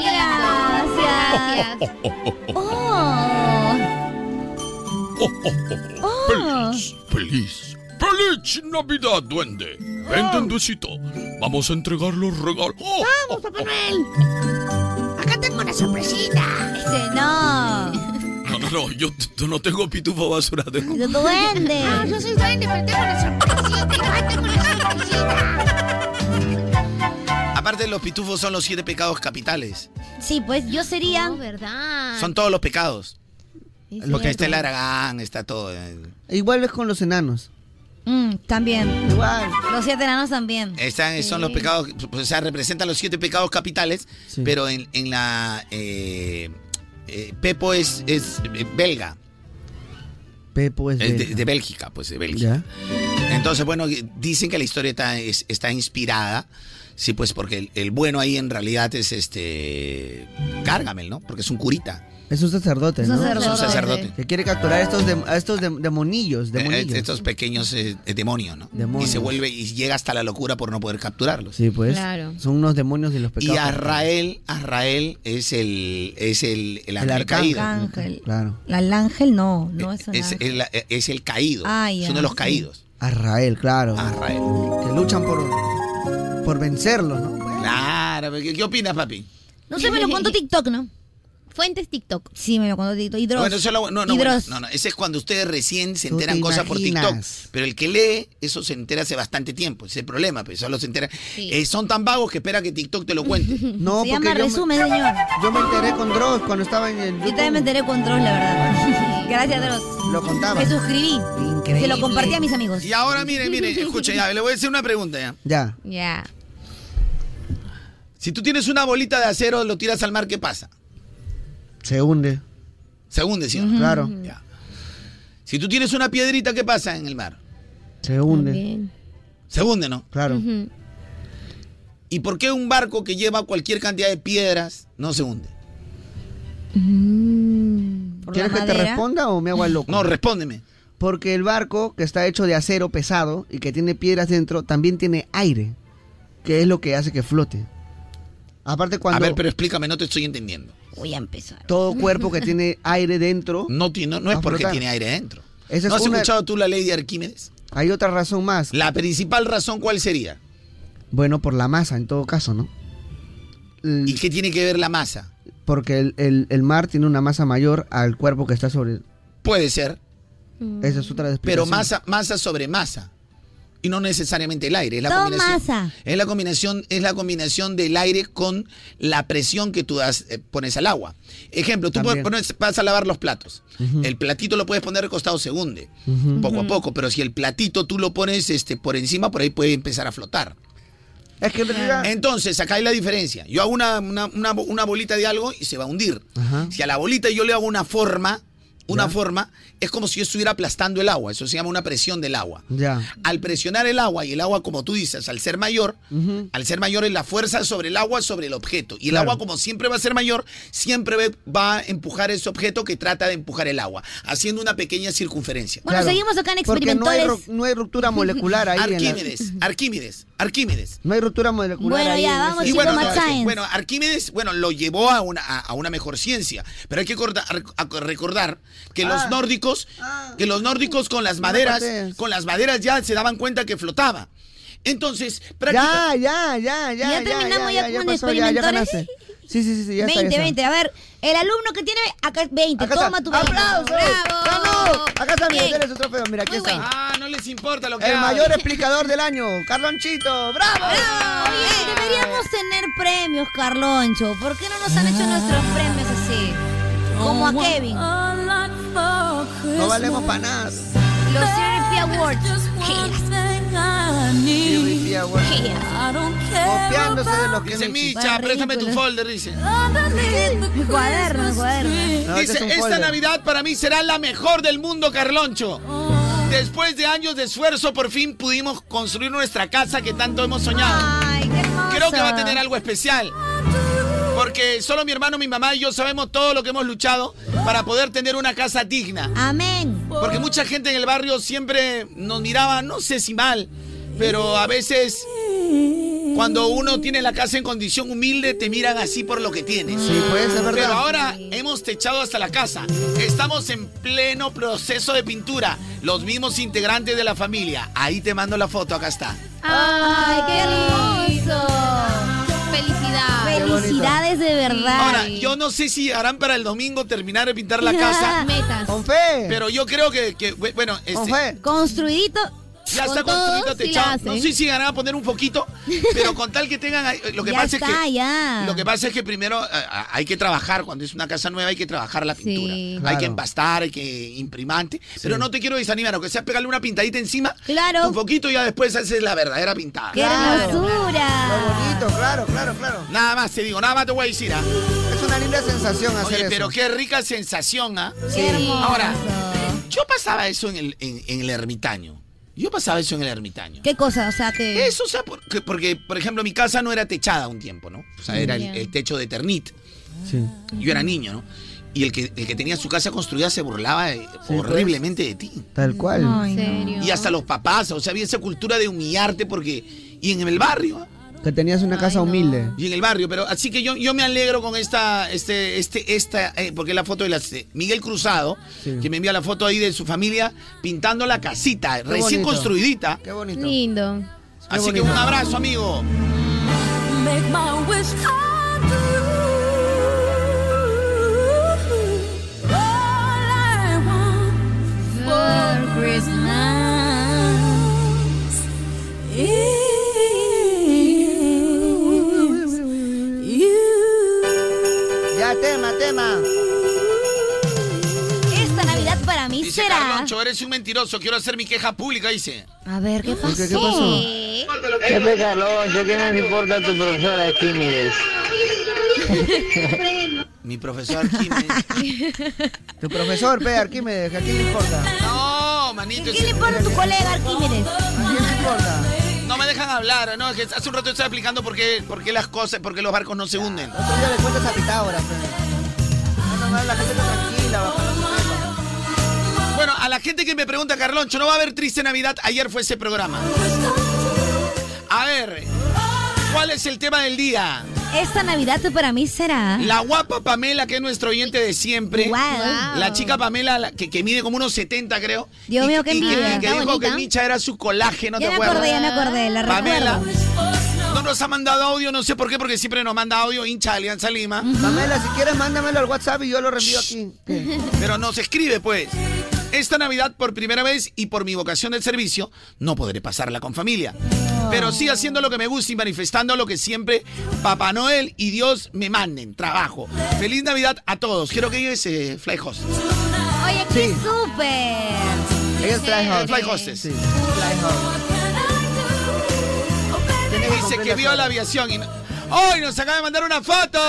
lindo. Gracias. Oh. Oh. Feliz. ¡Feliz Navidad, duende! Ven, duendecito. Vamos a entregar los regalos. ¡Oh! Vamos, Papá Noel. Acá tengo una sorpresita. Ese Este, no. No, no, no. Yo t- t- no tengo pitufo basura. Tengo... Duende. Ah, No, yo soy duende, pero tengo una sorpresita. Igual tengo una sorpresita. Aparte, los pitufos son los siete pecados capitales. Sí, pues yo sería. Ah. Son todos los pecados. Lo que Está el tú- aragán, está todo. eh. E Igual es con los enanos. Mm, también. Igual. Los siete enanos también. Están, Son los pecados, o sea, representan los siete pecados capitales, pero en, en la eh, eh, Pepo es, es eh, belga. Pepo es Es belga. de, de Bélgica, pues de Bélgica. Entonces, bueno, dicen que la historieta es- está inspirada. Sí, pues porque el, el bueno ahí en realidad es este. Cárgamel, ¿no? Porque es un curita. Es un sacerdote, Es ¿no? un sacerdote. Es un sacerdote. Que quiere capturar a estos, dem- a estos dem- demonillos, Eh, demonillos. Estos pequeños eh, eh, demonios, ¿no? Demonios. Y se vuelve y llega hasta la locura por no poder capturarlos. Sí, pues. Claro. Son unos demonios de los pecados. Y Azrael, Azrael es el es el, el, E, ángel caído. Ángel. Claro. Al ángel no, no es un Es ángel. el, eh, es el caído. Ah, es ya, uno de los sí. caídos. Azrael, claro. Azrael. Que luchan por, por vencerlos, ¿no? Claro, ¿qué, qué opinas, papi? No sé, me lo contó TikTok, ¿no? Fuentes TikTok. Sí, me lo contó TikTok. Y Dross. Bueno, eso es lo- no, no, Y bueno, Dross. no, no, ese es cuando ustedes recién se Tú te enteran cosas por TikTok. imaginas. Pero el que lee, eso se entera hace bastante tiempo. Ese es el problema, pues solo se entera. Eh, son tan vagos que espera que TikTok te lo cuente. No, Se llama porque yo me- resumen, señor. Yo me enteré con Dross cuando estaba en el. Yo también me enteré con Dross, la verdad. Gracias, Dross. Lo contaba. Me suscribí. Se lo compartí a mis amigos. Y ahora, Ah, mire, mire, escucha, ya, le voy a hacer una pregunta ya. Ya. Ya. Si tú tienes una bolita de acero, lo tiras al mar, ¿qué pasa? Se hunde. Se hunde, ¿sí o no? Claro. Ya. Si tú tienes una piedrita, ¿qué pasa en el mar? Se hunde. Se hunde, ¿no? Claro. ¿Y por qué un barco que lleva cualquier cantidad de piedras no se hunde? ¿Quieres que te responda o me hago al loco? No, respóndeme. Porque el barco que está hecho de acero pesado y que tiene piedras dentro también tiene aire, que es lo que hace que flote. Aparte cuando A ver, pero explícame, no te estoy entendiendo. Voy a empezar. todo cuerpo que tiene aire dentro. No, ti- no, no es Va a porque flotar. tiene aire dentro. Esa es ¿No has una- escuchado tú la ley de Arquímedes? Hay otra razón más. La principal razón, ¿cuál sería? Bueno, por la masa en todo caso, ¿no? ¿Y qué tiene que ver la masa? Porque el, el- el mar tiene una masa mayor al cuerpo que está sobre. Puede ser, Mm. Esa es otra pero explicación. masa, masa sobre masa. Y no necesariamente el aire. Es la Todo combinación. masa. Es la combinación, es la combinación del aire con la presión que tú das, eh, pones al agua. Ejemplo, tú También. pones- vas a lavar los platos. El platito lo puedes poner recostado, se hunde, Ujú. poco a poco. Pero si el platito tú lo pones este, por encima, por ahí puede empezar a flotar. Es que en realidad. Entonces, acá hay la diferencia. Yo hago una, una- una bo- una bolita de algo y se va a hundir. Si a la bolita yo le hago una forma, una forma, es como si yo estuviera aplastando el agua. Eso se llama una presión del agua. Ya. Al presionar el agua, y el agua, como tú dices, al ser mayor, al ser mayor es la fuerza sobre el agua, sobre el objeto. Y el Claro. agua, como siempre va a ser mayor, siempre ve- va a empujar ese objeto que trata de empujar el agua, haciendo una pequeña circunferencia. Claro. Porque no hay, ru- no hay ruptura molecular ahí. en la- Arquímedes, Arquímedes, Arquímedes. No hay ruptura molecular ahí. en ese- Y bueno, no, es que, bueno, Arquímedes, bueno, lo llevó a una, a, a una mejor ciencia, pero hay que corda- a- a recordar que Ah. los nórdicos, que los nórdicos con las maderas, patees. con las maderas ya se daban cuenta que flotaba. Entonces, Ya, ya, ya, ya. Ya terminamos ya con pasó, ya, ya experimentores. ganaste. Sí, sí, sí, sí, ya está, ya 20, está. 20. A ver, el alumno que tiene acá 20, Acá toma está. tu 20. ¡Aplausos! ¡Bravo! Acá está, mira, Bien. tienes su trofeo. Mira, aquí está. Ah, no les importa lo que El hago. mayor explicador del año, Carlonchito. ¡Bravo! Oye, deberíamos tener premios, Carloncho. ¿Por qué no nos han hecho nuestros premios así? Como a Kevin. No valemos para nada. Los Therapy Awards. Beauty Award. Copiándose de los que Dice no Micha, hiciste. préstame tu folder, dice. Mi cuaderno, mi cuaderno. No, este Dice, es un esta folder. Navidad para mí será la mejor del mundo, Carloncho. Oh. Después de años de esfuerzo, por fin pudimos construir nuestra casa que tanto hemos soñado. Creo que va a tener algo especial. Porque solo mi hermano, mi mamá y yo sabemos todo lo que hemos luchado para poder tener una casa digna. Amén. Porque mucha gente en el barrio siempre nos miraba, no sé si mal, pero a veces cuando uno tiene la casa en condición humilde te miran así por lo que tienes. Sí, pues, es verdad. Pero ahora hemos techado hasta la casa. Estamos en pleno proceso de pintura. Los mismos integrantes de la familia. Ahí te mando la foto, acá está. ¡Ay, qué hermoso! ¡Felicidades! Felicidades de verdad. Ahora, yo no sé si harán para el domingo terminar de pintar la casa. Metas. Con fe. Pero yo creo que, que, bueno, este, Construidito. Ya con está todo, construido sí la techado. hace. no sé si van a poner un poquito, pero con tal que tengan ahí- lo que Ya pasa es está, que ya. lo que pasa es que primero a- a- hay que trabajar cuando es una casa nueva hay que trabajar la pintura, hay Claro. que empastar, hay que imprimante, pero no te quiero desanimar, aunque sea pegarle una pintadita encima, un poquito y ya después haces la verdadera pintada. ¡Qué hermosura! Bonito, claro, claro, claro. Nada más te digo, nada más te voy a decir. ¿ah? Es una linda sensación hacer Oye, pero eso. qué rica sensación, ¿ah? Sí. Hermoso. Ahora, yo pasaba eso en el, en- en el ermitaño. Yo pasaba eso en el ermitaño. ¿Qué cosa? O sea, te... Eso, o sea, por- que- porque, por ejemplo, mi casa no era techada un tiempo, ¿no? O sea, era el, Ya. el techo de ternit. Sí. Yo era niño, ¿no? Y el que, el que tenía su casa construida se burlaba eh, pues. horriblemente de ti. Tal cual. Y hasta los papás, o sea, había esa cultura de humillarte porque... Y en el barrio, Que tenías una casa humilde. y en el barrio, pero así que yo, yo me alegro con esta, este, este, esta, eh, porque es la foto de las, eh, Miguel Cruzado, que me envía la foto ahí de su familia pintando la casita, recién bonito. construidita. Qué bonito. Lindo. Así que un abrazo, amigo. Make my wish come true. All I want for Christmas is Ya, tema, tema. Esta Navidad para mí Dice será... Carloncho, eres un mentiroso, quiero hacer mi queja pública, dice. A ver, ¿qué pasó? qué pasó? ¿Eh? Pepe Carloncho, ¿qué nos importa tu profesora de Químides? Mi profesor Tu profesor, pe, Arquímedes, ¿a quién le importa? No, manito. ¿Qué le importa a tu colega Arquímedes? No me dejan hablar, no, es que hace un rato estaba explicando por qué, por qué las cosas, por qué los barcos no se hunden. Otro día le cuentas a Pitágoras, pe. No, no, no, la gente está tranquila, bajando su tema. Bueno, a la gente que me pregunta, Carloncho, ¿no va a haber triste Navidad? Ayer fue ese programa. A ver, ¿cuál es el tema del día? Esta Navidad para mí será... La guapa Pamela, que es nuestro oyente de siempre. Wow. La chica Pamela, la- que, que mide como unos 70, creo. Dios mío, qué y que, envidia. y que Está dijo bonita. que Micha era su colágeno, Ya ¿te me acuerdas? acordé, ya me acordé, la Pamela. recuerdo. No nos ha mandado audio, no sé por qué, porque siempre nos manda audio hincha de Alianza Lima. Pamela, si quieres, mándamelo al WhatsApp y yo lo reenvío aquí. Pero nos escribe, pues. Esta Navidad, por primera vez y por mi vocación de servicio, no podré pasarla con familia. Pero sí haciendo lo que me gusta y manifestando lo que siempre Papá Noel y Dios me manden. Trabajo. Feliz Navidad a todos. Quiero que llegues eh, Fly Host. Oye, qué súper. Ellos traen hot. Fly Hostess. Dice compré que la vio flor. la aviación y... no- ¡Ay, nos acaba de mandar una foto!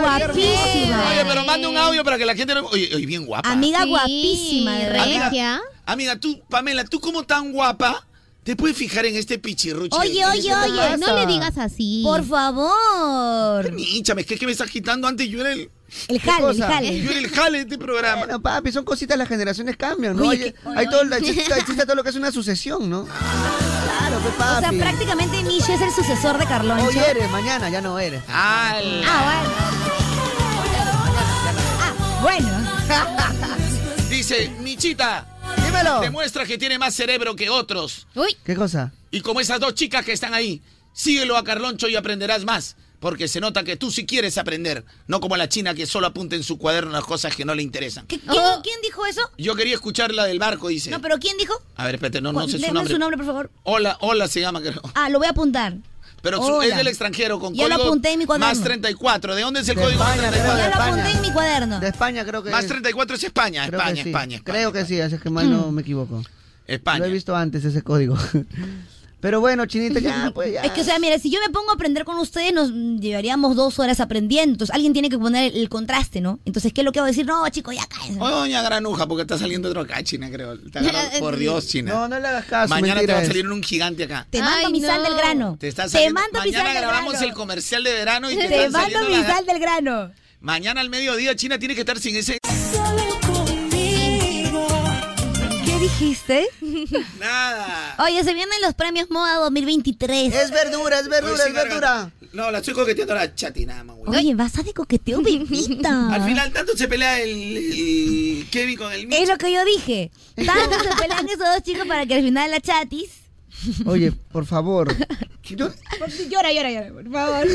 guapísima. Oye, pero manda un audio para que la gente... no- Oye, oye, bien guapa. Amiga guapísima de Amiga, amiga, Ah, tú, Pamela, tú como tan guapa, te puedes fijar en este pichirrucho. este Oye, oye, oye. así. Por favor. Nicha, es que, me estás quitando antes. Yo era el. El ¿Qué jale, el cosa? jale. Yo era el jale de este programa. Bueno, papi, son cositas, las generaciones cambian, ¿no? Oye, Hay- qué- Hay todo, existe, existe todo lo que es una sucesión, ¿no? Claro, pues, O sea, papi. prácticamente Nietzsche es el sucesor de Carloncho. Hoy eres, mañana ya no eres. Ah, Ah, bueno. Dice, Michita. Dímelo. Demuestra que tiene más cerebro que otros. Uy. ¿Qué cosa? Y como esas dos chicas que están ahí, síguelo a Carloncho y aprenderás más. Porque se nota que tú sí quieres aprender, no como la china que solo apunta en su cuaderno las cosas que no le interesan. ¿Qui- ¿Quién, quién dijo eso? Yo quería escuchar la del barco, dice. No, pero ¿quién dijo? A ver, espérate, no, no Cu- sé su léeme nombre. su nombre, por favor. Hola, hola se llama, creo. Ah, lo voy a apuntar. Pero su- es Hola. del extranjero con Ya lo código apunté en mi cuaderno. más 34. ¿De dónde es el De código más España, creo, de 34? Lo apunté en mi cuaderno. De España creo que Más es. 34 es España, Creo que España, sí. España, Creo que sí, así es que mal no Mm. me equivoco. España. Lo he visto antes ese código. Pero bueno, chinita, ya, pues ya. Es que, o sea, mira, si yo me pongo a aprender con ustedes, nos mm, llevaríamos dos horas aprendiendo. Entonces, alguien tiene que poner el, el contraste, ¿no? Entonces, ¿qué es lo que voy a decir? No, chico, ya cállense. Oye, doña Granuja, porque está saliendo otro acá, China, creo. Te eh, agarro- por Dios, China. No, no le hagas caso. Mañana te mentira va a es. salir un gigante acá. Te mando mi sal del grano. Te, está saliendo- mando mi Mañana sal del grabamos grano. el comercial de verano y te, Te están mando saliendo mi las- sal del grano. Mañana al mediodía, China tiene que estar sin ese. ¿Qué dijiste? Nada. Oye, se vienen los premios Moda 2023. Es verdura, es Hoy sí cargan- No, la estoy coqueteando a la chatina, mamá, güey. Oye, vas a de coqueteo, bebita. Al final, tanto se pelea el, el Kevin con el. Es lo que yo dije. Tanto se pelean esos dos chicos para que al final la chatis. Oye, por favor. Llora, llora, llora, por favor.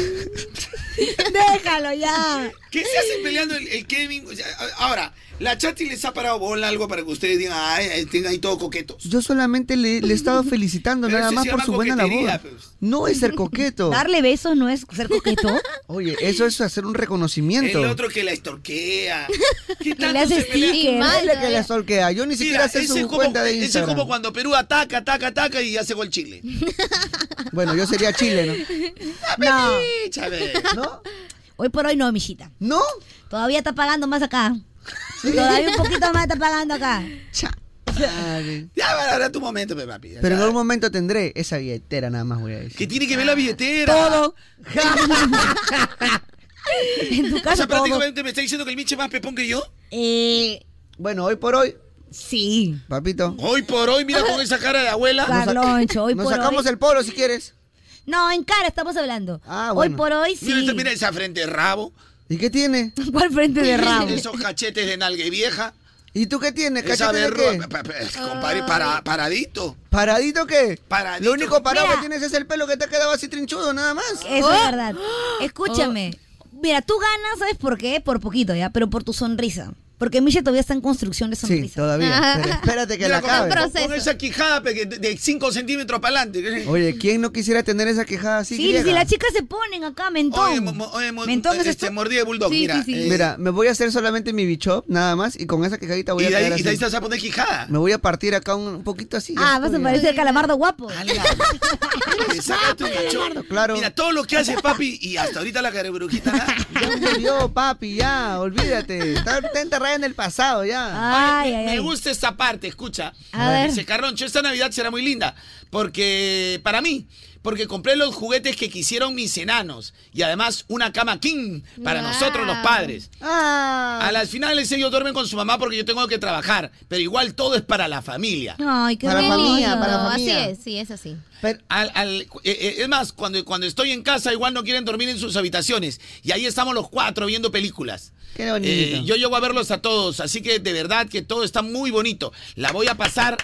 Déjalo ya. ¿Qué se hacen peleando el, el Kevin? O sea, a- Ahora, la chati les ha parado bola algo para que ustedes digan, ay, ay, tengan ahí todo coquetos. Pues Yo solamente le, le he estado felicitando Pero nada eso más se por llama su buena coquetería, pues. labor. No es ser coqueto. Darle besos no es ser coqueto. Oye, eso es hacer un reconocimiento. El otro que la estorquea. ¿Qué Que tanto le hace se pelean? sticker. Dile que le solquea. Yo ni siquiera sé ese su es como- cuenta de ese es Instagram. como cuando Perú ataca, ataca, ataca y hace gol Chile. Bueno, yo sería Chile, ¿no? No. ¿No? Hoy por hoy no, mijita. ¿No? Todavía está pagando más acá. Todavía un poquito más está pagando acá. Ya, ahora tu momento, pe, papi. Pero en algún momento tendré esa billetera, nada más voy a decir. Que tiene que ver la Ah. billetera. Todo. en tu O casa sea, todo. prácticamente me está diciendo que el Miche es más pepón que yo. Eh, Bueno, hoy por hoy. Sí. Papito. Hoy por hoy, mira con esa cara de abuela. Nos saca- Carloncho, hoy nos por sacamos hoy. el poro si quieres. no, en cara estamos hablando. Hoy Ah, bueno. por hoy Mira, sí. esta- mira esa frente de rabo. ¿Y qué tiene? ¿Cuál frente de rabo? Esos cachetes de nalgue vieja. ¿Y tú qué tienes? Esa ¿Cachete de verruga. qué? pa- pa- pa- compadre, para- paradito. ¿Paradito qué? Paradito. Lo único parado Mira. que tienes es el pelo que te ha quedado así trinchudo, nada más. ¿Oh? Eso es verdad. Escúchame. Mira, tú ganas, ¿sabes por qué? Por poquito, ¿ya? Pero por tu sonrisa. Porque Misha todavía está en construcción de sonrisa. Sí, todavía. Pero espérate que la Mira, con, acabe. con- con esa quijada pe, que de- de 5 centímetros para adelante. Oye, ¿quién no quisiera tener esa quejada así? Sí, griega? si las chicas se ponen acá, mentón. Oye, mo- mo- oye, mo- mentón es este, esto. mordí de bulldog, Sí, mira. sí, sí. eh, Mira, me voy a hacer solamente mi bichop, nada más, y con esa quejadita voy y a de quedar ahí, y así. de ahí te vas a poner quijada. Me voy a partir acá un, un poquito así. ya Ah, vas a estoy, ya. parecer calamardo guapo. Te saca tu cachorro. Claro. Mira, todo lo que hace papi y hasta ahorita la carebrujita. nada. Ya murió, papi, ya, olvídate. Está, está enterrada en el pasado, ya. me, me gusta esta parte, escucha. A ver. Dice Carloncho, esta Navidad será muy linda. Porque, para mí, porque compré los juguetes que quisieron mis enanos. Y además una cama king para Wow. nosotros los padres. Ah. A las finales ellos duermen con su mamá porque yo tengo que trabajar. Pero igual todo es para la familia. Ay, qué Para la lindo. familia, para la familia. Así es, sí, es así. Al- al- eh, eh, es más, cuando, cuando estoy en casa igual no quieren dormir en sus habitaciones. Y ahí estamos los cuatro viendo películas. Qué bonito. Eh, yo llego a verlos a todos, así que de verdad que todo está muy bonito. La voy a pasar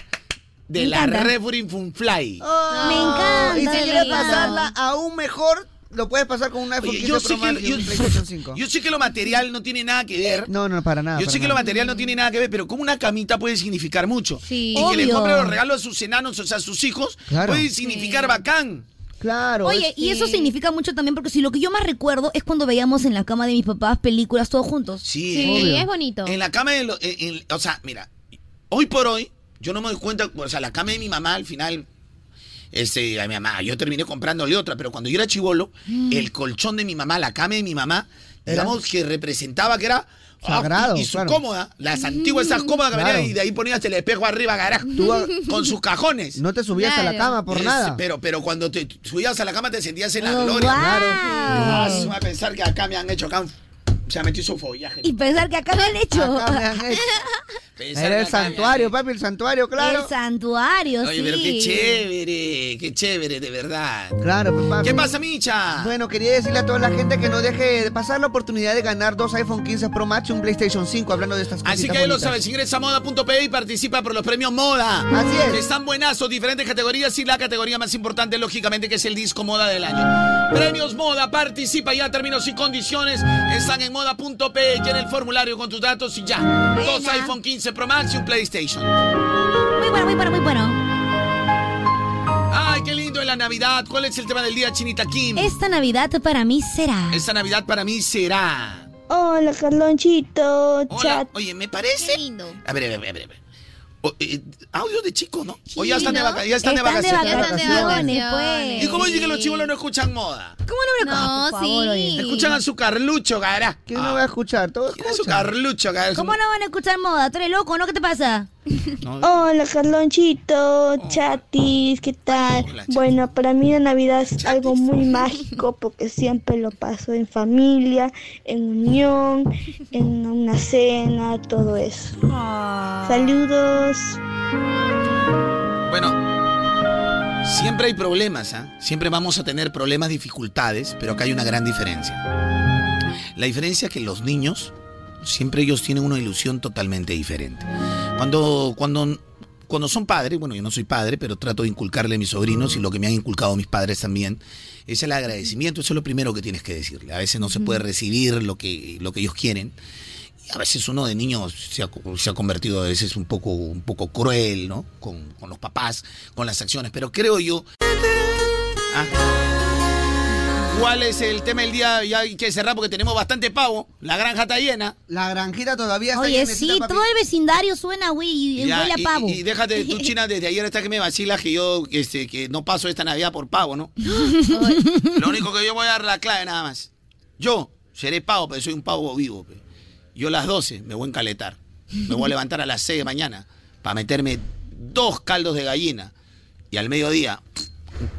de Me la encanta. Refurin Funfly. Oh, Me encanta, Y si quieres Lina. pasarla aún mejor, lo puedes pasar con un iPhone Oye, 15 yo, Pro sé Max que, y yo, un PlayStation 5. yo sé que lo material no tiene nada que ver. No, no, para nada. yo para sé que lo nada. material no tiene nada que ver, pero como una camita puede significar mucho. Sí. y que le Obvio. compre los regalos a sus enanos, o sea, a sus hijos, Claro. puede significar bacán. Claro. Oye, y eso significa mucho también porque si lo que yo más recuerdo es cuando veíamos en la cama de mis papás películas todos juntos. Sí, es bonito. En la cama de lo- en- en- o sea, mira, hoy por hoy, yo no me doy cuenta, o sea, la cama de mi mamá al final, este, a mi mamá, yo terminé comprándole otra, pero cuando yo era chivolo, Mm. el colchón de mi mamá, la cama de mi mamá, Era- digamos que representaba que era. ah, Sagrado, y, y su claro. cómodas, las antiguas esas cómodas que Claro. venían y de ahí ponías el espejo arriba, carajo, Tú- con sus cajones. No te subías a la Claro. cama por Es- nada. Pero, pero cuando te subías a la cama te sentías en la Oh, gloria. wow. Claro. Ah, se va a pensar que acá me han hecho acá. un- Se ha metido su follaje. Y pensar que acá me han hecho. Acá me han hecho. Pensar que Era el acá me han santuario, papi, el santuario, claro. El santuario, Oye, sí. pero qué chévere, qué chévere, de verdad. Claro, pues, papi. ¿Qué pasa, Micha? Bueno, quería decirle a toda la gente que no deje de pasar la oportunidad de ganar dos iPhone 15 Pro Max y un PlayStation 5 hablando de estas cosas. Así que ahí lo sabes, ingresa a moda.pe y participa por los premios moda. Así es. Que están buenazos, diferentes categorías y la categoría más importante, lógicamente, que es el disco moda del año. Premios moda, participa ya, términos y condiciones están en moda.pe, llena el formulario con tus datos y ya. Dos iPhone 15 Pro Max y un PlayStation. Muy bueno, muy bueno, muy bueno. Ay, qué lindo en la Navidad. ¿Cuál es el tema del día, Chinita Kim? Esta Navidad para mí será. Esta Navidad para mí será... Hola, Carlonchito, chat. Oye, me parece. A ver, a ver, a ver. a ver. O, eh, audio de chico, ¿no? o ya están, de, ¿no? vaca- ya están de Están de vacaciones. vacaciones, pues. ¿Y cómo dice que los chivolos no escuchan moda? ¿Cómo no me lo cojas, por favor, oye? Escuchan a su Carlucho, cara. ¿Quién no va a escuchar? Todo ¿Quién es su Carlucho, cara? ¿Cómo no van a escuchar moda? ¿Tú eres loco, no? ¿Qué te pasa? Hola, Carlonchito, chatis, ¿qué tal? Bueno, para mí la Navidad es algo muy mágico porque siempre lo paso en familia, en unión, en una cena, todo eso. Saludos. Bueno, siempre hay problemas, ¿ah? Siempre vamos a tener problemas, dificultades, pero acá hay una gran diferencia. La diferencia es que los niños, siempre ellos tienen una ilusión totalmente diferente. Cuando, cuando, cuando son padres, bueno, yo no soy padre, pero trato de inculcarle a mis sobrinos y lo que me han inculcado mis padres también, es el agradecimiento, eso es lo primero que tienes que decirle. A veces no se puede recibir lo que, lo que ellos quieren. Y a veces uno de niño se ha, se ha convertido a veces un poco, un poco cruel, ¿no? Con, con los papás, con las acciones. Pero creo yo. Ah. ¿Cuál es el tema del día? Ya hay que cerrar porque tenemos bastante pavo. La granja está llena. La granjita todavía está Oye, llenecita, sí, papi. todo el vecindario suena, güey, y Ya, huele a y- pavo. Y, y déjate, tú, China, desde ayer hasta que me vacilas que yo este, que no paso esta Navidad por pavo, ¿no? Lo único que yo voy a dar la clave nada más. Yo, Seré pavo, pero soy un pavo vivo. pe. Yo a las 12 me voy a encaletar. Me voy a levantar a las 6 de mañana para meterme dos caldos de gallina. Y al mediodía,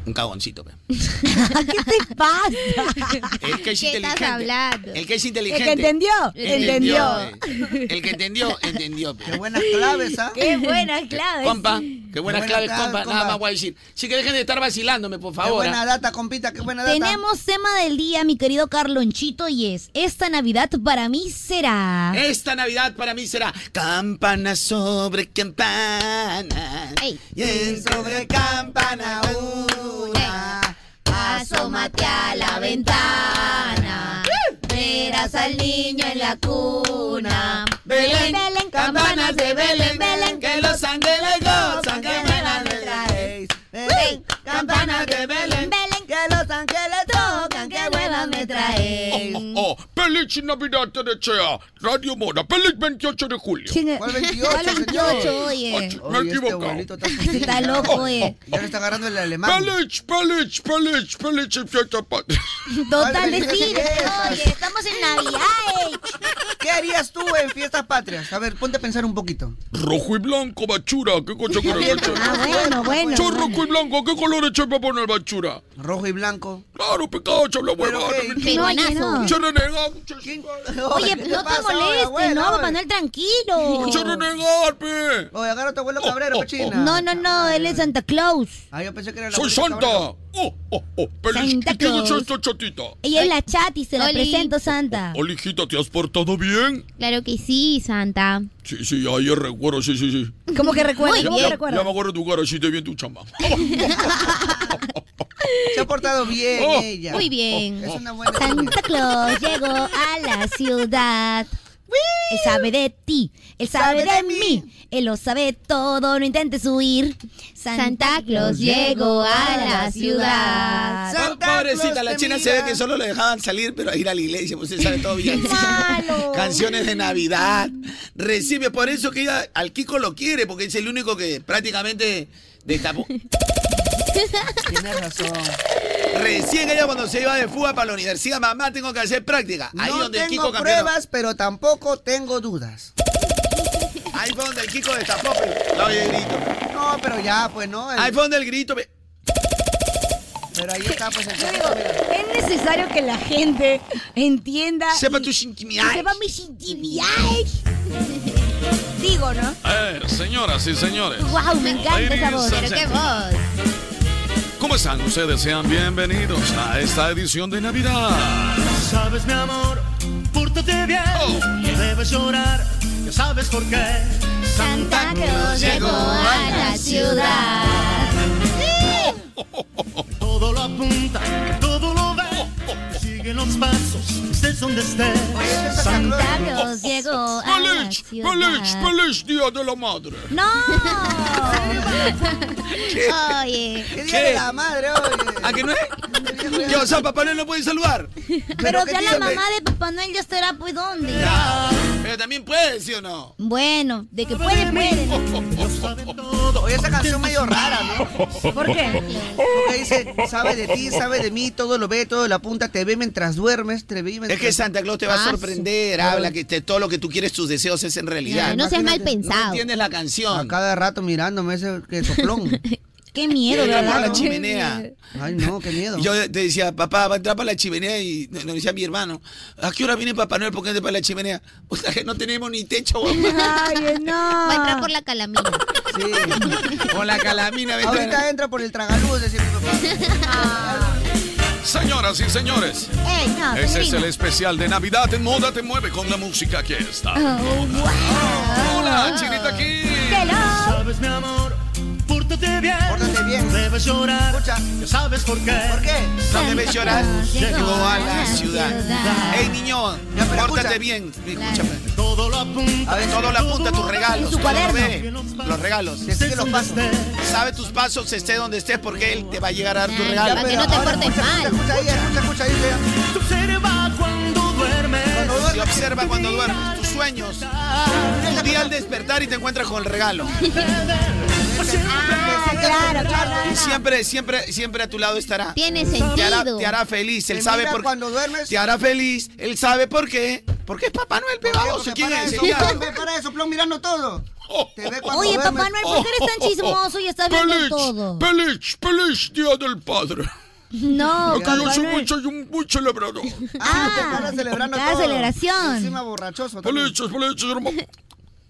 un cagoncito. pe. ¿Qué te pasa? El que es ¿Qué estás inteligente. hablando? El que es inteligente. El que entendió, eh. El que entendió, entendió. pe. Qué buenas claves, ¿ah? Qué buenas claves. Compa, qué buenas, claves, compa. Nada más voy a decir. Sí que dejen de estar vacilándome, por favor. Qué ¿ah? buena data, compita, qué buena data. Tenemos tema del día, mi querido Carlonchito, y es, esta Navidad para mí será... Esta Navidad para mí será campana sobre campana. Y sobre campana una. Asómate a la ventana. Verás al niño en la cuna. Belén, campanas de Belén, que los ángeles gozan, que buenas le traéis. Belén, campanas de Belén, Belén, que los ángeles tocan, que buenas me traéis. Oh, feliz Navidad te desea Radio Moda, feliz 28 de julio. ¿Cuál 28, señor? este me he equivocado. está eh. loco, oye. Ya le está agarrando el alemán. Feliz, feliz, feliz, feliz y fiesta patria. Total Vale, decir, esas. oye, estamos en Navidad, eh. ¿Qué harías tú en fiestas patrias? A ver, ponte a pensar un poquito. Rojo y blanco, bachura, ¿qué coche con el Ah, bueno, bueno. Yo rojo y blanco, ¿qué color eché para poner bachura? Rojo y blanco. Claro, pecado, chabla huevada. Peruanazo. Yo renegado. Oye, no te molestes, no, Papá Noel, tranquilo. Yo renegar, pe. Oye, agarra a tu abuelo cabrero, Oh, pechina. No, no, no, él es Santa Claus. Ah, yo pensé que era el ¡Soy abuelo santa! cabrero. ¡Oh, oh, oh! ¡Feliz! Santa ¿Y quién es Claus. esta chatita? Ella es la chat y se la Oli. presento, Santa. Hola, hijita, ¿te has portado bien? Claro que sí, Santa. Sí, sí, ayer recuerdo, sí, sí, sí. ¿Cómo que recuerda? Ya- ¿Cómo que ya- recuerda? Ya me acuerdo tu cara, sí, te vi en tu chamba. Se ha portado bien Oh. ella. Muy bien. Es una buena... Santa Claus llegó a la ciudad. Él sabe de ti, él sabe de mí, él lo sabe todo, no intentes huir. Santa Claus llegó a la ciudad. Po- Pobrecita, la china se ve que solo le dejaban salir, pero a ir a la iglesia, pues usted sabe todo bien. Canciones de Navidad. Recibe, por eso que ella al Kiko lo quiere, porque es el único que prácticamente destapó. Tienes razón. Recién ella cuando se iba de fuga para la universidad, mamá, tengo que hacer práctica. Ahí no donde el tengo Kiko campeonó. pruebas, pero tampoco tengo dudas. Ahí fue donde el Kiko destapó, pues. pero la oye el grito. No, pero ya, pues no. el- Ahí fue donde el grito. pe- Pero ahí está, pues el Yo digo, es necesario que la gente entienda. Sepa tus intimidades. Sepa mis intimidades. digo, ¿no? A ver, Eh, señoras y señores. Wow, me encanta esa Ladies voz. and voz. ¿Cómo están ustedes? Sean bienvenidos a esta edición de Navidad. Sabes, mi amor, pórtate bien. No debes llorar, ya sabes por qué. Santa Claus llegó a la ciudad. Todo lo apunta, todo lo ve. Sigue los pasos, estés donde estés. Santa Claus llegó a la Oh, ¡Feliz, ciudad. feliz, feliz Día de la Madre! ¡No! Oye. ¿Qué día de la madre, oye? ¿A que no es? ¿Qué o sea, papá Noel no puede saludar? Pero qué ya la día, mamá de Papá Noel ya estará, pues, ¿dónde? pe? Pero también puede, ¿sí o no? Bueno, de que puede, puede. Oye, esa canción medio rara, ¿no? ¿Por qué? Porque dice, sabe de ti, sabe de mí, todo lo ve, todo lo apunta, te ve mientras duermes, te ve mientras... Es que Santa Claus te Ah, va a sorprender, habla que te- todo lo que tú quieres, tus deseos es en realidad. No entiendes la canción. A cada rato mirándome ese que soplón. Qué miedo, Entra ¿verdad? por la no? chimenea. Ay, no, qué miedo. Y Yo te decía, papá, va a entrar para la chimenea y nos decía mi hermano, ¿a qué hora viene Papá Noel? ¿Por qué entra para la chimenea? O sea, que no tenemos ni techo, papá. Ay, no. Va a entrar por la calamina. Con la calamina. vete. Ahorita entra por el tragaluz, decía mi papá. Señoras y señores, Ey, no, ese es Sandrina. el especial de Navidad en Moda Te Mueve con la música que está. Oh, wow. Hola, Chinita Kids. Sabes, mi amor, pórtate bien. Pórtate bien. Debes llorar, ya sabes por qué. ¿Por qué? No debes llorar, llegó a la ciudad. Ey, niño, pero pórtate escucha. bien. Escúchame. Todo lo apunta. A ver, todo lo apunta, tus regalos. En su todo lo cuaderno. ve, Los regalos. Te sigue los pasos. Sabe tus pasos, esté donde estés, porque él te va a llegar a dar tu Ay, regalo. para que no te Ahora, portes escucha, mal. escucha, escucha, Escucha, escucha, dice. Te observa cuando duermes. escucha. Se observa cuando duermes, tus sueños. Un día al despertar y te encuentras con el regalo. Pues Ah, claro, claro. Y siempre, siempre, siempre a tu lado estará. Tiene Te hará, sentido. te hará feliz, él Te sabe mira por qué. cuando duermes. Te hará feliz, él sabe por qué. Porque es Papá Noel, pe, baboso. ¿Quién para es? eso, Ya. Plon, ve para eso, Plon, mirando todo. Te ve cuando Oye, duermes. Papá Noel, ¿por qué eres tan chismoso y estás viendo Pelich, todo? Pelich, Pelich, Día del Padre. No, Porque yo Papá soy Noel. muy, soy un muy celebrador. Para Ah, celebrando cada todo. celebración. Encima borrachoso. Peliches, peliches, hermano.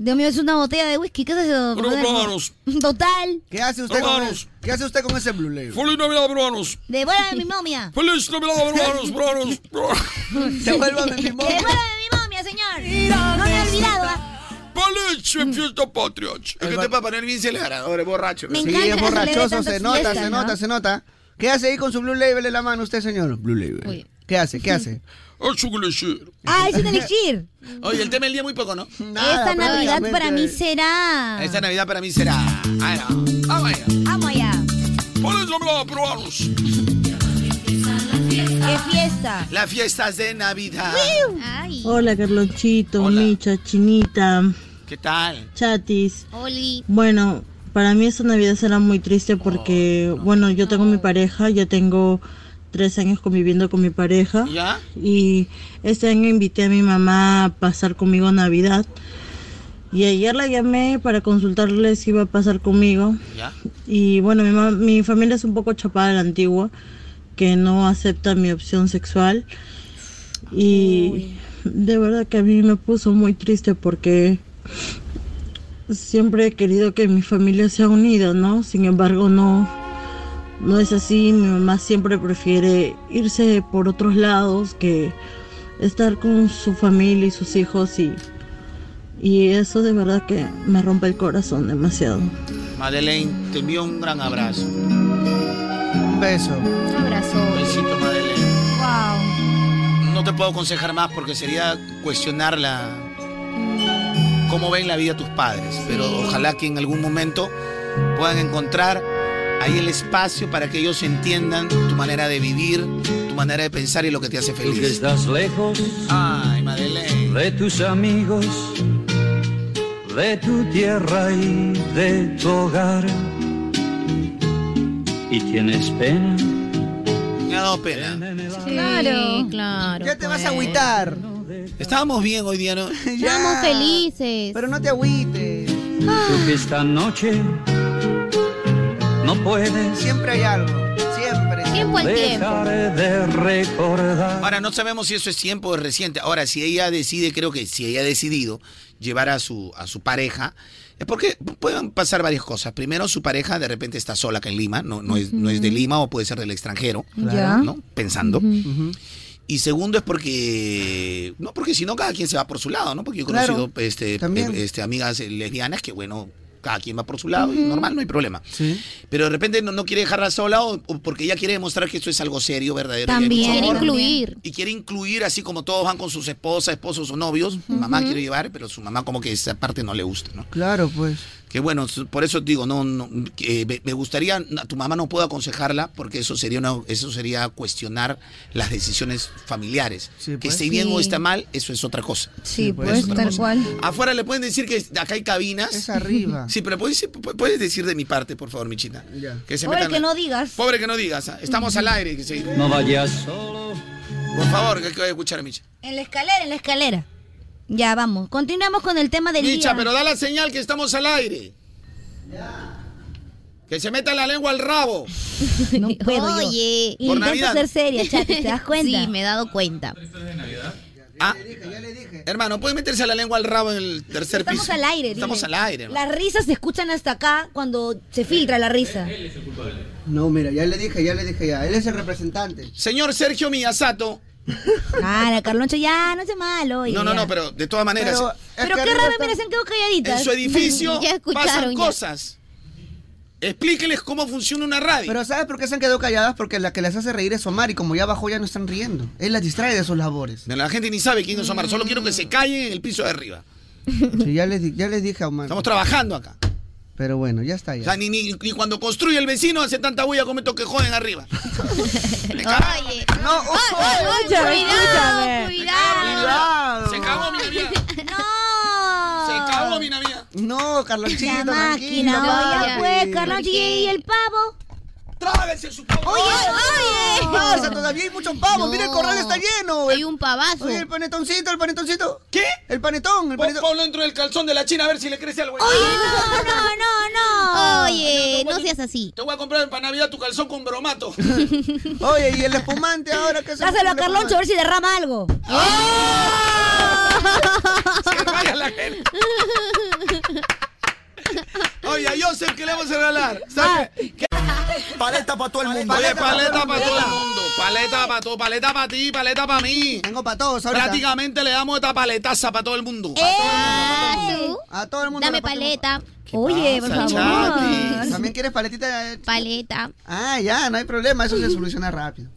Dios mío, es una botella de whisky. ¿Qué es eso? Pero Papá Noel? claros. Total. ¿Qué hace usted con ese, ¿Qué hace usted con ese Blue Label? Feliz Navidad, hermanos. Devuélveme mi momia. Feliz Navidad, hermanos, hermanos. Devuélvame mi momia. Devuélveme mi momia, señor. No me he olvidado. ¿ah? Pelich, en fiesta patria. Es que este Papá Noel bien celebrador, es borracho. sí, es borrachoso, se nota, se nota, se nota. ¿Qué hace ahí con su Blue Label en la mano usted, señor? Blue Label. ¿Qué hace? ¿Qué hace? Es un elixir. Ah, es un elixir. Oye, el tema del día muy poco, ¿no? Esta Navidad para mí será. Esta Navidad para mí será. Ah, no. Vamos allá. Vamos allá. Feliz Navidad, hermanos. ¿Qué fiesta? Las fiestas de Navidad. Ay. Hola Carlonchito, Micha, Chinita, ¿Qué tal? Chatis. Oli. Bueno, para mí esta Navidad será muy triste Oh, porque, bueno, yo tengo mi pareja, ya tengo tres años conviviendo con mi pareja. ¿Ya? Y este año invité a mi mamá a pasar conmigo Navidad. Y ayer la llamé para consultarle si iba a pasar conmigo. ¿Ya? Y bueno, mi, ma- mi familia es un poco chapada a la antigua, que no acepta mi opción sexual. Y de verdad que a mí me puso muy triste porque siempre he querido que mi familia sea unida, ¿no? Sin embargo, no, no es así. Mi mamá siempre prefiere irse por otros lados que estar con su familia y sus hijos y, y eso de verdad que me rompe el corazón demasiado. Madeleine, te envío un gran abrazo. Un beso. Un abrazo. Un besito, Madeleine. Wow. No te puedo aconsejar más porque sería cuestionar la... cómo ven la vida tus padres. Pero ojalá que en algún momento puedan encontrar ahí el espacio para que ellos entiendan tu manera de vivir, tu manera de pensar y lo que te hace Tú que feliz. estás lejos Ay, Madeleine. de tus amigos, de tu tierra y de tu hogar. Y tienes pena. Me ha dado pena. Claro. claro. Ya te vas a agüitar. Estábamos bien hoy día, ¿no? Estamos felices. Pero no te agüites. Tú Ah. que esta noche no puedes Siempre hay algo. Siempre. Tiempo al tiempo. dejar de recordar. Ahora no sabemos si eso es tiempo o es reciente. Ahora, si ella decide, creo que si ella ha decidido llevar a su, a su pareja, es porque pueden pasar varias cosas. Primero, su pareja de repente está sola acá en Lima, no, no, es, no es de Lima o puede ser del extranjero, Ya. ¿no? Pensando. Y segundo es porque, no, porque si no, cada quien se va por su lado, ¿no? Porque yo he Claro, conocido este, también. eh, este, amigas eh, lesbianas que, bueno, cada quien va por su lado y normal, no hay problema. Pero de repente no, no quiere dejarla sola o, o porque ella quiere demostrar que esto es algo serio, verdadero. y hay mucho Quiere amor. incluir. Y quiere incluir, así como todos van con sus esposas, esposos o novios. Mamá quiere llevar, pero su mamá como que esa parte no le gusta, ¿no? Claro, pues. Que bueno, su- por eso digo, no, no, que me- me gustaría, a tu mamá no puedo aconsejarla porque eso sería una, eso sería cuestionar las decisiones familiares. Que pues. esté bien o Sí. está mal, eso es otra cosa. Sí, pues, pues, otra tal cual. Afuera le pueden decir que acá hay cabinas. Es arriba. Sí, pero puedes, decir- pu- puedes decir de mi parte, por favor, mi china. Que se Pobre metan que la- no digas. Pobre que no digas, ¿ah? estamos al aire. que se- No vayas Por favor, que, que voy a escuchar a Micha. En la escalera, en la escalera. Ya vamos. Continuamos con el tema del Micha, día. pero da la señal que estamos al aire. Que se meta la lengua al rabo. No puedo yo. Oye. Por intenta Navidad. ser seria, chat, ¿te das cuenta? Sí, me he dado cuenta. Ah. Hermano, puede meterse la lengua al rabo en el tercer Estamos piso. al aire, dile. Estamos al aire. hermano. Las risas se escuchan hasta acá cuando se filtra la risa. No, mira, ya le dije, ya le dije ya. Él es el representante. Señor Sergio Miyasato. Cara, Carloncho, Ah, ya, no sé malo. No, no, no, pero de todas maneras. Pero, pero qué raro, mira, se han quedado calladitas. En su edificio Ya escucharon, pasan ya. cosas. Explíqueles cómo funciona una radio. Pero ¿sabes por qué se han quedado calladas? Porque la que las hace reír es Omar y como ya bajó ya no están riendo. Él las distrae de sus labores. La gente ni sabe quién es Omar. Solo quiero que se callen en el piso de arriba. Sí, ya, les, di- ya les dije a Omar. Estamos trabajando acá. Pero bueno, ya está O ya. sea, ni, ni- ni cuando construye el vecino hace tanta bulla como estos que joden arriba. Me cago. No, ojo. Escúchame, escúchame. Me cago en mi Navidad. Se cagó mi Navidad. No. Se cagó mi Navidad. no, Carlonchito, La tranquilo. máquina, papi. ya pues, Carlonchito, ¿y el pavo? ¡Tráguese su pavo! ¡Oye, ¿Qué oye! pasa? Todavía hay muchos pavos. Mira, el corral está lleno. Hay un pavazo. Oye, el panetoncito, el panetoncito. ¿Qué? El panetón, el Pon- panetón. Ponlo dentro del calzón de la china a ver si le crece algo. Oye, no, no, no. Oye, no seas así. Te voy a comprar para Navidad tu calzón con bromato. Oye, y el espumante ahora que se Dáselo a Carloncho a ver si derrama algo. Ah. vaya la gente. Oye, a Joseph, ¿qué le vamos a regalar? Ah. ¿Sabes qué? Paleta para todo el mundo. Oye, paleta para todo el mundo. Paleta para todo, paleta para ti, paleta para mí. Tengo para todos ahorita. Prácticamente le damos esta paletaza para todo el mundo. Eh. A todo el mundo. Dame le partimos. paleta. Oye, pasa, por favor. Chatis? ¿También quieres paletita? eh? Paleta. Ah, ya, no hay problema, eso se soluciona rápido.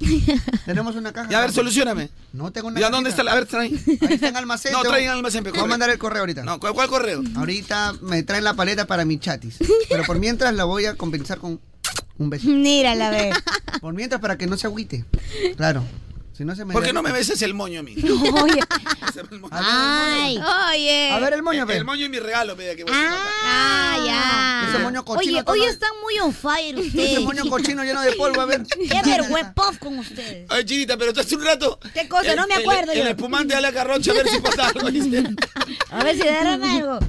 Tenemos una caja. Ya, a ver, solucioname. No tengo una ¿Ya dónde está? la- A ver, traen. Ahí está en almacén. No, te- traen almacén, pe, Voy a correo. mandar el correo ahorita. No, ¿cuál, cuál correo? Ahorita me traen la paleta para mi chatis. Pero por mientras la voy a compensar con un beso. Mira la vez. Por mientras para que no se agüite. Claro. Si no se me ¿Por qué no me besas el moño a mí? Oye. Ay. Oye. A ver el moño, El, pe. el moño y mi regalo, pe, que voy a sacar. Ah, Ese moño cochino. Oye, todo- hoy están muy on fire Este ustedes. Ese moño cochino lleno de polvo, a ver. Qué vergüenza con ustedes. Ay, chinita, pero tú hace un rato. ¿Qué cosa? No me acuerdo El, yo. el espumante de la carrocha a ver si pasa algo. dice. A ver si derrama algo.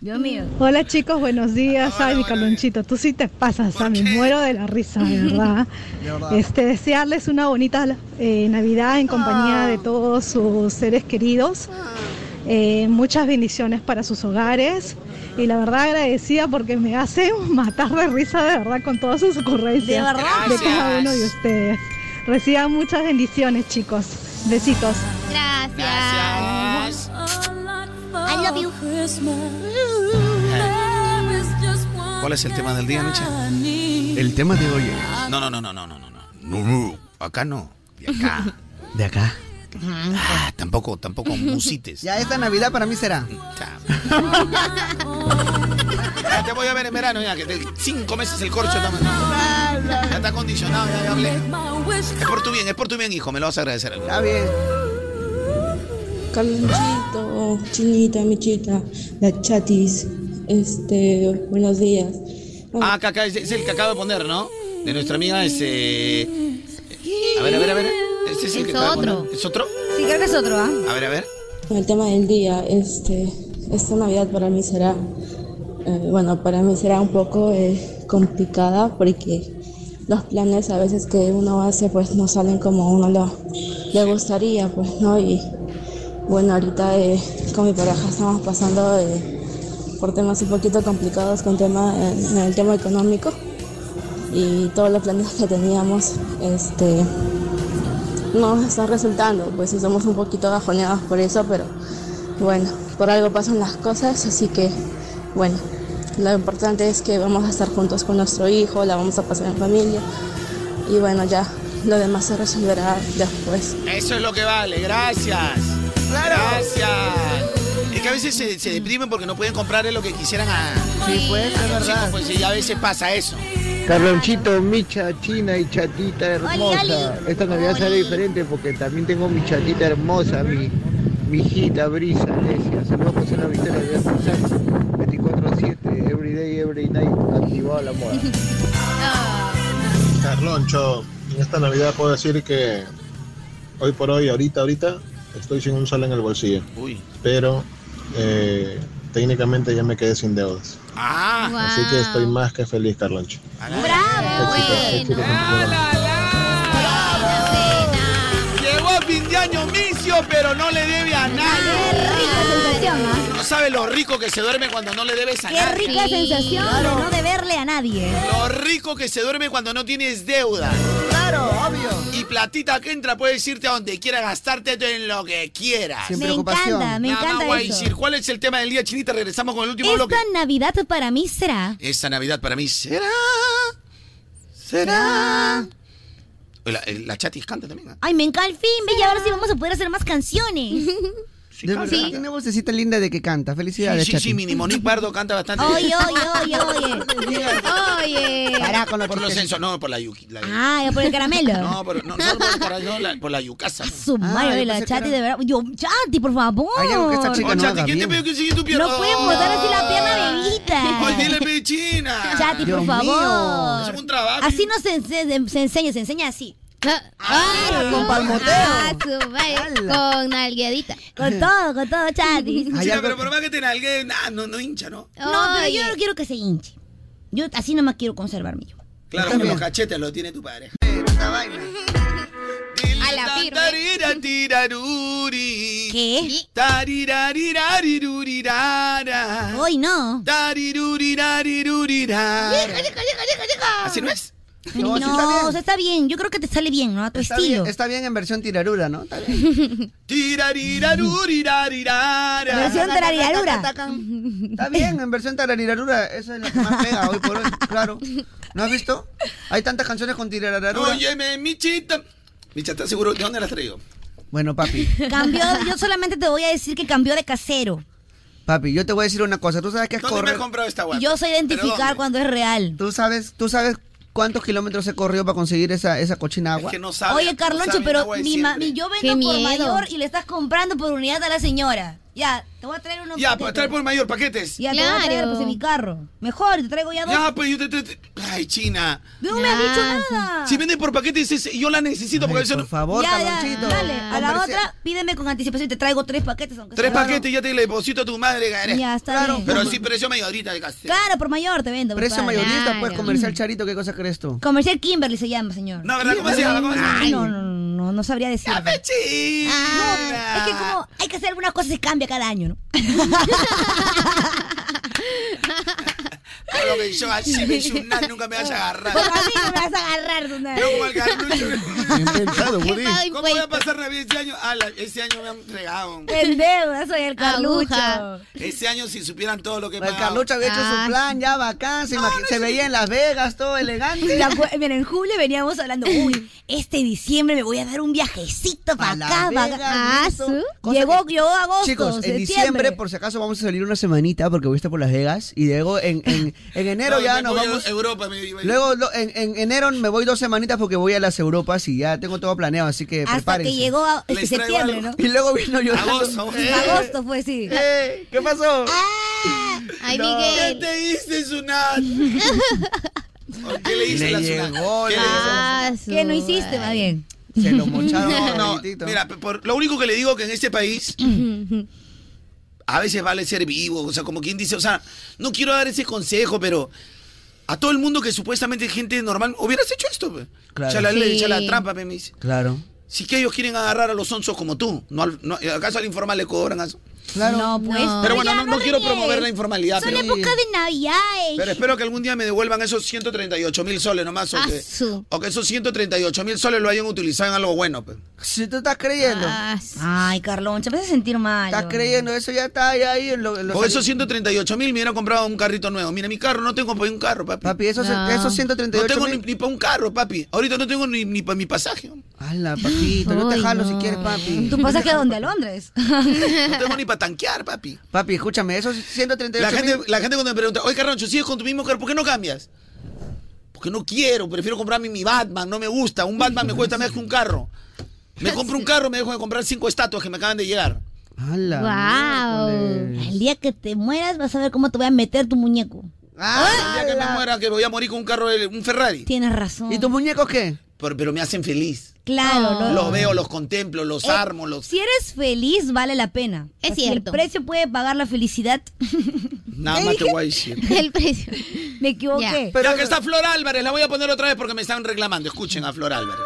Dios mío. Hola chicos, buenos días. Ay, mi Carlonchito, tú sí te pasas, a mí muero de la risa, de verdad. De verdad. Este, desearles una bonita eh, Navidad en compañía Ah. de todos sus seres queridos. Eh, muchas bendiciones para sus hogares. Y la verdad agradecida porque me hace matar de risa de verdad con todas sus ocurrencias De verdad. de cada uno de ustedes. Reciban muchas bendiciones, chicos. Besitos. Gracias. Gracias. I love you. ¿Cuál es el tema del día, Micha? El tema de hoy es... No, no, no, no, no, no, no, no. No, acá no. De acá. De acá. Ah, tampoco, tampoco musites. Ya esta Navidad para mí será. Ya te voy a ver en verano ya, que te, cinco meses el corcho está Ya está acondicionado, ya, ya hablé. Es por tu bien, es por tu bien, hijo, me lo vas a agradecer. algún día. Está bien. Carlonchito, Chinita, Michita, la chatis, este, buenos días. Ah, acá, acá es, es el que acabo de poner, ¿no? De nuestra amiga es... eh, A ver, a ver, a ver. Este es el Es que acabo de otro. poner. ¿Es otro? Sí, creo que es otro, ¿ah? A ver, a ver. Con el tema del día, este, esta Navidad para mí será, eh, bueno, para mí será un poco eh, complicada porque los planes a veces que uno hace pues no salen como uno lo, le gustaría, pues, ¿no? Y bueno, ahorita eh, con mi pareja estamos pasando eh, por temas un poquito complicados con tema, en el tema económico y todos los planes que teníamos, este, no están resultando, pues sí somos un poquito bajoneados por eso, pero bueno, por algo pasan las cosas, así que bueno, lo importante es que vamos a estar juntos con nuestro hijo, la vamos a pasar en familia y bueno, ya lo demás se resolverá después. Eso es lo que vale, gracias. Gracias. Es que a veces se, se deprimen porque no pueden comprarle lo que quisieran a. Sí, pues, es verdad. Pues sí, a veces pasa eso. Carlonchito, Micha, China y chatita hermosa. Oli, oli. Esta Navidad será diferente porque también tengo mi chatita hermosa, mi, mi hijita Brisa, Alesia. Saludos José la Victoria de 24-7, everyday, every night, activado la moda. Carloncho, en esta Navidad puedo decir que hoy por hoy, ahorita, ahorita, estoy sin un sol en el bolsillo. Uy. Pero eh, técnicamente ya me quedé sin deudas. Ah. Así que estoy más que feliz, Carloncho. Bravo, Éxito bueno. con tu programa. Llegó a fin de año misio, pero no le debe Ah, a nadie. No sabe lo rico que se duerme cuando no le debes a Qué nadie. rica sensación Claro. de no deberle a nadie. Lo rico que se duerme cuando no tienes deuda. Claro, obvio. Y platita que entra puedes irte a donde quieras, gastarte en lo que quieras. Sin Me preocupación. encanta, me Nada más encanta voy a eso. decir, ¿cuál es el tema del día, Chinita? Regresamos con el último bloque. Esta Navidad para mí será. Esta Navidad para mí será. Será. Oye, La, eh, la chatis canta también. ¿ah? Ay, me encanta el fin, bella. Ahora sí vamos a poder hacer más canciones. De verdad, Sí. tiene vocecita linda de que canta. Felicidades, Sí, sí, sí, Chati. Mini Monique Pardo canta bastante. Oye, oye, oye, oye. Oye. por los censos, no, por la yuki. la- eh. Ah, por el caramelo. No, por, no, no, por, el caramelo, la- por la yucasa. Su madre, la Chati, de verdad. Yo, Chati, por favor. Hay algo que esta chica Oh, no Chati, haga ¿quién te bien. pidió que siga tu pierna? No pueden botar así la pierna bebita. Ay, dile, pechina. Chati, por favor. Es un trabajo. Así no se, ense- se enseña, se enseña así. con palmoteo. Ah, su madre, Con nalgueadita. Con todo, con todo, Chati. China, pero por más que te nalgue, nah, no, no hincha, ¿no? No, pero yo no quiero que se hinche. Yo así nomás quiero conservarme yo. Claro, que los cachetes los tiene tu padre. A la ¿Qué? Hoy no. Ah. ¿Así no es? No, No, sí está bien. o sea, está bien. Yo creo que te sale bien, ¿no? A tu Está estilo. bien, está bien en versión tirarura, ¿no? Está bien. Versión tararirarura. Está bien, en versión tararirarura. Esa es la que más pega hoy por hoy, claro. ¿No has visto? Hay tantas canciones con tirarararura. Óyeme, Michita. Michita, seguro, ¿de dónde las traigo? Bueno, papi, Cambió, yo solamente te voy a decir que cambió de casero. papi, yo te voy a decir una cosa. ¿Tú sabes qué es ¿Dónde me he correr? comprado esta guapa? Yo sé identificar cuando es real. ¿Tú sabes, tú sabes cuántos kilómetros se corrió para conseguir esa, esa cochina agua? Oye, Carloncho, pero mi ma- mi- yo Qué vengo por miedo. mayor y le estás comprando por unidad a la señora. Ya, te voy a traer unos Ya, paquetes. pues trae por mayor paquetes. Ya, te voy a traer pues, en mi carro. Mejor, te traigo ya dos. Ya, pues yo te, te- te- Ay, China. No me has dicho nada. Si venden por paquetes, dices, yo la necesito porque por favor, ya, ya, pues. dale. A la otra, pídeme con anticipación y te traigo tres paquetes. Aunque Tres sea- paquetes ya te le deposito a tu madre, cara. Ya, está Claro, bien. Pero sí, precio mayorita de castel. Claro, por mayor te vendo. Precio compadre. Este, Mm. mayorista, pues, comercial charito, ¿qué cosa crees tú? Comercial Kimberly se llama, señor. No, ¿verdad? ¿Cómo se llama? ¿Cómo se llama? Ay, no, no, no, no, no sabría decir. Ah, ¡Ya, Es que como hay que hacer algunas cosas y cambia cada año, ¿no? A lo que yo así me hice un nan, nunca me vas a agarrar. Pero a mí no me vas a agarrar, Donald. No, como el Carlucho. Bien pensado, Woody. ¿Cómo voy a pasar Navidad este año? Ah, la- este año me han fregado. En deuda soy el Carlucho. Aguja. Este año si supieran todo lo que he El pagado. Carlucho había hecho Ah. su plan, ya bacán, se, imagi- se veía en Las Vegas, todo elegante. La cu- Mira, en julio veníamos hablando, uy, este diciembre me voy a dar un viajecito para Las acá, para acá. Vegas, Ah, listo. su. Cosa Llegó, que- llegó agosto, Chicos, en septiembre. diciembre, por si acaso, vamos a salir una semanita porque fuiste por Las Vegas. Y luego en, en, en enero No, ya me nos voy a vamos. Europa, me iba a ir. Luego lo- en, en enero me voy dos semanitas porque voy a las Europas y ya tengo todo planeado, así que Hasta prepárense. que llegó a- este Les traigo septiembre, algo. ¿no? Y luego vino yo. Agosto. Agosto fue, sí. Eh, ¿Qué pasó? Ay, No. Ah, Miguel. ¿Qué te hice, Sunat? ¿O ¿Qué le hice Le la llegó, Sunat? ¿Qué le Ah, hice? ¿Qué no hiciste, más bien? Se lo mocharon. No, no, mira, por- lo único que le digo que en este país a veces vale ser vivo, o sea, como quien dice, o sea, no quiero dar ese consejo, pero a todo el mundo que supuestamente es gente normal, hubieras hecho esto, pe. Claro. Ya la ley, ya la Sí. trampa, pe, me dice. Claro. Si que ellos quieren agarrar a los onzos como tú, no, al- no- ¿acaso al informal le cobran eso? Claro. No, pues. Pero bueno, ya, no, no quiero reniegues. promover la informalidad, Son pero, época de Navidades. pero espero que algún día me devuelvan esos 138 mil soles nomás, Ah, Ah, o que, Asu. o que esos 138 mil soles lo hayan utilizado en algo bueno, pues. pe. Si tú estás creyendo. Ah, Ay, Carlón, te vas a sentir mal. Estás creyendo, eso ya está ahí, ahí en lo- en los Oh, Con esos 138 mil me hubiera comprado un carrito nuevo. Mira, mi carro no tengo para un carro, papi. Papi, esos- No. esos 138 No tengo ni, mil- ni para un carro, papi. Ahorita no tengo ni, ni para mi pasaje. Hala, papito, yo te jalo si quieres, papi. ¿Tú pasas que a dónde? ¿A Londres? No tengo ni para tanquear, papi. Papi, escúchame, esos 138 La gente, la gente cuando me pregunta, oye, Carrancho, ¿sigues con tu mismo carro? ¿Por qué no cambias? Porque no quiero, prefiero comprarme mi Batman, no me gusta. Un Batman me cuesta más que un carro. Me compro un carro, me dejo de comprar cinco estatuas que me acaban de llegar. Guau. El día que te mueras vas a ver cómo te voy a meter tu muñeco. El día Ah, que me muera, que voy a morir con un carro, de- un Ferrari. Tienes razón. ¿Y tus muñecos qué? Pero, pero me hacen feliz. Claro, lo- Los veo, los contemplo, los Eh, armo, los... Si eres feliz, vale la pena. Es O sea, si cierto. el precio puede pagar la felicidad. Nada ¿Qué más te dije? voy a decir. El precio. Me equivoqué. ya que está Flor Álvarez, la voy a poner otra vez porque me están reclamando. Escuchen a Flor Álvarez.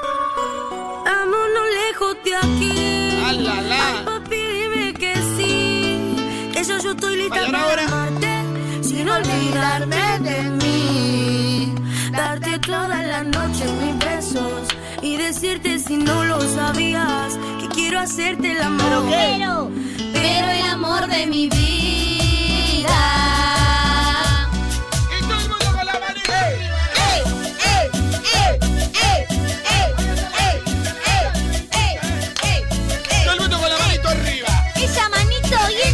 Vámonos lejos de aquí. Ay, la, la. papi, dime que sí. Que yo, yo estoy lista para amarte. Sin olvidarme de mí. Darte toda la noche mis besos. Y decirte si no lo sabías. Que quiero hacerte el amor. Pero, pero el amor de mi vida. ¡eh! Todo el mundo con la manito arriba. Esa manito eh.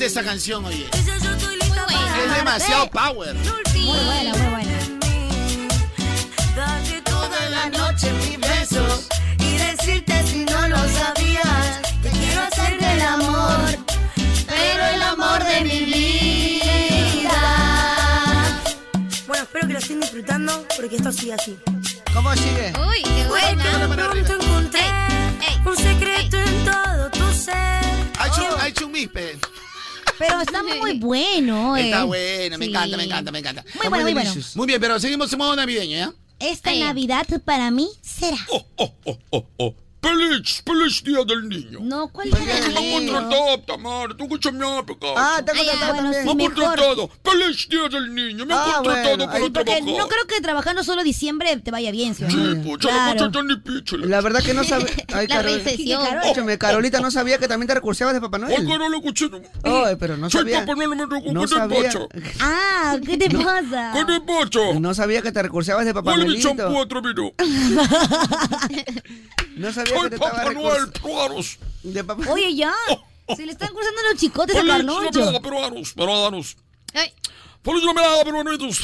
esa canción, oye. Es Es demasiado power. Muy buena, muy buena. Darte toda la noche mis besos y decirte si no lo sabías. Te quiero hacer del amor, pero el amor de mi vida. Bueno, espero que lo estén disfrutando porque esto sigue así. ¿Cómo sigue? Uy, qué bueno. pronto encontré un secreto en todo tu ser. Hay chu- Hay chumispe. Pero está muy bueno. Está eh. buena, me Sí. encanta, me encanta, me encanta. Muy bueno, muy bueno. Muy bien, pero seguimos en modo navideño, ¿ya? Esta Navidad para mí será. Feliz, feliz día del niño. No, ¿cuál Tú contratado, Tamara, tú escúchame, pecado. Ah, te han contratado Ah, bueno, también. sí, Me han mejor. contratado. Feliz día del niño. Me han Ah, contratado bueno, para ahí- porque trabajar. no creo que trabajando solo diciembre te vaya bien, señor. pucha, claro. La verdad que no sabía. La recesión. Escúchame, Carolita, no sabía que también te recurseabas de Papá Noel. Ay, Carol, cuchillo. Ay, pero no Soy sabía. Papá Noel, me preocupa No del sabía. bocho. Ah, ¿qué te pasa? ¿Qué te pasa? No sabía que te recurseabas de Papá Vuelve mi Noelito. champú atrevido. No sabía Soy que te estaba Papá recurs- Noel, probaros. de Papá Oye, ya. Se le están cruzando los chicotes a Feliz Carloncho. Navidad, peruanos, peruanos. Ay. Feliz Navidad, peruanitos.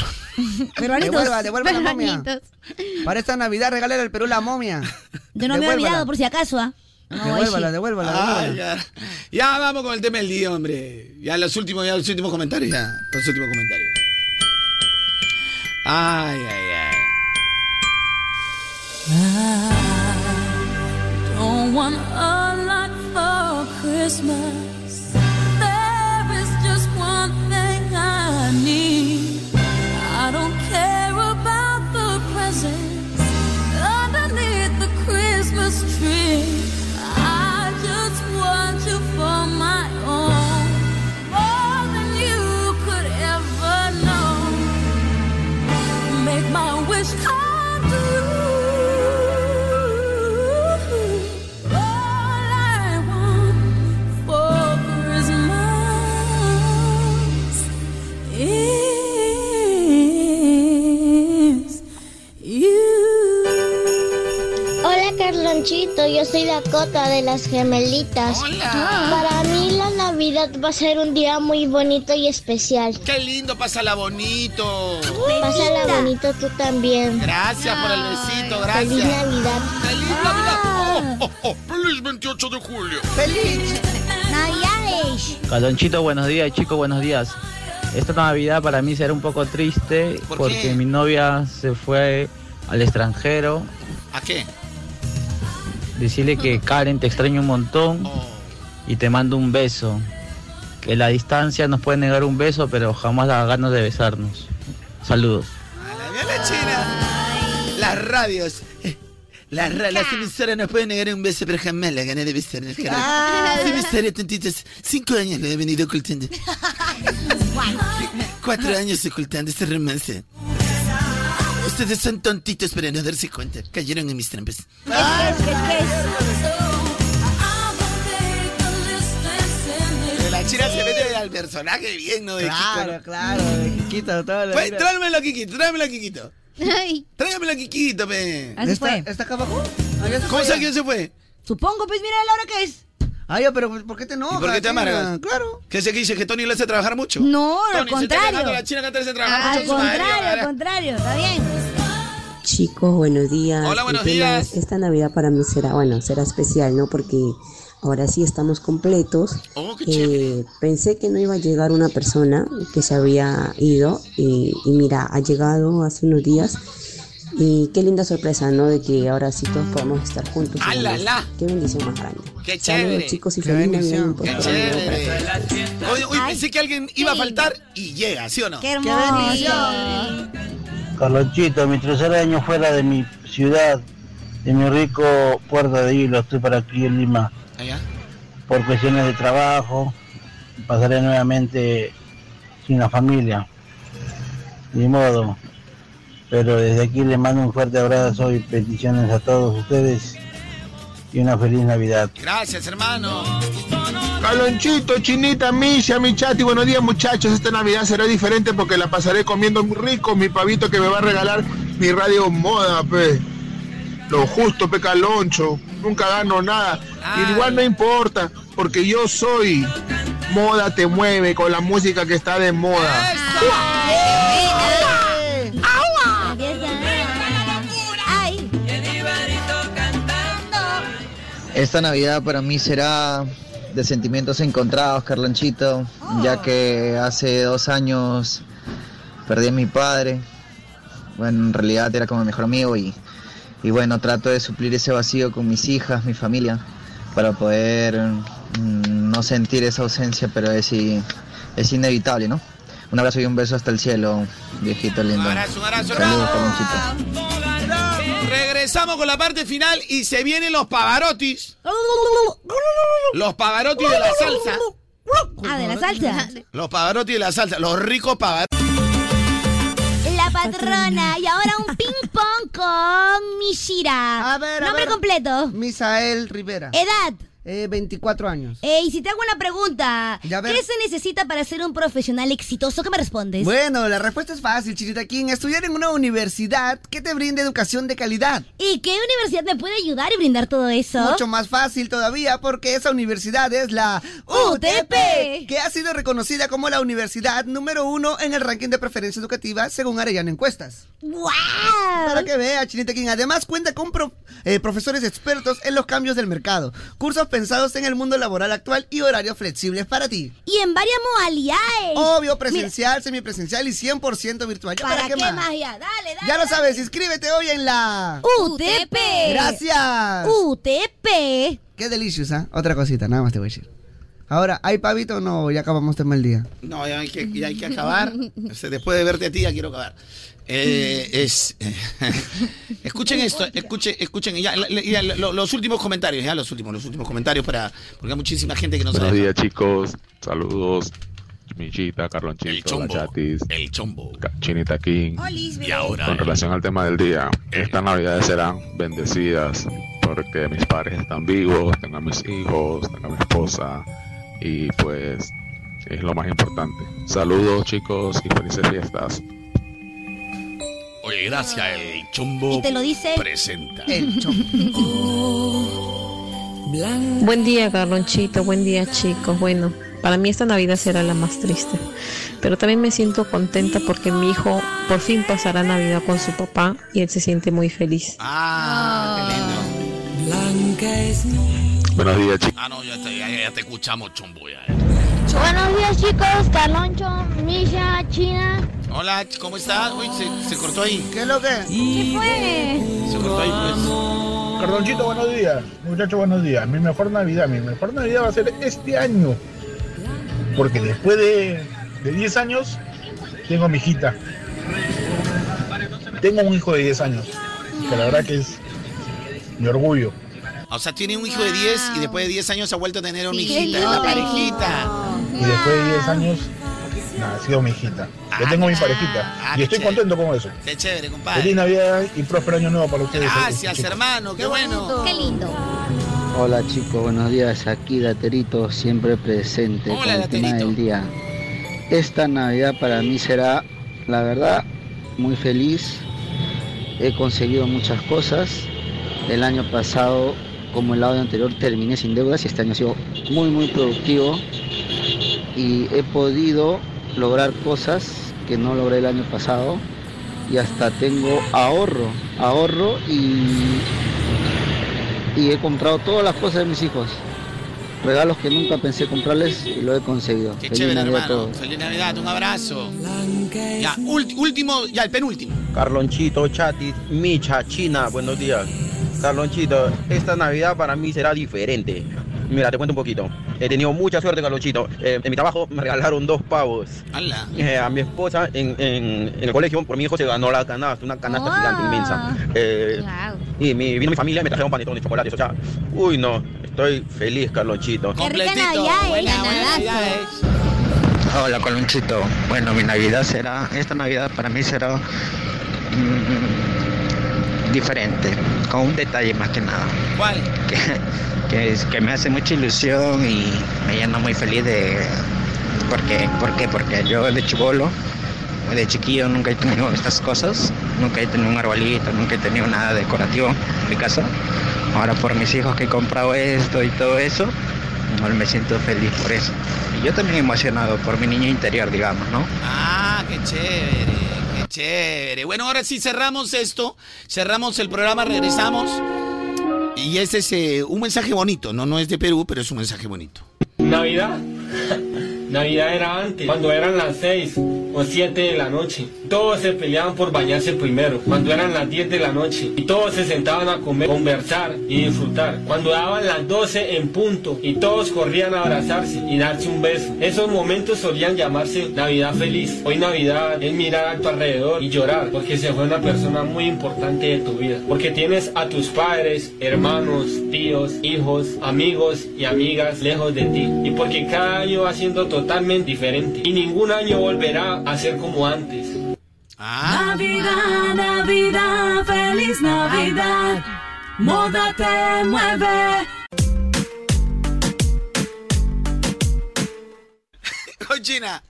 Peruanitos. Devuelva, devuelva la momia. Peruanitos. Para esta Navidad, regálale al Perú la momia. Yo no me he Devuélvala. olvidado, por si acaso, ¿ah? Devuélvala, devuélvala. Ah, devuélvala. ya. Ya vamos con el tema del día, hombre. Ya los últimos, ya los últimos comentarios. Ya, los últimos comentarios. Ay, ay, ay. Don't want a lot for Christmas. There is just one thing I need. I don't care about the presents underneath the Christmas tree. I just want you for my own, more than you could ever know. Make my wish come true. All I want for Christmas is Hola Carlonchito, yo soy Dakota de las gemelitas. Para mí la Navidad va a ser un día muy bonito y especial. Qué lindo, pásala bonito. Pásala bonito tú también. Gracias por el besito, gracias. Feliz Navidad. Feliz Navidad. Oh, oh, feliz 28 de julio. ¡Feliz! Navidades. Calonchito, buenos días, chicos, buenos días. Esta Navidad para mí será un poco triste ¿Por porque qué? mi novia se fue al extranjero. ¿A qué? Decirle que Karen te extraño un montón Oh. y te mando un beso. Que la distancia nos puede negar un beso, pero jamás las ganas de besarnos. Saludos. Mira la china. Las radios. Eh, Las, ra- las emisoras nos pueden negar un beso, pero jamás la ganas de besar en el Ah. Sí, besaré tantitos. Cinco años lo he venido ocultando. Cuatro años ocultando este romance. Ustedes son tontitos para no darse cuenta. Cayeron en mis trampas. Pero la china se mete al personaje bien, ¿no? De Claro, Kiko, ¿no? claro, de Kikito, todo lo Pues, mira. tráemela, Kikito, tráemela, Kikito. Tráemela, Kikito, pe. Así ¿Está- fue. ¿Está acá abajo? Ah, ¿Cómo fue. sabe quién se fue? Supongo, pues mira la hora que es. Ay, ya, pero ¿por qué te enojas? ¿Y por qué te China? amargas? Claro. ¿Qué se que dice que Tony le hace trabajar mucho? No, Tony, al se está contrario. quejando la china que te hace trabajar mucho Al su madre, contrario, al ¿verdad? contrario, está bien. Chicos, buenos días. Hola, El buenos tema- días. Esta Navidad para mí será, bueno, será especial, ¿no? Porque ahora sí estamos completos. Oh, Eh, pensé que no iba a llegar una persona que se había ido y, y mira, ha llegado hace unos días. Y qué linda sorpresa, ¿no? De que ahora sí todos podemos estar juntos. y ¡Ala, demás. la! ¡Qué bendición más grande! ¡Qué Saludos, chévere! chicos, y feliz Navidad. pues, un ¡Qué poquito. chévere! Oye, uy, pensé que alguien iba a faltar y llega, ¿sí o no? Qué hermoso. Carlonchito, mi tercer año fuera de mi ciudad, de mi rico puerto de Hilo, estoy para aquí en Lima, Allá. por cuestiones de trabajo, pasaré nuevamente sin la familia, ni modo. Pero desde aquí les mando un fuerte abrazo y bendiciones a todos ustedes y una feliz Navidad. Gracias, hermano. Calonchito, Chinita, Misha, mi chat y buenos días muchachos. Esta Navidad será diferente porque la pasaré comiendo muy rico. Mi pavito que me va a regalar mi radio moda, pe. Lo justo, pe caloncho. Nunca gano nada. Igual no importa porque yo soy Moda te mueve con la música que está de moda. ¡Agua! ¡Ay! Esta Navidad para mí será de sentimientos encontrados, Carlanchito, Oh. ya que hace dos años perdí a mi padre. Bueno, en realidad era como mi mejor amigo y, y bueno, trato de suplir ese vacío con mis hijas, mi familia, para poder mm, no sentir esa ausencia, pero es, i- es inevitable, ¿no? Un abrazo y un beso hasta el cielo, viejito lindo. abrazo, un abrazo, Saludos, bravo. Carlonchito. Regresamos con la parte final y se vienen los pavarotis. Uh. Los pavarotis de la salsa. Ah, de la salsa. Los pavarotis de la salsa. Los ricos pavarotis. La patrona. Y ahora un ping-pong con Mishira. A ver, a Nombre ver. completo. Misael Rivera. Edad. Eh, 24 años. Eh, y si te hago una pregunta, Ya, a ver. ¿qué se necesita para ser un profesional exitoso? ¿Qué me respondes? Bueno, la respuesta es fácil, Chinita King. Estudiar en una universidad que te brinde educación de calidad. ¿Y qué universidad me puede ayudar y brindar todo eso? Mucho más fácil todavía porque esa universidad es la UTP, que ha sido reconocida como la universidad número uno en el ranking de preferencia educativa según Arellano Encuestas. ¡Wow! Para que vea, Chinita King. Además cuenta con pro- eh, profesores expertos en los cambios del mercado, cursos pensados en el mundo laboral actual y horarios flexibles para ti. Y en varias modalidades. Obvio, presencial, semipresencial y 100% virtual. ¿Ya ¿Para, qué, más? más ya? Dale, dale. Ya lo sabes, inscríbete hoy en la... UTP. Gracias. UTP. Qué delicious, ¿ah? Otra cosita, nada más te voy a decir. Ahora, ¿hay pavito o no? Ya acabamos tema el día. No, ya hay que, ya hay que acabar. O sea, después de verte a ti, ya quiero acabar. Eh, es, escuchen esto, escuchen, escuchen ya, la- la- ya, lo- los últimos comentarios, ya los últimos, los últimos comentarios para porque hay muchísima gente que no Buenos sabe. días, chicos. Saludos. Michita, Carlonchito, El chombo, la Chatis, el chombo. Chinita King. Y ahora Eh. Con relación al tema del día, estas navidades serán bendecidas porque mis padres están vivos, tengo a mis hijos, tengo a mi esposa y pues es lo más importante. Saludos chicos y felices fiestas. Oye, gracias, el chombo. Y te lo dice- Presenta. El Buen día, Carlonchito. Buen día, chicos. Bueno, para mí esta Navidad será la más triste. Pero también me siento contenta porque mi hijo por fin pasará Navidad con su papá y él se siente muy feliz. Blanca es mi. Buenos días chicos. Ah, no, ya, está, ya, ya te escuchamos, chombo. Ya. Buenos días chicos, Carloncho, Misha, China. Hola, ch- ¿cómo estás? Uy, se, se cortó ahí. ¿Qué es lo que? ¿Qué fue? Se cortó ahí, pues. Carlonchito, buenos días. Muchachos, buenos días. Mi mejor Navidad, mi mejor Navidad va a ser este año. Porque después de, de 10 años, tengo a mi hijita. Tengo un hijo de 10 años. Que la verdad que es mi orgullo. O sea, tiene un hijo de 10 y después de 10 años ha vuelto a tener una Sí, hijita, qué una lindo. parejita. Y después de 10 años, nació mi hijita. Ya tengo mi parejita. Y estoy contento con eso. Qué chévere, Feliz Ah, compadre. Navidad y próspero año nuevo para ustedes. eh, Gracias, hermano, qué bueno. Qué lindo. Hola chicos, buenos días. Aquí Daterito, siempre presente con el tema del día. Esta Navidad para mí será, la verdad, muy feliz. He conseguido muchas cosas. El año pasado, como el año anterior, terminé sin deudas y este año ha sido muy, muy productivo. Y he podido lograr cosas que no logré el año pasado. Y hasta tengo ahorro, ahorro y y he comprado todas las cosas de mis hijos. Regalos que nunca pensé comprarles y lo he conseguido. Qué Feliz chévere, Navidad a hermano. todos. Feliz Navidad, un abrazo. Ya, ulti- último, ya el penúltimo. Carlonchito, Chatis, Micha, China, buenos días. Carlonchito, esta Navidad para mí será diferente. Mira, te cuento un poquito. He tenido mucha suerte, Carlonchito. Eh, en mi trabajo me regalaron dos pavos. Ala. Eh, a mi esposa en, en- en el colegio, por mi hijo se ganó la canasta, una canasta Ah, gigante, inmensa. Eh, Y mi, vino mi familia y me trajeron panetones, chocolates. O sea, uy, no, estoy feliz, Carlonchito. Qué rica Navidad, eh. Ganadazo. eh. Hola, Carlonchito. Bueno, mi Navidad será, esta Navidad para mí será mm, diferente, con un detalle más que nada, ¿Cuál? que, que es- que me hace mucha ilusión y me llena muy feliz de, porque, ¿por qué? Porque yo de chivolo, de chiquillo nunca he tenido estas cosas, nunca he tenido un arbolito, nunca he tenido nada decorativo en mi casa, ahora por mis hijos que he comprado esto y todo eso, digamos, me siento feliz por eso. Y yo también emocionado por mi niño interior, digamos, ¿no? Ah, qué chévere, qué chévere. Bueno, ahora sí cerramos esto, cerramos el programa, regresamos. Y este es eh, un mensaje bonito, no, no es de Perú, pero es un mensaje bonito. Navidad. Navidad era antes, cuando eran las 6 o 7 de la noche. Todos se peleaban por bañarse primero, cuando eran las 10 de la noche. Y todos se sentaban a comer, conversar y disfrutar. Cuando daban las 12 en punto y todos corrían a abrazarse y darse un beso. Esos momentos solían llamarse Navidad feliz. Hoy Navidad es mirar a tu alrededor y llorar porque se fue una persona muy importante de tu vida. Porque tienes a tus padres, hermanos, tíos, hijos, amigos y amigas lejos de ti. Y porque cada año va siendo totalmente diferente. Y ningún año volverá a ser como antes. Navidad, Navidad, feliz Navidad. Moda te mueve. Cochina.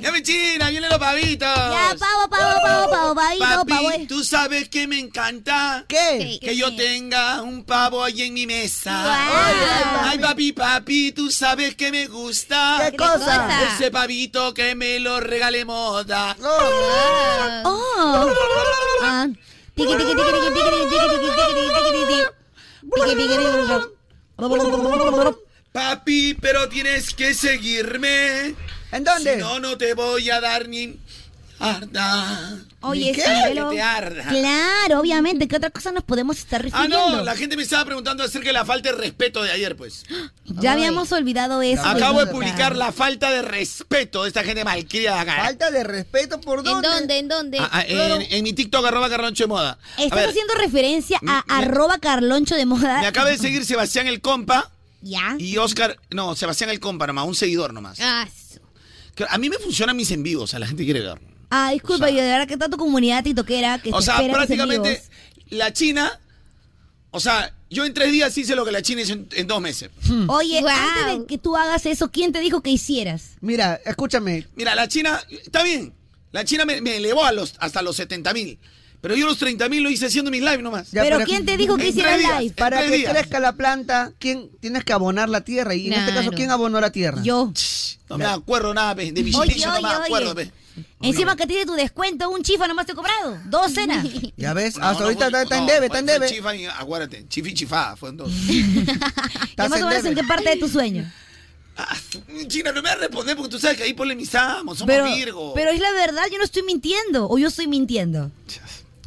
Llame China, vienen los pavitos. Ya, pavo, pavo, pavo, pavo, pavito, Papi, pavo. eh. tú sabes que me encanta. ¿Qué? Que yo tenga un pavo ahí en mi mesa. Ay, Ay, papi, papi, tú sabes que me gusta. ¿Qué cosa? Ese pavito que me lo regale moda. Oh. Ah. Tiki, tiki, tiki, tiki, tiki, tiki, tiki, tiki, tiki, tiki. Tiki, tiki, tiki, tiki. Papi, pero tienes que seguirme. ¿En dónde? Si no, no te voy a dar ni arda. Oye, ¿Qué? sí, pero- Que te arda. Claro, obviamente, ¿qué otra cosa nos podemos estar Ah, refiriendo? no, la gente me estaba preguntando acerca de la falta de respeto de ayer, pues. Ya habíamos olvidado eso. Acabo de ¿verdad? publicar la falta de respeto de esta gente malcriada acá. Falta de respeto por ¿En dónde? ¿En dónde? Ah, ah, en, en mi TikTok, arroba Carloncho de Moda. A Estás ver, Mm, haciendo referencia a arroba carloncho de moda. me acaba de seguir Sebastián el Compa Ya. y Oscar. No, Sebastián el Compa nomás, un seguidor nomás. Ah, Que A mí me funcionan mis en vivos, a la gente quiere ver. Ah, disculpa, yo de verdad que está tu comunidad titoquera que O te sea, espera tus prácticamente amigos. la China. O sea, yo en tres días hice lo que la China hizo en, en dos meses. Oye, antes de que tú hagas eso, ¿quién te dijo que hicieras? Mira, escúchame. Mira, la China, está bien. La China me, me elevó a los, hasta los 70 mil. Pero yo los 30 mil lo hice haciendo mis live nomás. En tres días, en Para tres que días. crezca la planta, ¿quién tienes que abonar la tierra? Y en este caso, Claro. ¿quién abonó la tierra? Yo. No me acuerdo nada, pe, de mi Oye, gentilicio no me oye, oye. acuerdo. pe. Encima que tiene tu descuento, un chifa nomás te he cobrado. Dos cenas. Ya ves, No, hasta no, ahorita fue- está, está en no, fue- debe, está en fue debe. chifa y- acuérdate, chifi chifada, fue en dos. ¿Y más o menos en qué parte de tu sueño? China, no me vas a responder porque tú sabes que ahí polemizamos, somos Pero, Virgo. pero es la verdad, yo no estoy mintiendo. O yo estoy mintiendo.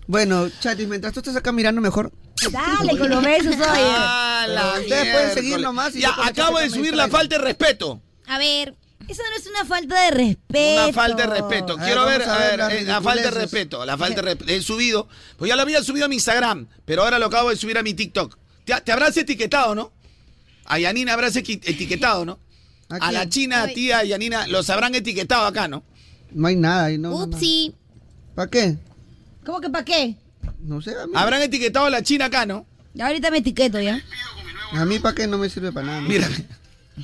Bueno, Chatis, mientras tú estás acá mirando mejor. Dale con los besos, oye. Ah, la Ustedes pueden miércoles. seguir nomás. y Ya, yo con esto acabo de que me subir la distraigo. falta de respeto. A ver, eso no es una falta de respeto. Una falta de respeto. A ver, Quiero ver, vamos a ver, las eh, la falta de ridiculeces. respeto. La falta de respeto. He subido. Pues ya lo había subido a mi Instagram, pero ahora lo acabo de subir a mi TikTok. Te, te habrás etiquetado, ¿no? A Yanina habrás equi- etiquetado, ¿no? A, la quién? China, a ti, a Yanina, los habrán etiquetado acá, ¿no? No hay nada ahí, no. Upsi. ¿Para qué? ¿Cómo que para qué? No sé, a mí. Habrán etiquetado a la China acá, ¿no? Ya ahorita me etiqueto, ¿ya? A mí, ¿para qué? No me sirve para nada. Mira,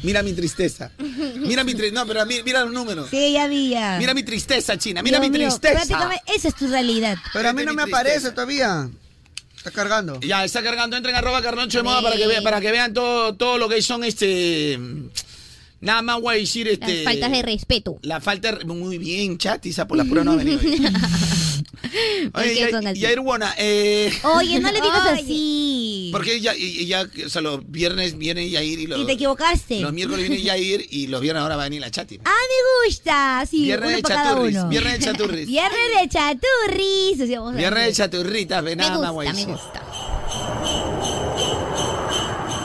mira mi tristeza. e-, Mira mi tristeza. No, pero mi- mira los números. Sí, ya vi, ya. Mira mi tristeza, China. Mira Dios mi mío, tristeza. prácticamente esa es tu realidad. Pero a mí no me aparece todavía. Está cargando. Ya, está cargando. Entren arroba Carloncho de Moda para que, vean, para que vean todo, todo lo que son este... Nada más voy a decir Las este... faltas de respeto. La falta de... Muy bien, Chatiza, por la prueba no ha venido. Oye, qué ya- son así? Yair Buona, eh... Oye, no le digas Oye. así. Porque ya, y- y ya, o sea, los viernes viene Yair y los... Y te equivocaste. Los miércoles viene Yair y los viernes ahora va a venir la Chati. Ah, me gusta. Sí, Viernes uno de para cada chaturris, uno. viernes de chaturris. Viernes de chaturris. así vamos a Viernes de decir. chaturritas, ve Me nada más gusta, voy a me decir.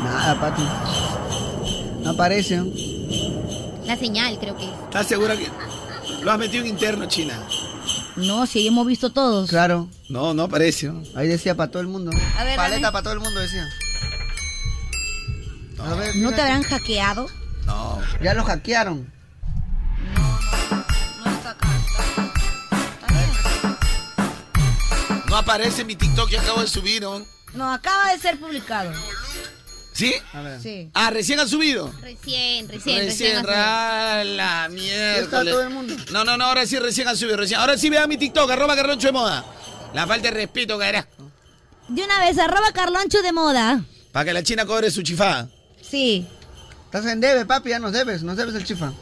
Nada, papi. No aparece. ¿no? La señal, creo que es. ¿Estás segura que lo has metido en interno, China? No, sí, hemos visto todos. Claro. No, no aparece. ¿no? Ahí decía para todo el mundo. A ver, Paleta dame. para todo el mundo decía. A ver, ¿No mira. te habrán hackeado? No. Ya lo hackearon. No aparece mi TikTok que acabo de subir, ¿no? No, acaba de ser publicado. ¿Sí? Sí. Ah, recién ha subido. Recién, recién, recién, recién. ra- la mierda. todo el mundo. No, no, no, ahora sí recién ha subido. Recién. Ahora sí vean mi TikTok, arroba Carloncho de moda. La falta de respeto caerá. De una vez, arroba Carloncho de moda. Para que la China cobre su chifada. Sí. Estás en debe, papi, ya nos debes, nos debes el chifa.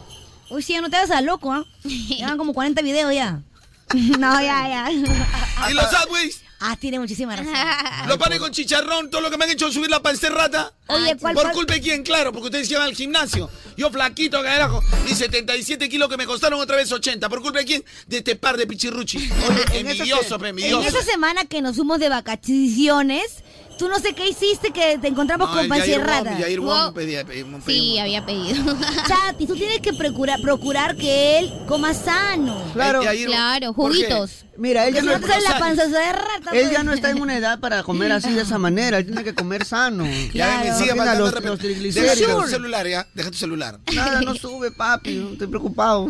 Uy, sí, no te hagas a loco, ¿ah? Llevan como 40 videos ya. No, ya, ya. ¿Y los sándwiches? Ah, tiene muchísima razón. Los panes con chicharrón, todo lo que me han hecho subir la pancerrata. Oye, ¿cuál- ¿Por cuál- culpa de quién? Claro, porque ustedes llevan al gimnasio. Yo flaquito, carajo. Y 77 kilos que me costaron otra vez 80. ¿Por culpa de quién? De este par de pichirruchi. Envidioso, pe, En envidioso. esa semana que nos fuimos de vacaciones, tú no sé qué hiciste que te encontramos No, con el Yair Wong- Pancierrada. Yair Wong pedía- pedía- pedía un había pedido. Chati, tú tienes que procurar, procurar que él coma sano. Claro. Eh, Yair- Claro, ¿por qué? juguitos. Mira, él ya Porque no si no te sale la panza de rata. pues. Él ya no está en una edad para comer así de esa manera, él tiene que comer sano. Ya ven, me sigue Imagina mandando los- de repente. los Deja triglicéridos. tu celular, ya. Deja tu celular. Nada, no sube, papi, estoy preocupado.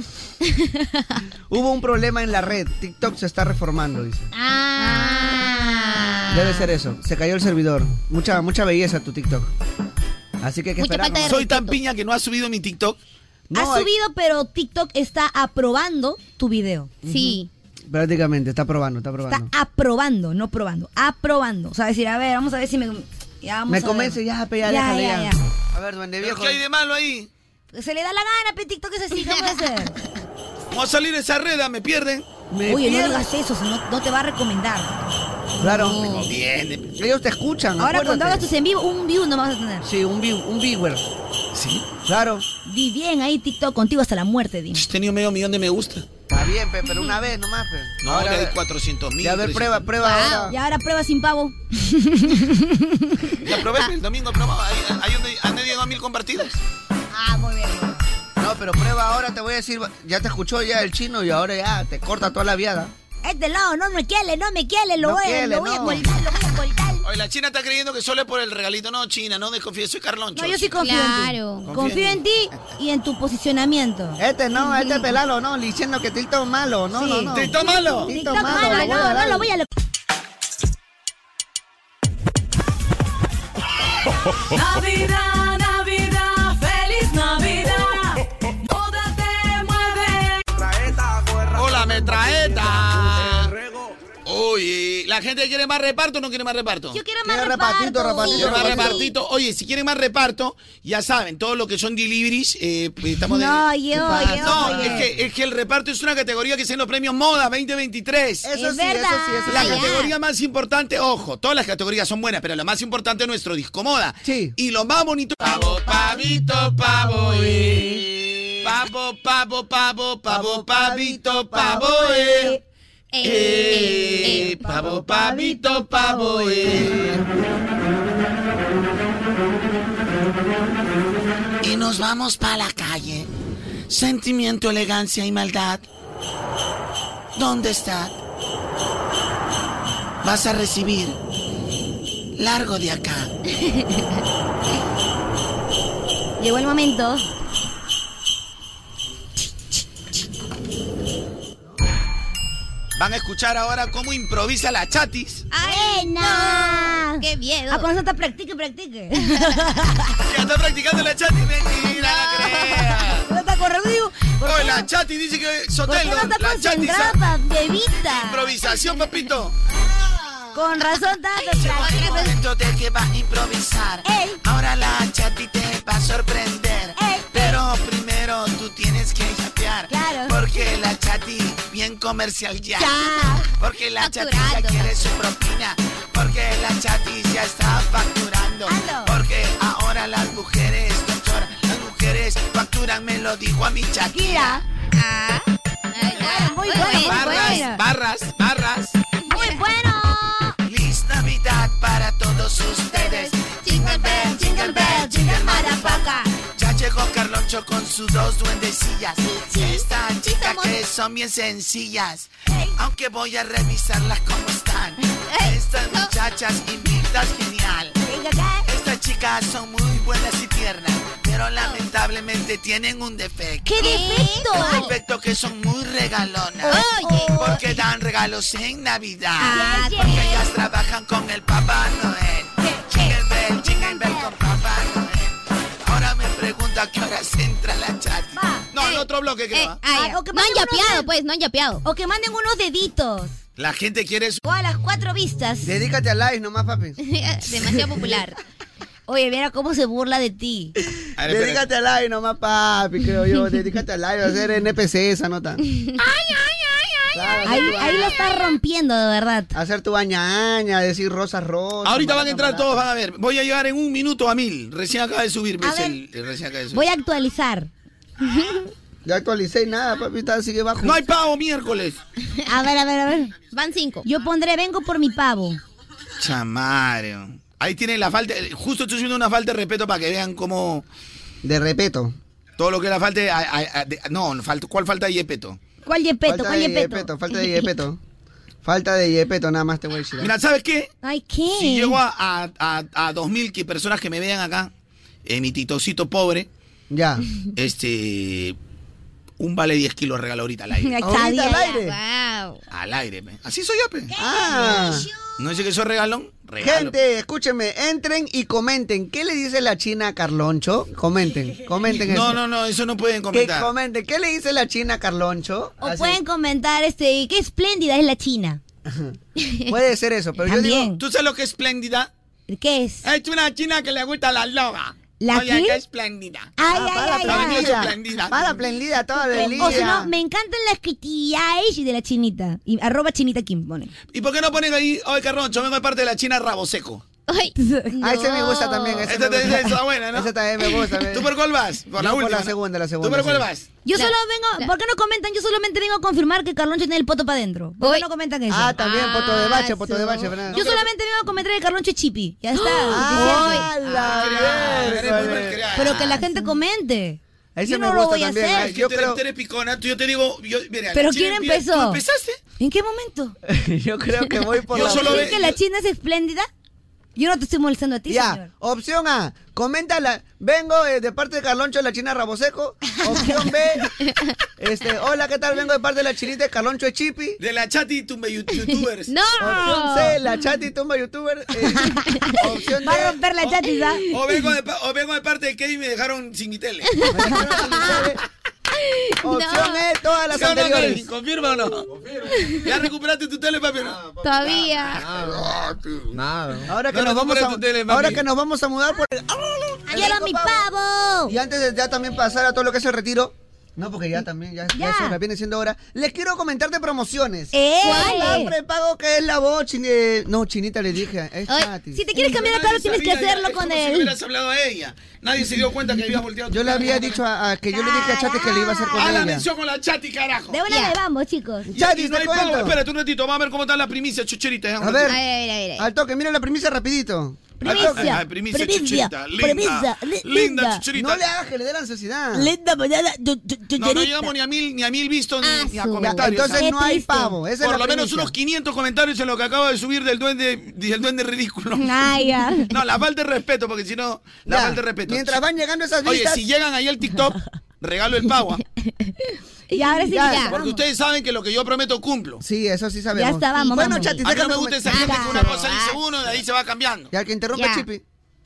Hubo un problema en la red, TikTok se está reformando, dice. Ah. Debe ser eso, se cayó el servidor. Mucha mucha belleza tu TikTok. Así que hay que esperar. eh, ¿no? Soy tan piña que no ha subido mi TikTok. ha hay- subido, pero TikTok está aprobando tu video. Sí. Prácticamente, está probando, está probando. Está aprobando, no probando. Aprobando. O sea, decir, a ver, vamos a ver si me. ya, vamos Me a ver. convence, ya, pe, ya, déjale, ya. A ver, duende viejo. ¿Qué hay de malo ahí? Se le da la gana, pe TikTok es así, ¿qué vamos a hacer? Vamos a salir de esa reda, me pierden. Oye, no digas eso, si no, no te va a recomendar. Claro. No. eh, Ellos te escuchan. Ahora, cuando hagas acuérdate. tus en vivo, un view no vas a tener. Sí, un view, un viewer. Sí. Claro. Di bien ahí TikTok contigo hasta la muerte, di. He tenido medio millón de me gusta. Está bien, pe, pero una vez nomás, pe. No, ahora hay 400 mil. Ya, a ver, prueba, prueba ahora. Y ahora prueba sin pavo. Ya probé el domingo, probaba. Ahí, ahí donde han llegado a mil compartidos. Ah, muy bien. No, pero prueba ahora, te voy a decir, ya te escuchó ya el chino y ahora ya te corta toda la viada. Este lado no me quiere, no me quiere, lo No voy, a- quiere, lo voy a no. colgar, lo voy a colgar. Oye, la China está creyendo que solo es por el regalito. No, China, no desconfíes, soy Carloncho. No, yo sí confío en ti. Confío en ti y en tu posicionamiento. Este no, este pelalo, no, le diciendo que Tilto es malo, no, Sí. no, no. ¿Tilto malo? Tilto TikTok malo, malo, lo voy a no, dar. no lo voy a... lo- Navidad, Navidad, feliz Navidad. Moda te mueve. Hola, metraeta. Oye, ¿la gente quiere más reparto o no quiere más reparto? Yo quiero más Quiero repartito, reparto. repartito, más repartito. repartito. Oye, si quieren más reparto, ya saben, todo lo que son deliveries, eh, pues, estamos de- No, yo, ¿Qué pasa? yo, No, yo. es que, es que el reparto es una categoría que se en los premios Moda 2023. Eso Es sí, eso sí, eso La sí. categoría más importante, ojo, todas las categorías son buenas, pero la más importante es nuestro disco Moda. Sí. Y lo más bonito... Pavo, pavito, pavo, eh. Pavo, pavo, pavo, pavo, pavito, pavo, eh. Eh, pavo, pavito, pavo, eh. Y nos vamos para la calle. Sentimiento, elegancia y maldad. ¿Dónde está? Vas a recibir. Largo de acá. Llegó el momento. Van a escuchar ahora cómo improvisa la chatis. Ah. ¡Ay, no! ¡Qué miedo! Ah, con eso te practique, practique. Ya está practicando la chatis. Mentira, no, crea. ¿No está corrido? Oye, la chatis dice que ¿Por qué Sotelo. no está la chatis. concentrada, bebita? Improvisación, papito. Con razón, tanto momento de que va a improvisar. Ahora la chati te va a sorprender. Pero primero tú tienes que chatear. Porque la chati bien comercial ya. Porque la chati ya quiere su propina. Porque la chati ya está facturando. Porque ahora las mujeres facturan. Las mujeres facturan, me lo dijo a mi chati. Muy bueno, muy bueno. Barras, barras, barras. Muy bueno. Feliz Navidad para todos ustedes. Jingle bell, jingle bell, jingle marapaca. Ya llegó Carloncho con sus dos duendecillas. Esta chica que son bien sencillas. Aunque voy a revisarlas como están. Estas muchachas invictas genial. Estas chicas son muy buenas y tiernas. Pero lamentablemente tienen un defecto. ¿Qué defecto? Un defecto que son muy regalonas. Porque dan regalos en Navidad. Porque ellas trabajan con el Papá Noel. Jingle bell, jingle bell con Papá Noel. Ahora me pregunto a qué hora se entra la chat. No, el otro bloque que va. Ay, Ah, o que Eh, ah, no han manden unos yapeado, de- pues, no han yapeado. O que manden unos deditos. La gente quiere su... O a las cuatro vistas. Dedícate a live nomás, papi. Demasiado popular. Oye, mira cómo se burla de ti. Dedícate al aire nomás, papi, creo yo. Dedícate al aire, a hacer NPC esa nota. Ahí, ahí lo estás rompiendo, de verdad. Hacer tu bañaña, decir rosas rosas. Ahorita van a entrar todos, van a ver. Voy a llegar en un minuto a mil. Recién acaba de subir, A ves ver. el- el recién acaba de subir. Voy a actualizar. Ya actualicé y nada, papi, está sigue bajo. No hay pavo miércoles. A ver, a ver, a ver. Van cinco. Yo pondré, vengo por mi pavo. Chamario. Ahí tiene la falta. eh, Justo estoy haciendo una falta de respeto para que vean cómo. De respeto. Todo lo que la falta. eh, de- a- a- a- de- no, falta- ¿cuál falta de Yepeto? ¿Cuál yepeto? Falta ¿Cuál de yepeto? yepeto, falta de yepeto. Falta de yepeto, nada más te voy a decir. Mira, ¿sabes qué? Ay, ¿qué? Si llego a, a, a, a 2000 que personas que me vean acá, en mi titocito pobre. Ya. Este. Un vale 10 kilos regalo ahorita al aire. Oh. Sabía al ya. aire. Guau. Al aire, pe. Así soy yo, pe. Ah. No dice que soy regalón. Regalo. Gente, escúchenme, entren y comenten. ¿Qué le dice la China a Carloncho? Comenten, comenten No, eso. no, no, eso no pueden comentar. Que comenten. ¿Qué le dice la China a Carloncho? O Así. pueden comentar, este, qué espléndida es la China. Puede ser eso, pero yo digo- También. ¿Tú sabes lo que es espléndida? ¿Qué es? Es una china que le gusta la loga. ¿La Oye, qué? qué espléndida. Ay, Ah, ay, para ay, Plendida. ay. Para Plendida, toda de O si Lidia. no, me encantan las critiquillas de la chinita. Y arroba chinita Kim pone. ¿Y por qué no ponen ahí, oye, Carrón, yo vengo de parte de la china rabo seco? Ay, Ah, ese me gusta también. Ese Esa me gusta. está buena, ¿no? Ese también me gusta. me- ¿Tú por cuál vas? Por la Yo última. Por la segunda, la segunda. ¿Tú por cuál sí. vas? Yo solo vengo, ¿por qué no comentan? Yo solamente vengo a confirmar que Carloncho tiene el poto para adentro. ¿Por qué no comentan eso? Ah, también, poto de bache, poto de bache. ¿verdad? Yo solamente vengo a comentar que Carloncho es chipi. Ya está. Ah, suficiente. la miércoles. Pero que la gente comente. Ese yo me no lo gusta voy también, a hacer. ay, yo tú, eres, tú eres picona, tú, yo te digo... Yo, mira, Pero la china ¿quién empieza- empezó? ¿Tú empezaste? ¿En qué momento? Yo creo que voy por Yo la solo ¿Crees ve- que la China es espléndida? Yo no te estoy molestando a ti, Ya, señor. opción A, comenta la, vengo eh, de parte de Carloncho de la China Raboseco. Opción B, este, hola, ¿qué tal? Vengo de parte de la Chinita de Carloncho de Chipi. De la chat y tumba yu- youtubers. Opción C, la chat y tumba youtuber. eh, opción D. Va a romper la chat, ¿verdad? O vengo, de, pa- o vengo de parte de que y me dejaron sin mi tele. Opción E, todas las ¿Sí o no, anteriores. Kevin? ¿Confirma o no? ¿Ya recuperaste tu tele, papi? o no? Todavía. Ah, Ahora que, No, nos no, vamos fuera a, tu tele, mami. ahora que nos vamos a mudar por el... ¡Ah, ¡Quiero Ah, mi pavo! Y antes de ya también pasar a todo lo que es el retiro. No, porque ya también, ya, ya. se la viene siendo hora. Les quiero comentar de promociones. ¡Eh! ¿Cuál es prepago que es la voz? chini- No, chinita le dije. Es Ay, gratis. si te quieres cambiar de carro, tienes que Sabía, hacerlo es con como Si le él. hubieras hablado a ella. Nadie se dio cuenta que había volteado. tu Yo le cara. había dicho a, a- que yo le dije a Chate que le iba a hacer con Ah, la ella. mención con la chat y carajo. De una Ya. le vamos, chicos. Y- Chati, y no te hay pago. cuento. Espérate un ratito, vamos a ver cómo están las primicias, chucheritas. ya, un A ver, ratito. al toque, mira la primicia rapidito. Primicia, Al toque. Ay, ay, primicia, primicia, chuchita, linda, primicia, li- linda, linda. chuchita. No le hagas que le dé la ansiedad. mañana, No, no llegamos ni a mil, ni a mil vistos ni- ni, a su- comentarios. Entonces ¿sabes? no hay Qué pavo, triste. esa es Por la lo menos primicia. unos 500 comentarios en lo que acaba de subir del duende, del duende ridículo. Ay, ya. No, la falta de respeto, porque si no, la Ya, falta de respeto. Mientras van llegando esas Oye, vistas. si llegan ahí al TikTok, regalo el pavo. ¿ah? Y ahora sí, Ya, ya. Porque ustedes saben que lo que yo prometo cumplo. Sí, eso sí sabemos. Ya está, vamos, Bueno, vamos. Chati, A mí no déjame me gusta esa comentar. gente que una cosa dice uno, de ahí se va cambiando. Ya, que interrumpe Ya. Chipi.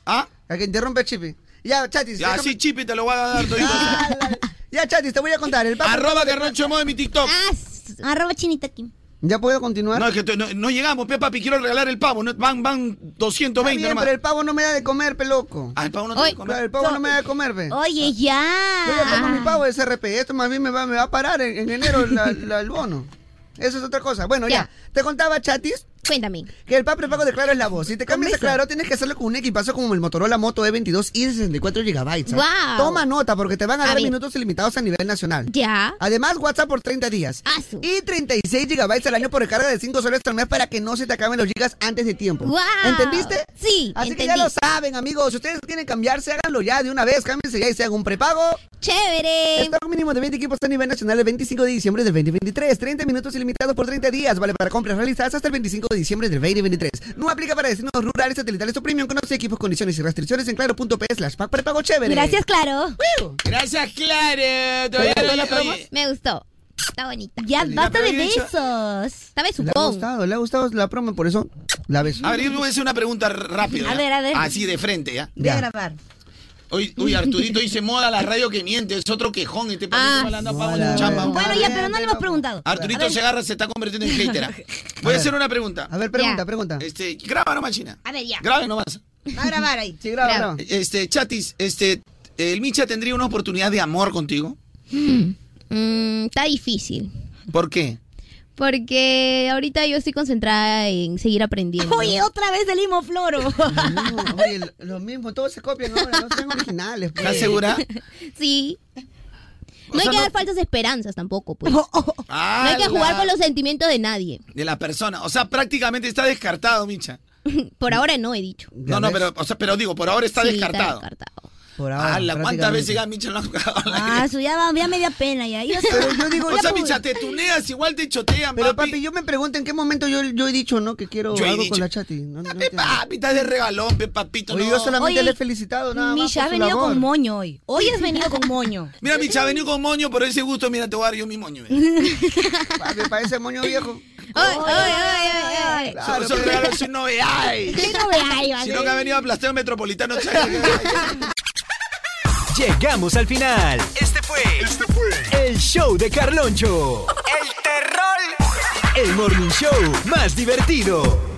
¿Ah? Ya, que interrumpe Chipi. Ya, Chati, Ya, déjame- sí, chipi, te lo voy a dar todito. ya, Chati, te voy a contar. El pavo- Arroba Carrancho Mo en mi TikTok. Ah, s- Arroba chinita Kim. ¿Ya puedo continuar? No, es que to- no, no llegamos, pe, papi, quiero regalar el pavo. no- van, van Está 220 bien, nomás. pero el pavo no me da de comer, peloco. Ah, el pavo no te Oye, lo comes. Claro, el pavo no me da de comer, ve. Ah. Oye, Yo ya tengo mi ya. pavo de CRP. Esto más bien me va, me va a parar en, en enero la- la- el bono. Eso es otra cosa. Bueno, ya. Te contaba, Chatis, Cuéntame. que el pack prepago de Claro es la voz. Si te cambias a Claro, tienes que hacerlo con un equipazo como el Motorola Moto E22 y de 64 GB. Guau. Toma nota porque te van a, A dar ver. minutos ilimitados a nivel nacional. Ya. Además, WhatsApp por 30 días. Ah, Y 36 GB al año por recarga de 5 soles al mes para que no se te acaben los gigas antes de tiempo. Guau. ¿Entendiste? Sí, Así que ya entendí. lo saben, amigos. Si ustedes quieren cambiarse, háganlo ya de una vez. Cámbiense ya y se hagan un prepago. Chévere. Stock mínimo de 20 equipos a nivel nacional el 25 de diciembre del 2023. 30 minutos ilimitados por 30 días. Vale para compras realizadas hasta el 25 de diciembre del 2023. No aplica para destinos rurales, satelitales o premium. Conoce equipos, condiciones y restricciones en claro.p slash pack prepago chévere. Gracias, claro. Gracias, Claro. Oye, Todavía no- ¿todas las promos? oye, Me gustó. Está bonita. Ya basta de pero yo he besos. Estaba en su Le ha gustado, le ha gustado la promo, por eso la beso. A ver, yo te voy a hacer una pregunta r- rápida. A ¿ya? ver, a ver. Así de frente, ¿ya? Voy a Ya. grabar. Uy, uy, Arturito dice moda la radio que miente, es otro quejón. Este Ah. papi le anda pagando chamba. Bueno, ya, pero no le hemos preguntado. Ah. A Arturito ver, se agarra, se está convirtiendo en hater. Voy a hacer una pregunta. A ver, pregunta, pregunta. Este, graba nomás, China. A ver, ya. Grabe nomás. Va a grabar ahí. Sí, graba, graba. Este, Chatis, este, el Micha tendría una oportunidad de amor contigo. Mm, mm, está difícil. ¿Por qué? Porque ahorita yo estoy concentrada en seguir aprendiendo. Oye, otra vez el limo floro. No, oye, lo- lo mismo, todos se copian, no, no sean originales. pues. ¿Estás segura? Sí. No hay sea, que no- dar falsas esperanzas tampoco, pues. No hay que jugar con los sentimientos de nadie. Ah, De la persona. O sea, prácticamente está descartado, Micha. Por ahora no he dicho. No, no, pero, o sea, pero digo, por ahora está Sí, está descartado. Por ahora. ¿Cuántas prácticamente. veces ya Micha no ha jugado? Ah, su ya, va- ya me dio pena ya. Yo, Pero yo digo, o sea, Micha, te tuneas, igual te chotean, Pero papi, yo me pregunto en qué momento yo, yo he dicho, ¿no? Que quiero Yo he algo dicho. con la chati. No, no entiendo. papi, estás Ah, de regalón, pe, papito. Oye, no. yo solamente le he felicitado, nada más. Misha, por has su venido labor. con moño hoy. Hoy has venido con moño. Mira, Micha, venido con moño, por ese gusto, mira, te voy a dar yo mi moño. Papi, para ese moño viejo. Ay, ay, ay, ay, ay. Son- son regalos sin novedad. ¿Qué novedad iba a Si ser? no que ha venido a Plasteo Metropolitano, Llegamos al final. Este fue. Este fue. El show de Carloncho. El terror. El morning show más divertido.